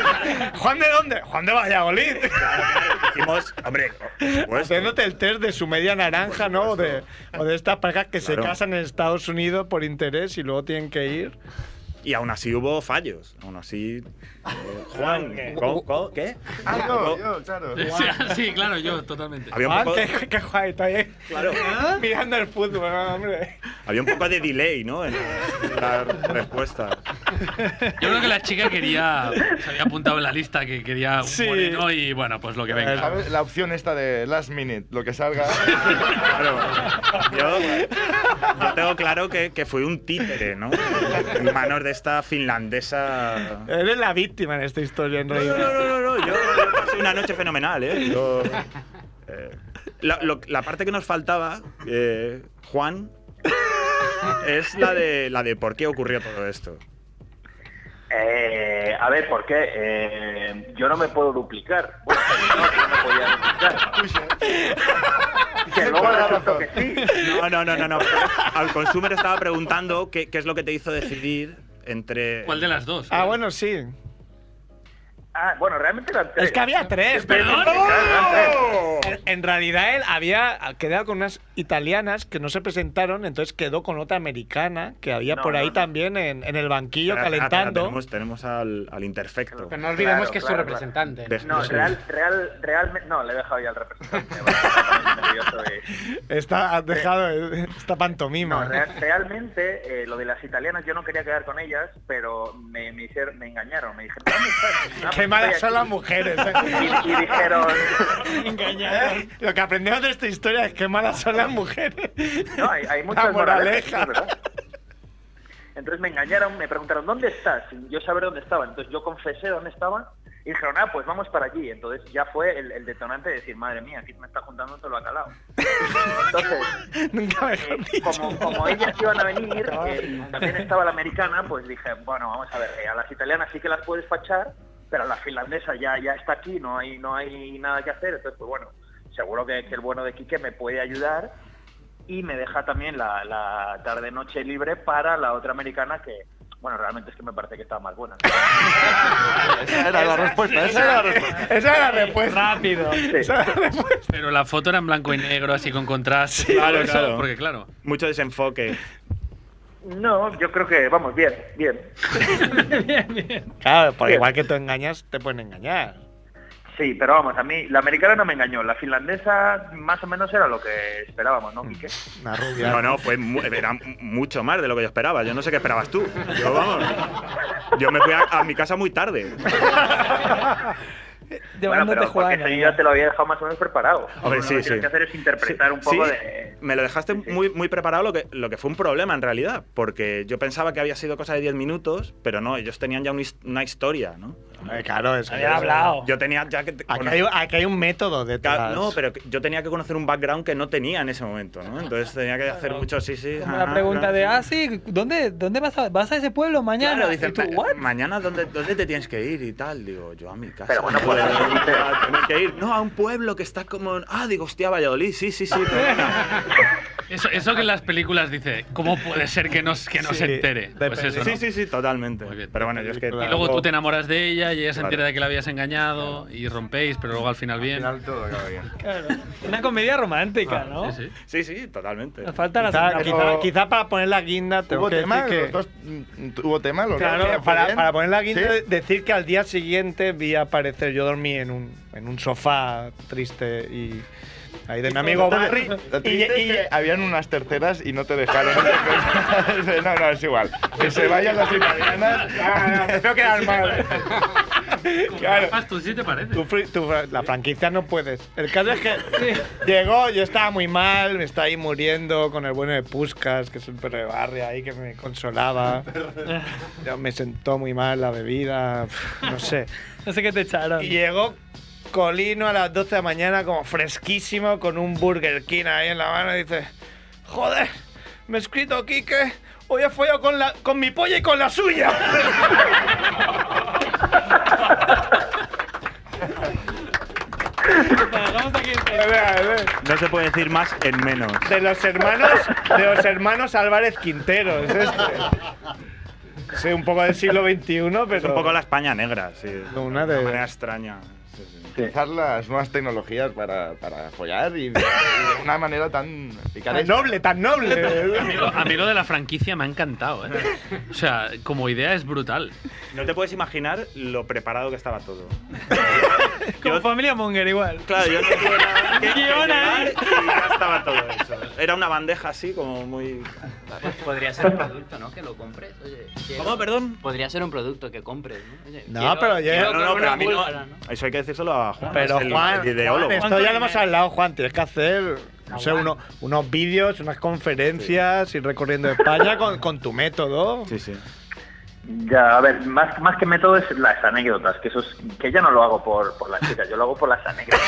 [SPEAKER 2] ¿Juan de dónde? Juan de Valladolid.
[SPEAKER 18] Decimos, hombre,
[SPEAKER 2] Haciéndote el test de su media naranja, ¿no? O de, o de estas parejas que
[SPEAKER 18] Claro.
[SPEAKER 2] se casan en Estados Unidos por interés y luego tienen que ir.
[SPEAKER 18] Y aún así hubo fallos, aún así... eh, Juan,
[SPEAKER 2] ¿qué?
[SPEAKER 18] ¿co- co- ¿qué?
[SPEAKER 3] Ah, yo,
[SPEAKER 18] Co-
[SPEAKER 3] yo, claro.
[SPEAKER 14] Sí, sí, claro, yo totalmente.
[SPEAKER 18] Había un
[SPEAKER 2] Juan,
[SPEAKER 18] poco-
[SPEAKER 2] que, que Juan está ahí
[SPEAKER 18] Claro.
[SPEAKER 2] mirando el fútbol, hombre.
[SPEAKER 18] Había un poco de delay, ¿no? En la respuesta.
[SPEAKER 14] Yo creo que la chica quería. Se había apuntado en la lista que quería un moreno y bueno, pues lo que venga.
[SPEAKER 3] ¿Sabes? La opción esta de last minute, lo que salga.
[SPEAKER 18] Yo, yo tengo claro que, que fui un títere, ¿no? En manos de esta finlandesa.
[SPEAKER 2] Eres la víctima en esta historia, en realidad.
[SPEAKER 18] No, no, no, yo, yo pasé una noche fenomenal, ¿eh? Yo, eh, la, lo- la parte que nos faltaba, eh, Juan, es la de, la de por qué ocurrió todo esto.
[SPEAKER 8] Eh, a ver, ¿por qué? Eh, yo no me puedo duplicar. Bueno, no, no me podía duplicar. Que luego resultó que sí.
[SPEAKER 18] No, no, no, no. no. Al consumer estaba preguntando qué, qué es lo que te hizo decidir entre.
[SPEAKER 14] ¿Cuál de las dos?
[SPEAKER 2] Ah, bueno, sí.
[SPEAKER 8] Ah, bueno, realmente eran tres.
[SPEAKER 2] Es que había tres,
[SPEAKER 8] Perdón. ¡Oh!
[SPEAKER 2] En, en realidad él había quedado con unas italianas que no se presentaron, entonces quedó con otra americana que había
[SPEAKER 18] No,
[SPEAKER 2] por ahí
[SPEAKER 18] no, no.
[SPEAKER 2] también en, en el banquillo
[SPEAKER 18] Espera, espera,
[SPEAKER 2] calentando.
[SPEAKER 18] Tenemos, tenemos al, al imperfecto.
[SPEAKER 11] Pero no olvidemos
[SPEAKER 8] Claro,
[SPEAKER 11] que es
[SPEAKER 8] claro,
[SPEAKER 11] su representante.
[SPEAKER 18] claro.
[SPEAKER 8] No,
[SPEAKER 18] Sí.
[SPEAKER 8] real, real, realmente. No, le he dejado ya al representante.
[SPEAKER 20] yo soy...
[SPEAKER 2] Está, has dejado esta pantomima.
[SPEAKER 20] No, re- realmente eh, lo de las italianas yo no quería quedar con ellas, pero me, me, hicieron- me engañaron. Me dijeron, "Vamos, vamos, vamos,
[SPEAKER 2] Qué malas
[SPEAKER 20] estoy
[SPEAKER 2] son las mujeres. ¿eh?
[SPEAKER 20] aquí". Y, y dijeron,
[SPEAKER 2] ¿Eh? Lo que aprendemos de esta historia es qué malas son las mujeres.
[SPEAKER 20] no, hay, hay
[SPEAKER 2] La
[SPEAKER 20] muchas
[SPEAKER 2] moraleja.
[SPEAKER 20] moralejas, es ¿verdad? Entonces me engañaron, me preguntaron, ¿dónde estás? Sin yo saber dónde estaba. Entonces yo confesé dónde estaba y dijeron, ah, pues vamos para allí. Entonces ya fue el, el detonante de decir, madre mía, aquí me está juntando todo lo acalao. Entonces...
[SPEAKER 2] Nunca mejor
[SPEAKER 20] Eh, como, como ellas iban a venir, eh, también estaba la americana, pues dije, bueno, vamos a ver, eh, a las italianas sí que las puedes fachar, pero a la finlandesa ya, ya está aquí, no hay, no hay nada que hacer, entonces pues bueno, seguro que, que el bueno de Quique me puede ayudar y me deja también la, la tarde-noche libre para la otra americana que, bueno, realmente es que me parece que estaba más buena.
[SPEAKER 3] Esa era la respuesta, esa era la respuesta.
[SPEAKER 2] Esa era la respuesta.
[SPEAKER 5] Rápido.
[SPEAKER 14] Pero la foto era en blanco y negro, así con contraste.
[SPEAKER 18] Claro,
[SPEAKER 14] Eso,
[SPEAKER 18] claro.
[SPEAKER 14] Porque claro.
[SPEAKER 18] Mucho desenfoque.
[SPEAKER 20] No, yo creo que, vamos, bien, bien.
[SPEAKER 2] Claro, por igual que tú engañas, te pueden engañar.
[SPEAKER 20] Sí, pero vamos, a mí la americana no me engañó, la finlandesa más o menos era lo que esperábamos, ¿no, Quique?
[SPEAKER 2] Una rubia.
[SPEAKER 18] No, no, fue mu- era m- mucho más de lo que yo esperaba. Yo no sé qué esperabas tú. Yo, vamos, yo me fui a, a mi casa muy tarde.
[SPEAKER 20] Bueno, pero porque eso yo ya te lo había dejado más o menos preparado.
[SPEAKER 18] Hombre,
[SPEAKER 20] Lo
[SPEAKER 18] sí,
[SPEAKER 20] que tienes
[SPEAKER 18] sí.
[SPEAKER 20] que hacer es interpretar
[SPEAKER 18] Sí,
[SPEAKER 20] un poco
[SPEAKER 18] sí,
[SPEAKER 20] de...
[SPEAKER 18] Me lo dejaste Muy, muy preparado, lo que, lo que fue un problema en realidad, porque yo pensaba que había sido cosa de 10 minutos, pero no, ellos tenían ya un his- una historia, ¿no?
[SPEAKER 2] claro, es
[SPEAKER 5] Habían hablado.
[SPEAKER 18] Yo tenía ya que.
[SPEAKER 2] Aquí hay, aquí hay un método de
[SPEAKER 18] Ca- No, pero que- yo tenía que conocer un background que no tenía en ese momento, ¿no? Entonces tenía que hacer mucho sí, sí.
[SPEAKER 5] Como
[SPEAKER 18] ajá,
[SPEAKER 5] la pregunta
[SPEAKER 18] ajá.
[SPEAKER 5] de, ah, sí, ¿dónde, dónde vas, a, vas a ese pueblo mañana?
[SPEAKER 18] Claro,
[SPEAKER 5] Y
[SPEAKER 18] dicen,
[SPEAKER 5] tú,
[SPEAKER 18] "Ma-
[SPEAKER 5] "What?".
[SPEAKER 18] mañana ¿dónde, dónde te tienes que ir y tal. Digo, yo a mi casa.
[SPEAKER 20] Pero bueno,
[SPEAKER 18] Yo,
[SPEAKER 20] pues-
[SPEAKER 18] "Ah, tienes que ir. No, a un pueblo que está como. en- Ah, digo, hostia, Valladolid. Sí, sí, sí. pero bueno".
[SPEAKER 14] Eso, eso que en las películas dice, ¿cómo puede ser que no, que no
[SPEAKER 18] Sí,
[SPEAKER 14] se entere? Pues
[SPEAKER 18] depende.
[SPEAKER 14] eso, ¿no?
[SPEAKER 18] Sí, sí, sí, totalmente. Pero bueno, yo es que.
[SPEAKER 14] Y luego tú te
[SPEAKER 18] tampoco-
[SPEAKER 14] enamoras de ella y ella se
[SPEAKER 18] Claro.
[SPEAKER 14] entera de que la habías engañado y rompéis, pero luego al final bien. Al final todo acaba bien.
[SPEAKER 5] Claro. Una comedia
[SPEAKER 3] Ah,
[SPEAKER 5] romántica, ¿no?
[SPEAKER 14] Sí,
[SPEAKER 18] sí. Sí, sí, totalmente.
[SPEAKER 5] Nos falta la
[SPEAKER 2] Quizá,
[SPEAKER 5] segunda
[SPEAKER 2] quizá- quizá para poner la guinda tengo
[SPEAKER 3] ¿Hubo
[SPEAKER 2] que
[SPEAKER 3] tema?
[SPEAKER 2] decir que...
[SPEAKER 3] ¿Los dos mm, tuvo tema? ¿Los
[SPEAKER 2] Claro,
[SPEAKER 3] dos?
[SPEAKER 2] para,
[SPEAKER 3] ¿Bien?
[SPEAKER 2] para poner la guinda,
[SPEAKER 3] ¿Sí?
[SPEAKER 2] decir que al día siguiente vi aparecer, yo dormí en un, en un sofá triste y ahí de mi amigo
[SPEAKER 3] Lo
[SPEAKER 2] Barry.
[SPEAKER 3] triste- lo triste es que habían unas terceras y no te dejaron. no, no, es igual. Que se vayan las italianas.
[SPEAKER 20] Ah,
[SPEAKER 2] Empezó a quedar mal. Claro.
[SPEAKER 14] tú sí te parece.
[SPEAKER 2] la franquicia no puedes. El caso es que llegó, yo estaba muy mal, me estaba ahí muriendo con el bueno de Puscas, que es un perro de barrio ahí que me consolaba. Ya me sentó muy mal la bebida, no sé.
[SPEAKER 5] No sé qué te echaron.
[SPEAKER 2] Y llegó Colino a las 12 de la mañana como fresquísimo con un Burger King ahí en la mano y dice, joder, me he escrito Quique, hoy he follado con, la, con mi polla y con la suya.
[SPEAKER 18] No se puede decir más en menos.
[SPEAKER 2] De los hermanos, de los hermanos Álvarez Quintero, es este. Sí, un poco del siglo XXI, pero…
[SPEAKER 18] Es un poco la España negra, sí.
[SPEAKER 2] Una de...
[SPEAKER 18] manera extraña.
[SPEAKER 3] Utilizar las nuevas tecnologías para, para follar y de, y de una manera tan picaresca.
[SPEAKER 2] tan noble.
[SPEAKER 14] A mí, lo, a mí lo de la franquicia me ha encantado, ¿eh? O sea, como idea es brutal.
[SPEAKER 18] No te puedes imaginar lo preparado que estaba todo.
[SPEAKER 5] Como familia Monger igual.
[SPEAKER 18] Claro, yo no tuve nada que
[SPEAKER 5] Guion ahí.
[SPEAKER 18] llegar y ya estaba todo hecho. Era una bandeja así como muy...
[SPEAKER 16] Podría ser un producto, ¿no? Que lo compres. Oye, quiero-
[SPEAKER 18] ¿Cómo, perdón?
[SPEAKER 16] Podría ser un producto que compres, ¿no? Oye,
[SPEAKER 2] No,
[SPEAKER 16] quiero-
[SPEAKER 2] pero ya-
[SPEAKER 16] quiero
[SPEAKER 2] No, no,
[SPEAKER 16] con
[SPEAKER 2] pero
[SPEAKER 16] una
[SPEAKER 2] a mí
[SPEAKER 18] no-
[SPEAKER 16] búlgara, ¿no?
[SPEAKER 18] Eso hay que decírselo a Juan.
[SPEAKER 2] Pero
[SPEAKER 18] es el-
[SPEAKER 2] Juan,
[SPEAKER 18] el ideólogo.
[SPEAKER 2] Juan, esto ya lo hemos hablado, Juan. Tienes que hacer, no sé, uno- unos vídeos, unas conferencias, ir recorriendo España con, con tu método.
[SPEAKER 18] Sí, sí.
[SPEAKER 20] Ya, a ver, más, más que método es las anécdotas, que eso es, que ya no lo hago por, por las chicas, yo lo hago por las anécdotas.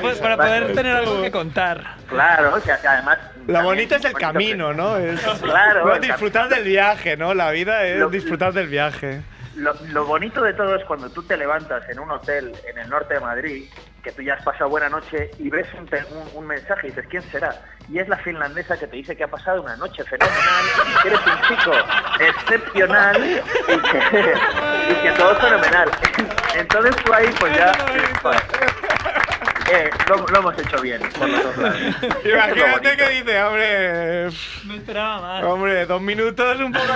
[SPEAKER 5] Pues para poder tener algo que contar.
[SPEAKER 20] Claro, que, que además...
[SPEAKER 2] Lo bonito es el camino, ¿no? Es,
[SPEAKER 20] Claro,
[SPEAKER 2] no,
[SPEAKER 20] el
[SPEAKER 2] disfrutar del viaje, ¿no? La vida es
[SPEAKER 20] Lo-
[SPEAKER 2] disfrutar del viaje.
[SPEAKER 20] Lo, lo bonito de todo es cuando tú te levantas en un hotel en el norte de Madrid, que tú ya has pasado buena noche y ves un, te- un- un mensaje y dices, ¿quién será? Y es la finlandesa que te dice que ha pasado una noche fenomenal, que eres un chico excepcional y que, y que todo es fenomenal. Entonces tú ahí pues ya... bueno, eh, lo, lo hemos hecho bien, por los dos lados.
[SPEAKER 2] Imagínate que dice, hombre.
[SPEAKER 5] No esperaba más.
[SPEAKER 2] Hombre, dos minutos un poco.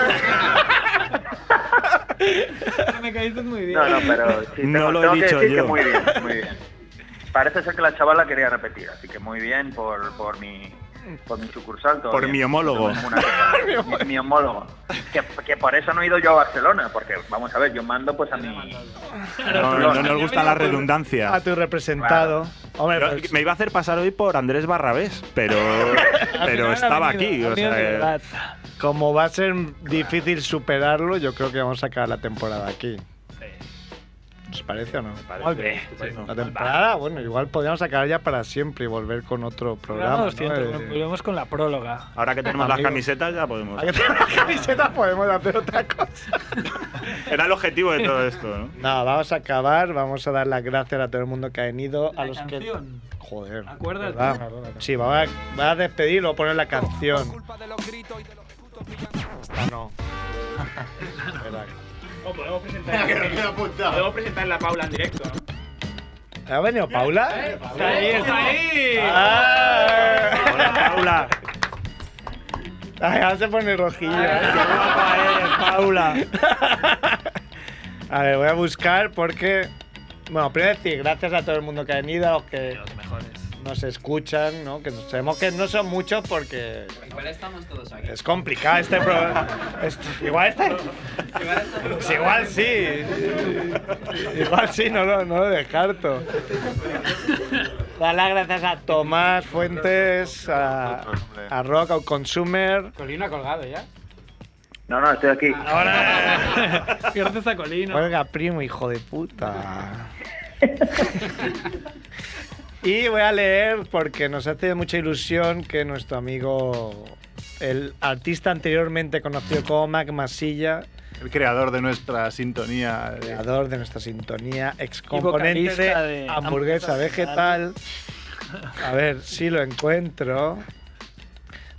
[SPEAKER 5] Me caíste muy bien.
[SPEAKER 20] No, no, pero sí,
[SPEAKER 18] No
[SPEAKER 20] tengo,
[SPEAKER 18] lo he
[SPEAKER 20] tengo que
[SPEAKER 18] dicho
[SPEAKER 20] decir
[SPEAKER 18] yo.
[SPEAKER 20] que muy bien, muy bien. Parece ser que la chavala quería repetir, así que muy bien por, por mi por mi sucursal. todo
[SPEAKER 18] Por
[SPEAKER 20] bien.
[SPEAKER 18] mi homólogo.
[SPEAKER 20] No tengo ninguna queja. mi, mi homólogo. Que, que por eso no he ido yo a Barcelona, porque vamos a ver, yo mando pues a mi...
[SPEAKER 18] No, no, no nos gusta la redundancia.
[SPEAKER 2] A tu representado. Hombre, pues-
[SPEAKER 18] Pero Me iba a hacer pasar hoy por Andrés Barrabés, pero, pero estaba aquí. o sea,
[SPEAKER 2] Como va a ser difícil superarlo, yo creo que vamos a acabar la temporada aquí. ¿Os parece o no?
[SPEAKER 12] Muy bien.
[SPEAKER 2] La temporada, bueno, igual podríamos acabar ya para siempre y volver con otro programa. ¿no?
[SPEAKER 5] Programa 200,
[SPEAKER 2] Eh,
[SPEAKER 5] nos volvemos con la próloga.
[SPEAKER 18] ahora que tenemos las
[SPEAKER 2] Amigo.
[SPEAKER 18] camisetas ya podemos.
[SPEAKER 2] Hay que tener las camisetas, podemos hacer otra cosa.
[SPEAKER 18] Era el objetivo de todo esto, ¿no?
[SPEAKER 2] Nada, vamos a acabar, vamos a dar las gracias a todo el mundo que ha venido, a los que... Joder.
[SPEAKER 5] Acuérdate.
[SPEAKER 2] ¿verdad? Sí, va a, va a despedir o poner la canción. Esta no. Verdad.
[SPEAKER 21] Oh, podemos
[SPEAKER 2] Ah, que no queda
[SPEAKER 21] presentar. Podemos presentarla a Paula en directo. ¿no?
[SPEAKER 2] ¿Ha venido Paula?
[SPEAKER 21] Está ahí, está ahí.
[SPEAKER 2] Hola, Ah.
[SPEAKER 18] Paula.
[SPEAKER 2] Ay, ahora se pone rojilla. Paula. a ver, voy a buscar porque. Bueno, primero decir gracias a todo el mundo que ha venido, a los que nos escuchan, ¿no? Que sabemos que no son muchos porque
[SPEAKER 16] Igual estamos todos aquí.
[SPEAKER 2] es complicado este programa. igual este. Pues igual sí. Igual sí, no lo, no lo descarto. Dar las gracias a Tomás Fuentes, a, a Rock, a Consumer.
[SPEAKER 11] Colina colgado ya.
[SPEAKER 20] No, no, estoy aquí.
[SPEAKER 5] Gracias a Colina.
[SPEAKER 2] Olga Primo, hijo de puta. y voy a leer porque nos hace mucha ilusión que nuestro amigo, el artista anteriormente conocido como Mac Masilla,
[SPEAKER 4] El creador de nuestra sintonía. eh,
[SPEAKER 2] creador de nuestra sintonía, ex componente de, hamburguesa vegetal. A ver si lo encuentro.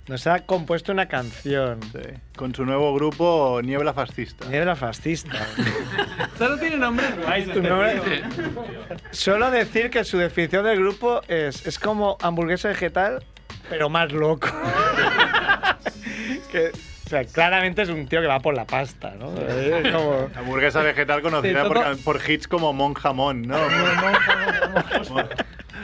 [SPEAKER 2] Nos ha compuesto una canción.
[SPEAKER 4] Con su nuevo grupo Niebla Fascista.
[SPEAKER 2] Niebla Fascista.
[SPEAKER 5] Solo tiene nombres guays.
[SPEAKER 2] Tu
[SPEAKER 5] este
[SPEAKER 2] nombre-
[SPEAKER 5] tío.
[SPEAKER 2] Solo decir que su definición del grupo es, es como hamburguesa vegetal, pero más loco. Que, o sea, claramente es un tío que va por la pasta, ¿no? Es como-
[SPEAKER 4] Hamburguesa vegetal conocida
[SPEAKER 2] Sí,
[SPEAKER 4] por,
[SPEAKER 2] poco-
[SPEAKER 4] por hits como Mon Jamón, ¿no?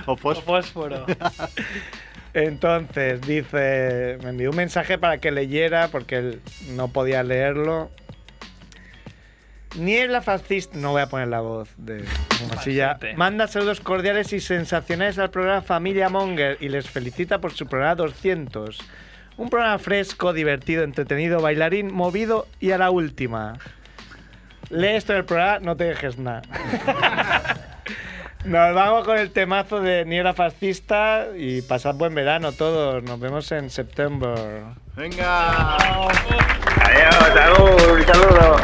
[SPEAKER 4] o fósforo.
[SPEAKER 2] Entonces, dice, me envió un mensaje para que leyera porque él no podía leerlo. Niebla fascista, no voy a poner la voz de Masilla. Manda saludos cordiales y sensacionales al programa Familia Monger y les felicita por su programa 200. Un programa fresco, divertido, entretenido, bailarín, movido y a la última. Lee esto del programa, no te dejes nada. Nos vamos con el temazo de Niebla Fascista y pasad buen verano todos. Nos vemos en septiembre.
[SPEAKER 4] Venga.
[SPEAKER 20] Adiós, salud, saludos.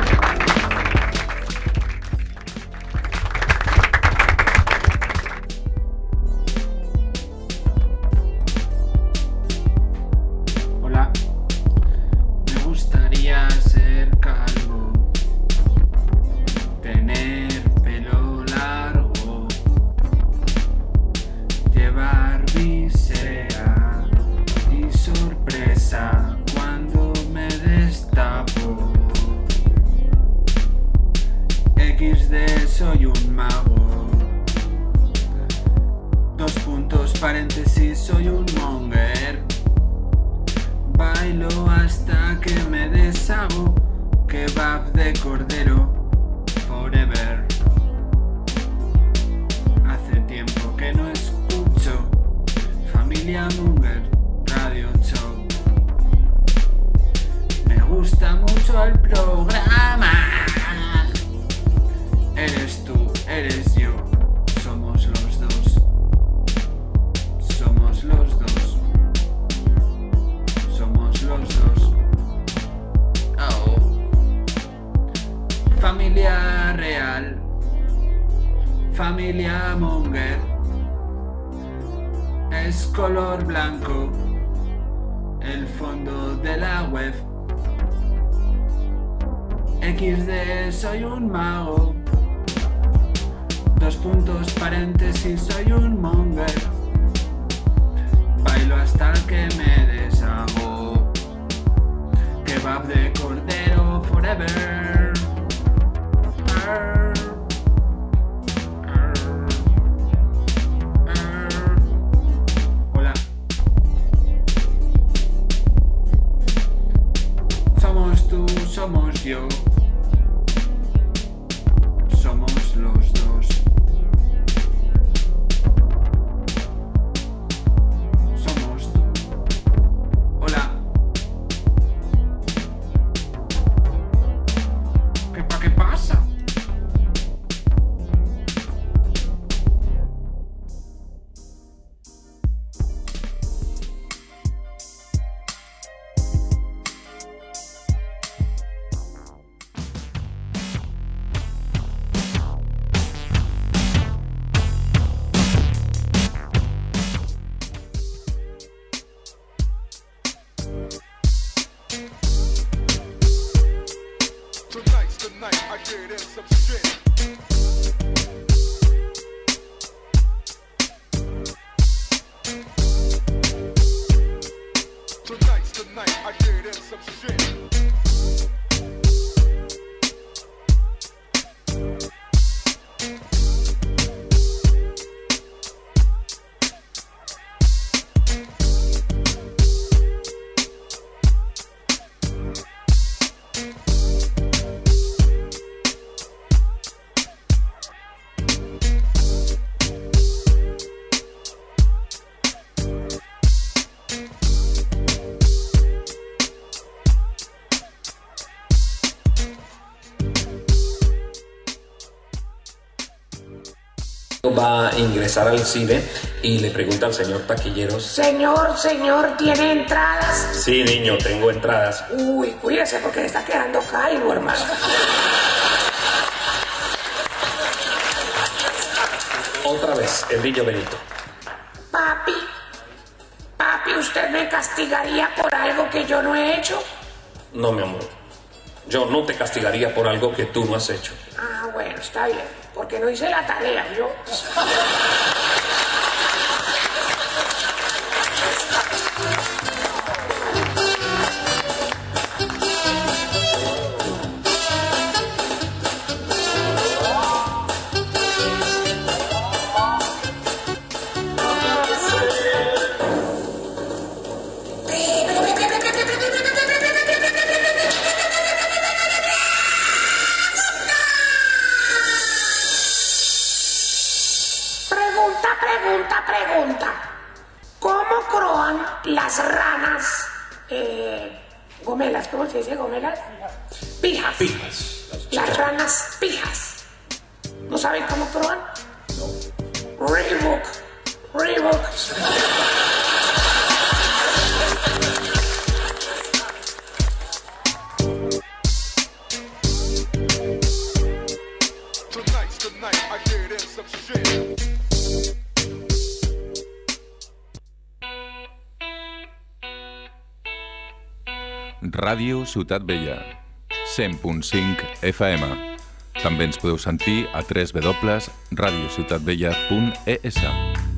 [SPEAKER 13] Hola. Me gustaría ser calvo. Tener pelo largo. Llevar visera y sorpresa cuando me destapo. XD soy un mago. Dos puntos paréntesis soy un monger. Bailo hasta que me deshago. Kebab de cordero, forever. Hace tiempo que no escucho Familia Munger Radio Show. Me gusta mucho el programa. Eres tú, eres yo. Somos los dos. Somos los dos. Somos los dos. Ao. Familia real. Familia Monger. Es color blanco. El fondo de la web. XD soy un mago. Dos puntos paréntesis soy un monger. Bailo hasta que me deshago. Kebab de cordero forever. Arr. Arr.
[SPEAKER 14] Va a ingresar al cine y le pregunta al señor taquillero.
[SPEAKER 19] Señor, señor, ¿tiene entradas?
[SPEAKER 14] Sí, niño, tengo entradas.
[SPEAKER 19] Uy, cuídese porque se está quedando calvo, hermano.
[SPEAKER 14] Otra vez, el niño Benito.
[SPEAKER 19] Papi, papi, ¿usted me castigaría por algo que yo no he hecho?
[SPEAKER 14] No, mi amor. Yo no te castigaría por algo que tú no has hecho.
[SPEAKER 19] Ah, bueno, está bien, porque no hice la tarea yo. Pregunta, pregunta, pregunta. ¿Cómo croan las ranas? eh, gomelas, ¿cómo se dice gomelas? Pijas. Las ranas pijas. ¿No saben cómo croan? No. Reebok. Reebok.
[SPEAKER 8] Tonight's the night I get in some shit.
[SPEAKER 6] Ràdio Ciutat Vella, 100.5 FM. També ens podeu sentir E a www.radiociutatvella.es.